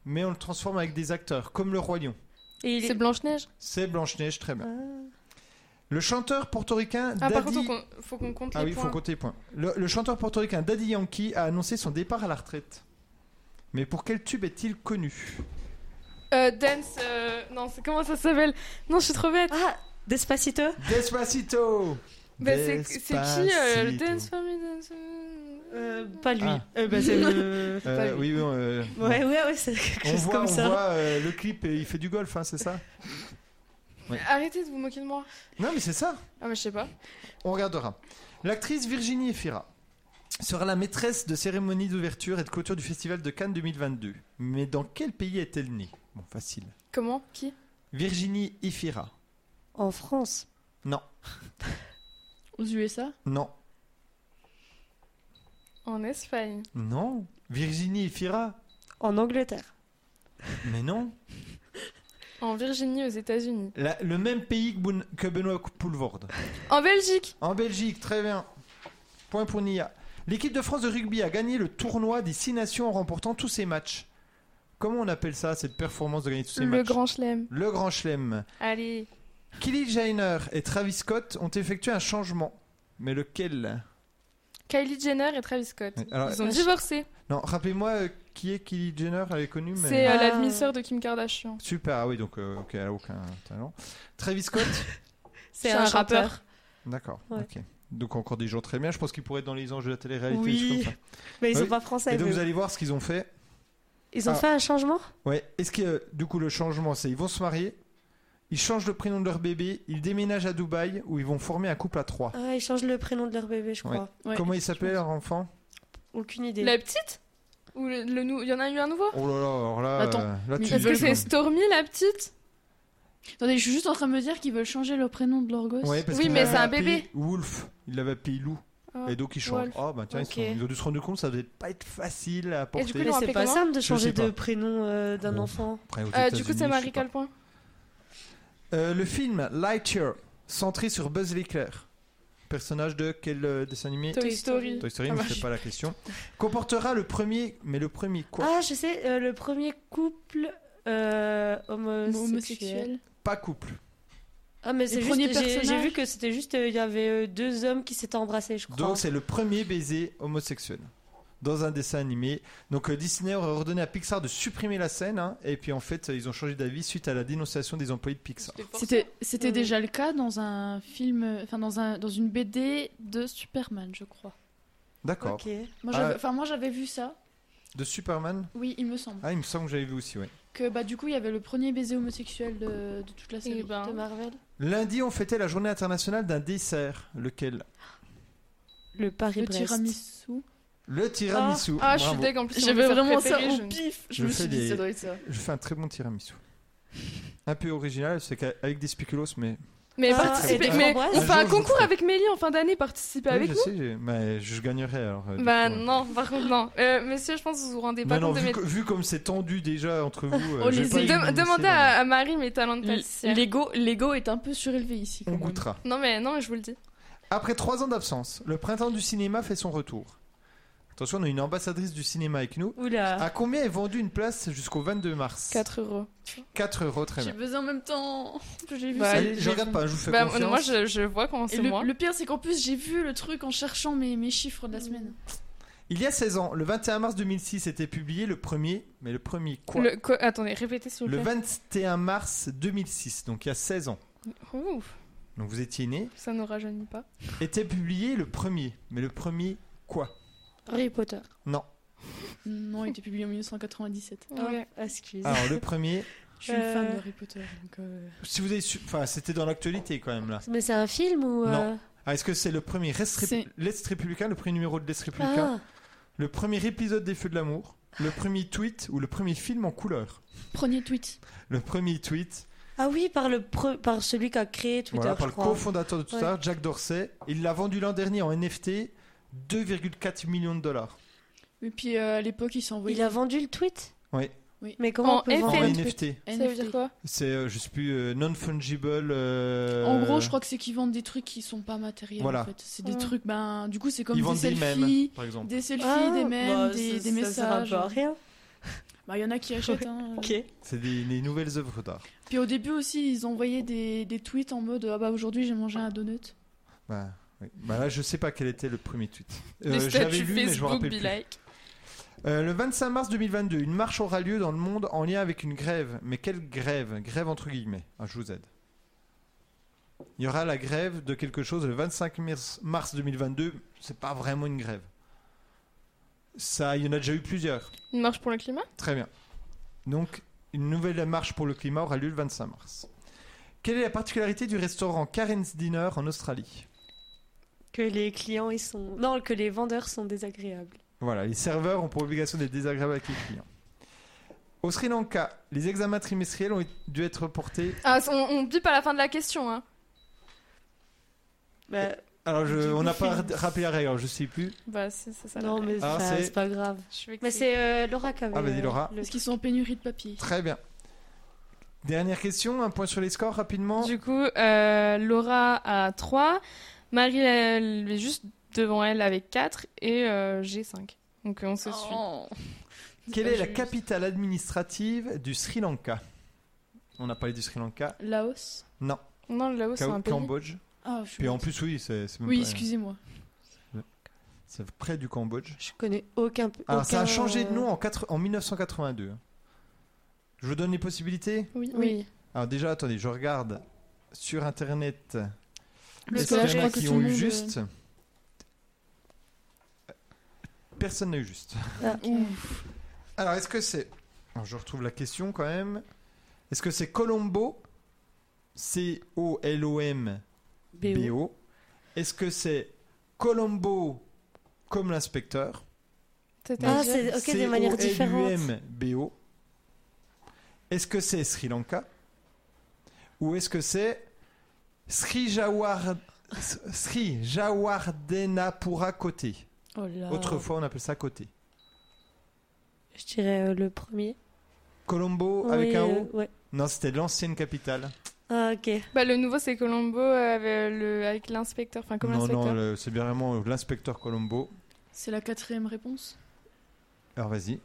[SPEAKER 1] mais on le transforme avec des acteurs, comme Le Roi Lion.
[SPEAKER 7] Et il est-
[SPEAKER 2] C'est Blanche-Neige
[SPEAKER 1] C'est Blanche-Neige, très bien.
[SPEAKER 7] Ah.
[SPEAKER 1] Le chanteur portoricain
[SPEAKER 2] Ah, par
[SPEAKER 1] Daddy.
[SPEAKER 2] contre, faut qu'on- faut qu'on compte
[SPEAKER 1] ah
[SPEAKER 2] les
[SPEAKER 1] oui, faut
[SPEAKER 2] points.
[SPEAKER 1] compter les points. Le, le chanteur portoricain Daddy Yankee a annoncé son départ à la retraite. Mais pour quel tube est-il connu
[SPEAKER 2] Euh, Dance. euh, Non, c'est comment ça s'appelle Non, je suis trop bête.
[SPEAKER 7] Ah, Despacito
[SPEAKER 1] Despacito
[SPEAKER 2] Bah, c'est c'est qui euh, le
[SPEAKER 1] Despacito.
[SPEAKER 2] Dance for me, dance for me
[SPEAKER 7] Euh, Pas lui.
[SPEAKER 1] Ah.
[SPEAKER 7] Euh, bah, c'est le.
[SPEAKER 1] Euh,
[SPEAKER 7] pas lui.
[SPEAKER 1] oui, oui, euh,
[SPEAKER 7] Ouais, ouais, ouais, c'est quelque
[SPEAKER 1] On
[SPEAKER 7] chose
[SPEAKER 1] voit,
[SPEAKER 7] comme
[SPEAKER 1] on
[SPEAKER 7] ça.
[SPEAKER 1] voit euh, le clip et il fait du golf, hein, c'est ça
[SPEAKER 2] Arrêtez de vous moquer de moi.
[SPEAKER 1] Non, mais c'est ça.
[SPEAKER 2] Ah, mais je sais pas.
[SPEAKER 1] On regardera. L'actrice Virginie Efira sera la maîtresse de cérémonie d'ouverture et de clôture du Festival de Cannes 2022. Mais dans quel pays est-elle née Bon, facile.
[SPEAKER 2] Comment Qui
[SPEAKER 1] Virginie Efira.
[SPEAKER 7] En France.
[SPEAKER 1] Non,
[SPEAKER 3] Aux USA
[SPEAKER 1] non,
[SPEAKER 2] En Espagne.
[SPEAKER 1] non. Virginie Efira
[SPEAKER 7] En Angleterre.
[SPEAKER 1] Mais non.
[SPEAKER 2] En Virginie, aux États-Unis.
[SPEAKER 1] La- le même pays que, Boun- que Benoît Poulvorde.
[SPEAKER 2] En Belgique
[SPEAKER 1] En Belgique, très bien. Point pour Nia. L'équipe de France de rugby a gagné le tournoi des six nations en remportant tous ses matchs. Comment on appelle ça, cette performance de gagner tous ses
[SPEAKER 2] Le
[SPEAKER 1] matchs
[SPEAKER 2] Grand Chelem.
[SPEAKER 1] Le Grand Chelem.
[SPEAKER 2] Allez.
[SPEAKER 1] Kylie Jenner et Travis Scott ont effectué un changement. Mais lequel
[SPEAKER 2] Kylie Jenner et Travis Scott.
[SPEAKER 1] Alors,
[SPEAKER 2] Ils ont
[SPEAKER 7] euh,
[SPEAKER 2] divorcé.
[SPEAKER 1] Non, rappelez-moi euh, qui est Kylie Jenner, elle est connue, mais...
[SPEAKER 2] C'est euh, la
[SPEAKER 7] Ah.
[SPEAKER 2] demi-sœur de Kim Kardashian.
[SPEAKER 1] Super, ah oui, donc euh, ok, elle a aucun talent. Travis Scott
[SPEAKER 7] C'est un rappeur.
[SPEAKER 1] D'accord,
[SPEAKER 7] Ouais.
[SPEAKER 1] ok. Donc encore des gens très bien, je pense qu'ils pourraient être dans les anges de la télé-réalité.
[SPEAKER 7] Oui.
[SPEAKER 1] des choses comme ça.
[SPEAKER 7] Mais ils sont
[SPEAKER 1] Oui.
[SPEAKER 7] pas
[SPEAKER 1] Et
[SPEAKER 7] français.
[SPEAKER 1] donc
[SPEAKER 7] mais-
[SPEAKER 1] vous allez voir ce qu'ils ont fait.
[SPEAKER 7] Ils ont
[SPEAKER 1] Ah.
[SPEAKER 7] fait un changement
[SPEAKER 1] Ouais, est-ce que euh, du coup le changement c'est ils vont se marier, ils changent le prénom de leur bébé, ils déménagent à Dubaï où ils vont former un couple à trois.
[SPEAKER 7] Ah, ils changent le prénom de leur bébé, je
[SPEAKER 1] Ouais.
[SPEAKER 7] crois.
[SPEAKER 3] Ouais.
[SPEAKER 1] Comment ils s'appelaient leur enfant
[SPEAKER 7] Aucune idée.
[SPEAKER 2] La petite Ou le, le nou- Il y en a eu un nouveau
[SPEAKER 1] Oh là là, alors là,
[SPEAKER 3] Attends,
[SPEAKER 1] euh, là
[SPEAKER 3] mais
[SPEAKER 1] tu
[SPEAKER 2] Est-ce que
[SPEAKER 1] tu-
[SPEAKER 2] c'est Stormy la petite
[SPEAKER 3] Attendez, je suis juste en train de me dire qu'ils veulent changer le prénom de leur gosse.
[SPEAKER 1] Ouais, parce
[SPEAKER 2] Oui,
[SPEAKER 1] qu'il
[SPEAKER 2] mais
[SPEAKER 1] l'avait
[SPEAKER 2] c'est un
[SPEAKER 1] appelé
[SPEAKER 2] bébé.
[SPEAKER 1] Wolf, il l'avait appelé loup.
[SPEAKER 2] Ah,
[SPEAKER 1] et donc ils changent.
[SPEAKER 2] Wolf.
[SPEAKER 1] Oh bah tiens, ils
[SPEAKER 7] Ok.
[SPEAKER 1] sont- ils, ont dû se rendre compte que ça devait pas être facile à porter.
[SPEAKER 2] du coup, ils
[SPEAKER 7] Mais
[SPEAKER 2] l'ont
[SPEAKER 7] c'est
[SPEAKER 2] appelé
[SPEAKER 7] pas
[SPEAKER 2] comment
[SPEAKER 7] simple de changer
[SPEAKER 1] sais pas.
[SPEAKER 7] de prénom euh, d'un
[SPEAKER 1] Bon.
[SPEAKER 7] enfant.
[SPEAKER 1] Après, aux
[SPEAKER 2] Euh, Du coup,
[SPEAKER 1] États-Unis,
[SPEAKER 2] c'est
[SPEAKER 1] je sais
[SPEAKER 2] Marie
[SPEAKER 1] pas.
[SPEAKER 2] Calpoint.
[SPEAKER 1] Euh, le film Lightyear, centré sur Buzz l'éclair, personnage de quel euh, dessin animé
[SPEAKER 2] Toy Story.
[SPEAKER 1] Toy Story,
[SPEAKER 2] Ah
[SPEAKER 1] mais
[SPEAKER 2] bah,
[SPEAKER 1] c'est
[SPEAKER 2] je-
[SPEAKER 1] pas la question. Comportera le premier, mais le premier quoi
[SPEAKER 7] Ah, je sais, euh, le premier couple euh, homosexuel.
[SPEAKER 3] Homosexuel.
[SPEAKER 1] Pas couple.
[SPEAKER 7] Ah, mais c'est
[SPEAKER 3] Les
[SPEAKER 7] juste,
[SPEAKER 3] premiers
[SPEAKER 7] j'ai- j'ai
[SPEAKER 3] personnages.
[SPEAKER 7] vu que c'était juste, euh, il y avait euh, deux hommes qui s'étaient embrassés, je crois.
[SPEAKER 1] Donc c'est le premier baiser homosexuel dans un dessin animé. Donc euh, Disney aurait ordonné à Pixar de supprimer la scène hein, et puis en fait euh, ils ont changé d'avis suite à la dénonciation des employés de Pixar.
[SPEAKER 3] C'était c'était
[SPEAKER 7] Oui.
[SPEAKER 3] déjà le cas dans un film, enfin dans un dans une BD de Superman, je crois.
[SPEAKER 1] D'accord.
[SPEAKER 7] Ok.
[SPEAKER 3] Moi, j'avais-
[SPEAKER 1] Ah.
[SPEAKER 3] enfin moi j'avais vu ça.
[SPEAKER 1] De Superman
[SPEAKER 3] Oui, il me semble
[SPEAKER 1] Ah il me semble que j'avais vu aussi, ouais.
[SPEAKER 3] que bah du coup il y avait le premier baiser homosexuel de, de toute la série.
[SPEAKER 2] Eh ben.
[SPEAKER 7] De Marvel.
[SPEAKER 1] Lundi, on fêtait la journée internationale d'un dessert. Lequel
[SPEAKER 7] Le
[SPEAKER 3] Le
[SPEAKER 7] Paris-Brest.
[SPEAKER 3] tiramisu.
[SPEAKER 1] Le tiramisu.
[SPEAKER 2] Ah, je suis
[SPEAKER 1] Bravo.
[SPEAKER 2] deg en plus. c'est mon
[SPEAKER 3] J'avais
[SPEAKER 2] dessert
[SPEAKER 3] vraiment
[SPEAKER 2] préféré,
[SPEAKER 3] ça au
[SPEAKER 2] je-
[SPEAKER 3] pif. Je,
[SPEAKER 1] Je
[SPEAKER 3] me
[SPEAKER 1] fais
[SPEAKER 3] suis dit
[SPEAKER 1] des-
[SPEAKER 3] ça doit être ça.
[SPEAKER 1] Je fais un très bon tiramisu. Un peu original, c'est qu'avec des spiculos, mais.
[SPEAKER 7] Ah,
[SPEAKER 2] Mais
[SPEAKER 1] et
[SPEAKER 2] participez.
[SPEAKER 1] des
[SPEAKER 2] Mais
[SPEAKER 7] framboises.
[SPEAKER 2] on
[SPEAKER 1] Un
[SPEAKER 2] fait un
[SPEAKER 1] jour, je
[SPEAKER 2] concours
[SPEAKER 1] ferai.
[SPEAKER 2] avec Mélie en fin d'année. Participez
[SPEAKER 1] Oui,
[SPEAKER 2] avec
[SPEAKER 1] je
[SPEAKER 2] nous.
[SPEAKER 1] sais, j'ai- mais je gagnerais alors. euh, du
[SPEAKER 2] Bah
[SPEAKER 1] coup, euh.
[SPEAKER 2] non, par contre non. Euh, Monsieur, je pense que vous vous rendez
[SPEAKER 1] Mais
[SPEAKER 2] pas
[SPEAKER 1] Bah non,
[SPEAKER 2] compte de
[SPEAKER 1] vu,
[SPEAKER 2] mes.
[SPEAKER 1] que- vu comme c'est tendu déjà entre vous. euh,
[SPEAKER 3] On
[SPEAKER 1] je vais
[SPEAKER 3] les
[SPEAKER 1] pas
[SPEAKER 3] a-
[SPEAKER 1] y
[SPEAKER 2] Dem-
[SPEAKER 1] me lancer
[SPEAKER 2] demandez
[SPEAKER 1] là-dedans.
[SPEAKER 2] à, à Marie mes talents de pâtissière.
[SPEAKER 3] Euh, L'ego l'ego est un peu surélevé ici. quand
[SPEAKER 1] On
[SPEAKER 3] même.
[SPEAKER 1] goûtera.
[SPEAKER 2] Non mais non, mais je vous le dis.
[SPEAKER 1] Après trois ans d'absence, le printemps du cinéma fait son retour. Attention, on a une ambassadrice du cinéma avec nous.
[SPEAKER 7] Oula.
[SPEAKER 1] À combien est vendue une place jusqu'au 22 mars
[SPEAKER 2] 4 euros.
[SPEAKER 1] 4 euros, très
[SPEAKER 3] J'ai
[SPEAKER 1] bien.
[SPEAKER 3] besoin en même temps. J'ai vu
[SPEAKER 2] Bah,
[SPEAKER 3] ça.
[SPEAKER 1] Allez, je regarde pas, je vous fais
[SPEAKER 2] Bah,
[SPEAKER 1] confiance.
[SPEAKER 2] moi je, je vois comment
[SPEAKER 3] Et
[SPEAKER 2] c'est
[SPEAKER 3] le,
[SPEAKER 2] moi.
[SPEAKER 3] le pire, c'est qu'en plus, j'ai vu le truc en cherchant mes, mes chiffres de la semaine.
[SPEAKER 1] Il y a 16 ans, le 21 mars 2006 était publié le premier, mais le premier quoi
[SPEAKER 2] Le- quoi- Attendez, répétez s'il
[SPEAKER 1] Le
[SPEAKER 2] vous plaît.
[SPEAKER 1] 21 mars 2006, donc il y a 16 ans.
[SPEAKER 2] Ouh,
[SPEAKER 1] Donc vous étiez né.
[SPEAKER 2] ça ne rajeunit pas.
[SPEAKER 1] Était publié le premier, mais le premier quoi
[SPEAKER 7] Harry Potter.
[SPEAKER 1] Non.
[SPEAKER 3] Mm, Non, il était publié en 1997.
[SPEAKER 2] Ouais.
[SPEAKER 7] Ah, excuse.
[SPEAKER 1] Alors le premier,
[SPEAKER 3] Je suis une fan
[SPEAKER 7] Euh.
[SPEAKER 3] de Harry Potter, donc... euh,
[SPEAKER 1] si vous avez su... enfin c'était dans l'actualité quand même là.
[SPEAKER 7] Mais c'est un film ou.
[SPEAKER 1] Non.
[SPEAKER 7] euh,
[SPEAKER 1] Ah, est-ce que c'est le premier Reste Rép-
[SPEAKER 3] C'est-
[SPEAKER 1] L'Est républicain, le premier numéro de l'Est républicain,
[SPEAKER 7] Ah,
[SPEAKER 1] le premier épisode des Feux de l'amour, le premier tweet ou le premier film en couleur
[SPEAKER 3] Premier tweet.
[SPEAKER 1] Le premier tweet,
[SPEAKER 7] Ah oui, par, le pre- par celui qui a créé Twitter.
[SPEAKER 1] voilà,
[SPEAKER 7] je
[SPEAKER 1] par le
[SPEAKER 7] crois.
[SPEAKER 1] cofondateur de Twitter,
[SPEAKER 7] Ouais.
[SPEAKER 1] Jack Dorsey. Il l'a vendu l'an dernier en NFT 2,4 millions de dollars.
[SPEAKER 3] Et puis, euh, à l'époque, il s'envoyait...
[SPEAKER 7] Il a vendu le tweet
[SPEAKER 1] Oui,
[SPEAKER 7] Mais comment
[SPEAKER 2] En
[SPEAKER 7] on peut
[SPEAKER 2] effet.
[SPEAKER 1] en
[SPEAKER 7] vendre
[SPEAKER 2] un
[SPEAKER 1] NFT.
[SPEAKER 2] Ça veut dire quoi
[SPEAKER 1] C'est, euh, je sais plus, euh, non-fungible. euh,
[SPEAKER 3] En gros, je crois que c'est qu'ils vendent des trucs qui sont pas matériels,
[SPEAKER 1] Voilà.
[SPEAKER 3] en fait. C'est des
[SPEAKER 2] Ouais.
[SPEAKER 3] trucs... Ben, du coup, c'est comme
[SPEAKER 1] ils
[SPEAKER 3] des
[SPEAKER 1] vendent des mèmes,
[SPEAKER 3] selfies...
[SPEAKER 1] par exemple.
[SPEAKER 3] Des selfies,
[SPEAKER 7] Ah,
[SPEAKER 3] des mèmes,
[SPEAKER 7] bah,
[SPEAKER 3] des,
[SPEAKER 7] ça-
[SPEAKER 3] des
[SPEAKER 7] ça sert un
[SPEAKER 3] messages.
[SPEAKER 7] peu à rien.
[SPEAKER 3] Bah, il y en a qui achètent. hein.
[SPEAKER 7] Ok.
[SPEAKER 1] C'est des, des nouvelles œuvres d'art.
[SPEAKER 3] Puis au début aussi, ils envoyaient des, des tweets en mode ah bah aujourd'hui j'ai mangé un donut.
[SPEAKER 1] Bah, oui. Bah là, je sais pas quel était le premier tweet.
[SPEAKER 2] le
[SPEAKER 1] Euh,
[SPEAKER 2] statut
[SPEAKER 1] j'avais vu, mais je me
[SPEAKER 2] Facebook
[SPEAKER 1] rappelle
[SPEAKER 2] be
[SPEAKER 1] plus.
[SPEAKER 2] like.
[SPEAKER 1] Euh, le 25 mars 2022, une marche aura lieu dans le monde en lien avec une grève. Mais quelle grève Grève entre guillemets. Ah, je vous aide. Il y aura la grève de quelque chose le 25 mars mars 2022. C'est pas vraiment une grève. Ça, il y en a déjà eu plusieurs.
[SPEAKER 2] Une marche pour le climat
[SPEAKER 1] Très bien. Donc, une nouvelle marche pour le climat aura lieu le 25 mars. Quelle est la particularité du restaurant Karen's Dinner en Australie
[SPEAKER 7] Que les clients, ils sont. Non, que les vendeurs sont désagréables.
[SPEAKER 1] Voilà, les serveurs ont pour obligation d'être désagréables avec les clients. Au Sri Lanka, les examens trimestriels ont dû être reportés.
[SPEAKER 2] Ah, on, on bip à la fin de la question. Hein.
[SPEAKER 7] Bah,
[SPEAKER 1] Alors, je-
[SPEAKER 7] Du
[SPEAKER 1] on n'a
[SPEAKER 7] coup,
[SPEAKER 1] pas
[SPEAKER 7] c'est-
[SPEAKER 1] rappelé la règle, je sais plus.
[SPEAKER 2] Bah, c'est c'est ça. la
[SPEAKER 7] non,
[SPEAKER 2] règle.
[SPEAKER 7] mais
[SPEAKER 1] Ah,
[SPEAKER 7] ça,
[SPEAKER 1] c'est-
[SPEAKER 7] c'est pas grave.
[SPEAKER 2] Je suis
[SPEAKER 7] Mais
[SPEAKER 2] vexée.
[SPEAKER 7] c'est euh, Laura qui avait.
[SPEAKER 1] Ah, vas-y,
[SPEAKER 7] euh,
[SPEAKER 1] Laura.
[SPEAKER 7] le-
[SPEAKER 3] Parce qu'ils sont en pénurie de papier.
[SPEAKER 1] Très bien. Dernière question, un point sur les scores rapidement.
[SPEAKER 2] Du coup, euh, Laura a 3, Marie elle est juste devant elle avec 4 et euh, j'ai 5. Donc on se suit.
[SPEAKER 3] Oh.
[SPEAKER 1] Quelle est la
[SPEAKER 3] Je-
[SPEAKER 1] capitale administrative du Sri Lanka On a parlé du Sri Lanka.
[SPEAKER 3] Laos.
[SPEAKER 1] Non,
[SPEAKER 2] Non, là-haut c'est
[SPEAKER 1] Cam-
[SPEAKER 2] un pays.
[SPEAKER 1] Cambodge.
[SPEAKER 3] Ah, je suis
[SPEAKER 1] Puis en
[SPEAKER 3] bête.
[SPEAKER 1] plus, oui, c'est c'est même
[SPEAKER 3] Oui,
[SPEAKER 1] pas-
[SPEAKER 3] excusez-moi.
[SPEAKER 1] C'est près du Cambodge.
[SPEAKER 7] Je connais aucun.
[SPEAKER 1] Alors, Ah, ça a
[SPEAKER 7] aucun,
[SPEAKER 1] changé de
[SPEAKER 7] euh,
[SPEAKER 1] nom en, quatre- en 1982. Je vous donne les possibilités
[SPEAKER 2] Oui.
[SPEAKER 7] Oui.
[SPEAKER 1] Alors, déjà, attendez, je regarde sur internet
[SPEAKER 3] Parce
[SPEAKER 1] les
[SPEAKER 3] que là, je crois que
[SPEAKER 1] qui
[SPEAKER 3] tout
[SPEAKER 1] ont
[SPEAKER 3] le
[SPEAKER 1] eu
[SPEAKER 3] monde, euh,
[SPEAKER 1] juste. Personne n'a eu juste.
[SPEAKER 2] Ah,
[SPEAKER 1] Alors, est-ce que c'est. Alors, je retrouve la question quand même. Est-ce que c'est Colombo C-O-L-O-M-B-O.
[SPEAKER 7] BO.
[SPEAKER 1] Est-ce que c'est Colombo comme
[SPEAKER 7] Ah,
[SPEAKER 1] l'inspecteur
[SPEAKER 2] C'est-à-dire
[SPEAKER 7] c'est ok de manière différente.
[SPEAKER 1] C-O-L-U-M-B-O. Est-ce que c'est Sri Lanka Ou est-ce que c'est Sri, Jawar... Sri Jawardenapura Côté
[SPEAKER 7] Oh là.
[SPEAKER 1] Autrefois, on appelle ça Côté.
[SPEAKER 7] Je dirais euh, le premier.
[SPEAKER 1] Colombo avec
[SPEAKER 7] Oui,
[SPEAKER 1] un
[SPEAKER 7] euh,
[SPEAKER 1] O
[SPEAKER 7] Ouais.
[SPEAKER 1] Non, c'était l'ancienne capitale.
[SPEAKER 7] Ah, ok.
[SPEAKER 2] Bah, le nouveau, c'est Colombo euh, avec le- avec l'inspecteur. Enfin, comme
[SPEAKER 1] non, non,
[SPEAKER 2] l'inspecteur.
[SPEAKER 1] le- c'est bien vraiment l'inspecteur Colombo.
[SPEAKER 3] C'est la quatrième réponse. Euh,
[SPEAKER 1] Alors vas-y.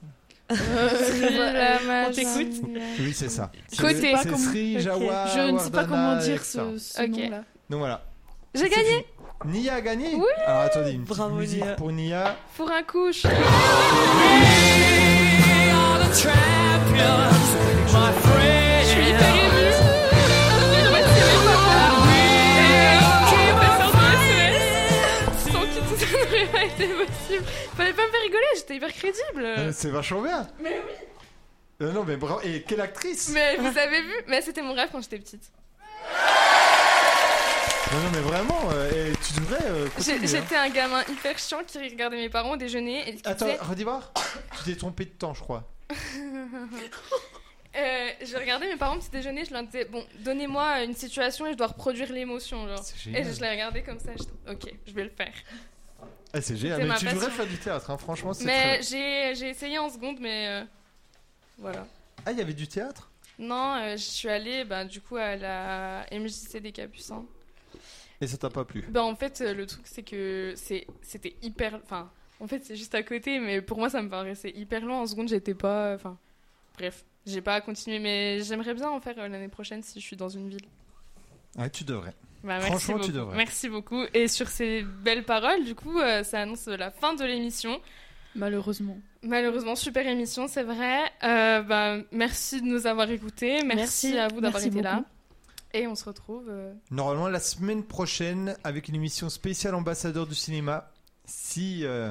[SPEAKER 2] Sriracha.
[SPEAKER 3] on t'écoute.
[SPEAKER 1] Oui, c'est ça.
[SPEAKER 2] Côté.
[SPEAKER 1] C'est Sri,
[SPEAKER 3] Ok.
[SPEAKER 1] Jawa,
[SPEAKER 3] Je ne sais pas
[SPEAKER 1] Wardana,
[SPEAKER 3] comment dire
[SPEAKER 1] etc.
[SPEAKER 3] ce, ce
[SPEAKER 2] Ok.
[SPEAKER 3] nom-là.
[SPEAKER 1] Donc voilà.
[SPEAKER 2] J'ai
[SPEAKER 1] C'est
[SPEAKER 2] gagné
[SPEAKER 1] fini. Nia a gagné
[SPEAKER 2] Oui.
[SPEAKER 1] Alors attendez, une petite
[SPEAKER 7] Bravo,
[SPEAKER 1] musique
[SPEAKER 7] Nia.
[SPEAKER 1] pour Nia.
[SPEAKER 2] pour un couche. Je suis hyper émue. Je vais serrer ma main. Je vais pas faire de SOS. Sans qui tout ça n'aurait pas été possible. Fallait pas me faire rigoler, j'étais hyper
[SPEAKER 1] Euh,
[SPEAKER 2] crédible.
[SPEAKER 1] C'est vachement bien. Mais oui. non, mais bravo. Et quelle actrice
[SPEAKER 2] Mais vous avez vu, mais c'était mon rêve quand j'étais petite.
[SPEAKER 1] Non, non, mais vraiment, euh, et tu devrais. euh,
[SPEAKER 2] J'ai-
[SPEAKER 1] continuer, hein.
[SPEAKER 2] J'étais un gamin hyper chiant qui regardait mes parents au déjeuner et qui
[SPEAKER 1] Attends,
[SPEAKER 2] disait,
[SPEAKER 1] redis voir. tu t'es trompé de temps, je crois.
[SPEAKER 2] euh, je regardais mes parents au petit déjeuner, je leur disais bon, donnez-moi une situation et je dois reproduire l'émotion genre.
[SPEAKER 1] C'est
[SPEAKER 2] Et
[SPEAKER 1] génial.
[SPEAKER 2] je les regardais comme ça, je- ok, je vais le faire.
[SPEAKER 1] Ah, c'est génial. Mais
[SPEAKER 2] C'était ma
[SPEAKER 1] tu devrais
[SPEAKER 2] passion.
[SPEAKER 1] faire du théâtre, hein, franchement. c'est
[SPEAKER 2] Mais
[SPEAKER 1] très-
[SPEAKER 2] j'ai j'ai essayé en seconde, mais euh, voilà.
[SPEAKER 1] Ah, il y avait du théâtre
[SPEAKER 2] Non, euh, je suis allée ben, du coup à la MJC des Capucins.
[SPEAKER 1] Et ça t'a pas plu
[SPEAKER 2] Ben, en fait, euh, le truc, c'est que c'est- c'était hyper. Enfin, en fait, c'est juste à côté, mais pour moi, ça me paraissait hyper loin. En seconde, j'étais pas. Enfin, bref, j'ai pas continué, mais j'aimerais bien en faire euh, l'année prochaine si je suis dans une ville.
[SPEAKER 1] Ouais, tu devrais.
[SPEAKER 2] Ben, merci
[SPEAKER 1] Franchement, tu
[SPEAKER 2] beaucoup.
[SPEAKER 1] devrais.
[SPEAKER 2] Merci beaucoup. Et sur ces belles paroles, du coup, euh, ça annonce la fin de l'émission.
[SPEAKER 3] Malheureusement.
[SPEAKER 2] Malheureusement, super émission, c'est vrai. Euh, bah, merci de nous avoir écoutés. Merci,
[SPEAKER 7] Merci.
[SPEAKER 2] à vous d'avoir
[SPEAKER 3] Merci
[SPEAKER 2] été là.
[SPEAKER 3] beaucoup.
[SPEAKER 2] Et on se retrouve. euh,
[SPEAKER 1] Normalement, la semaine prochaine, avec une émission spéciale ambassadeur du cinéma, si euh,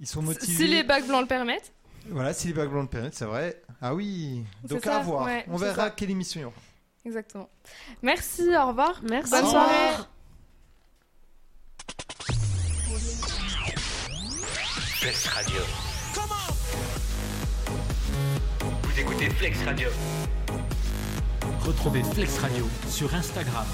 [SPEAKER 1] ils sont motivés.
[SPEAKER 2] si les bacs blancs le permettent.
[SPEAKER 1] Voilà, si les bacs blancs de planète, c'est vrai. Ah oui,
[SPEAKER 2] C'est
[SPEAKER 1] donc
[SPEAKER 2] ça,
[SPEAKER 1] à voir.
[SPEAKER 2] ouais,
[SPEAKER 1] On
[SPEAKER 2] c'est
[SPEAKER 1] verra
[SPEAKER 2] ça.
[SPEAKER 1] quelle émission il y aura.
[SPEAKER 2] Exactement. Merci, au revoir.
[SPEAKER 7] Merci.
[SPEAKER 2] Bonne soirée.
[SPEAKER 12] Flex Radio. Vous écoutez Flex Radio. Retrouvez Flex Radio sur Instagram,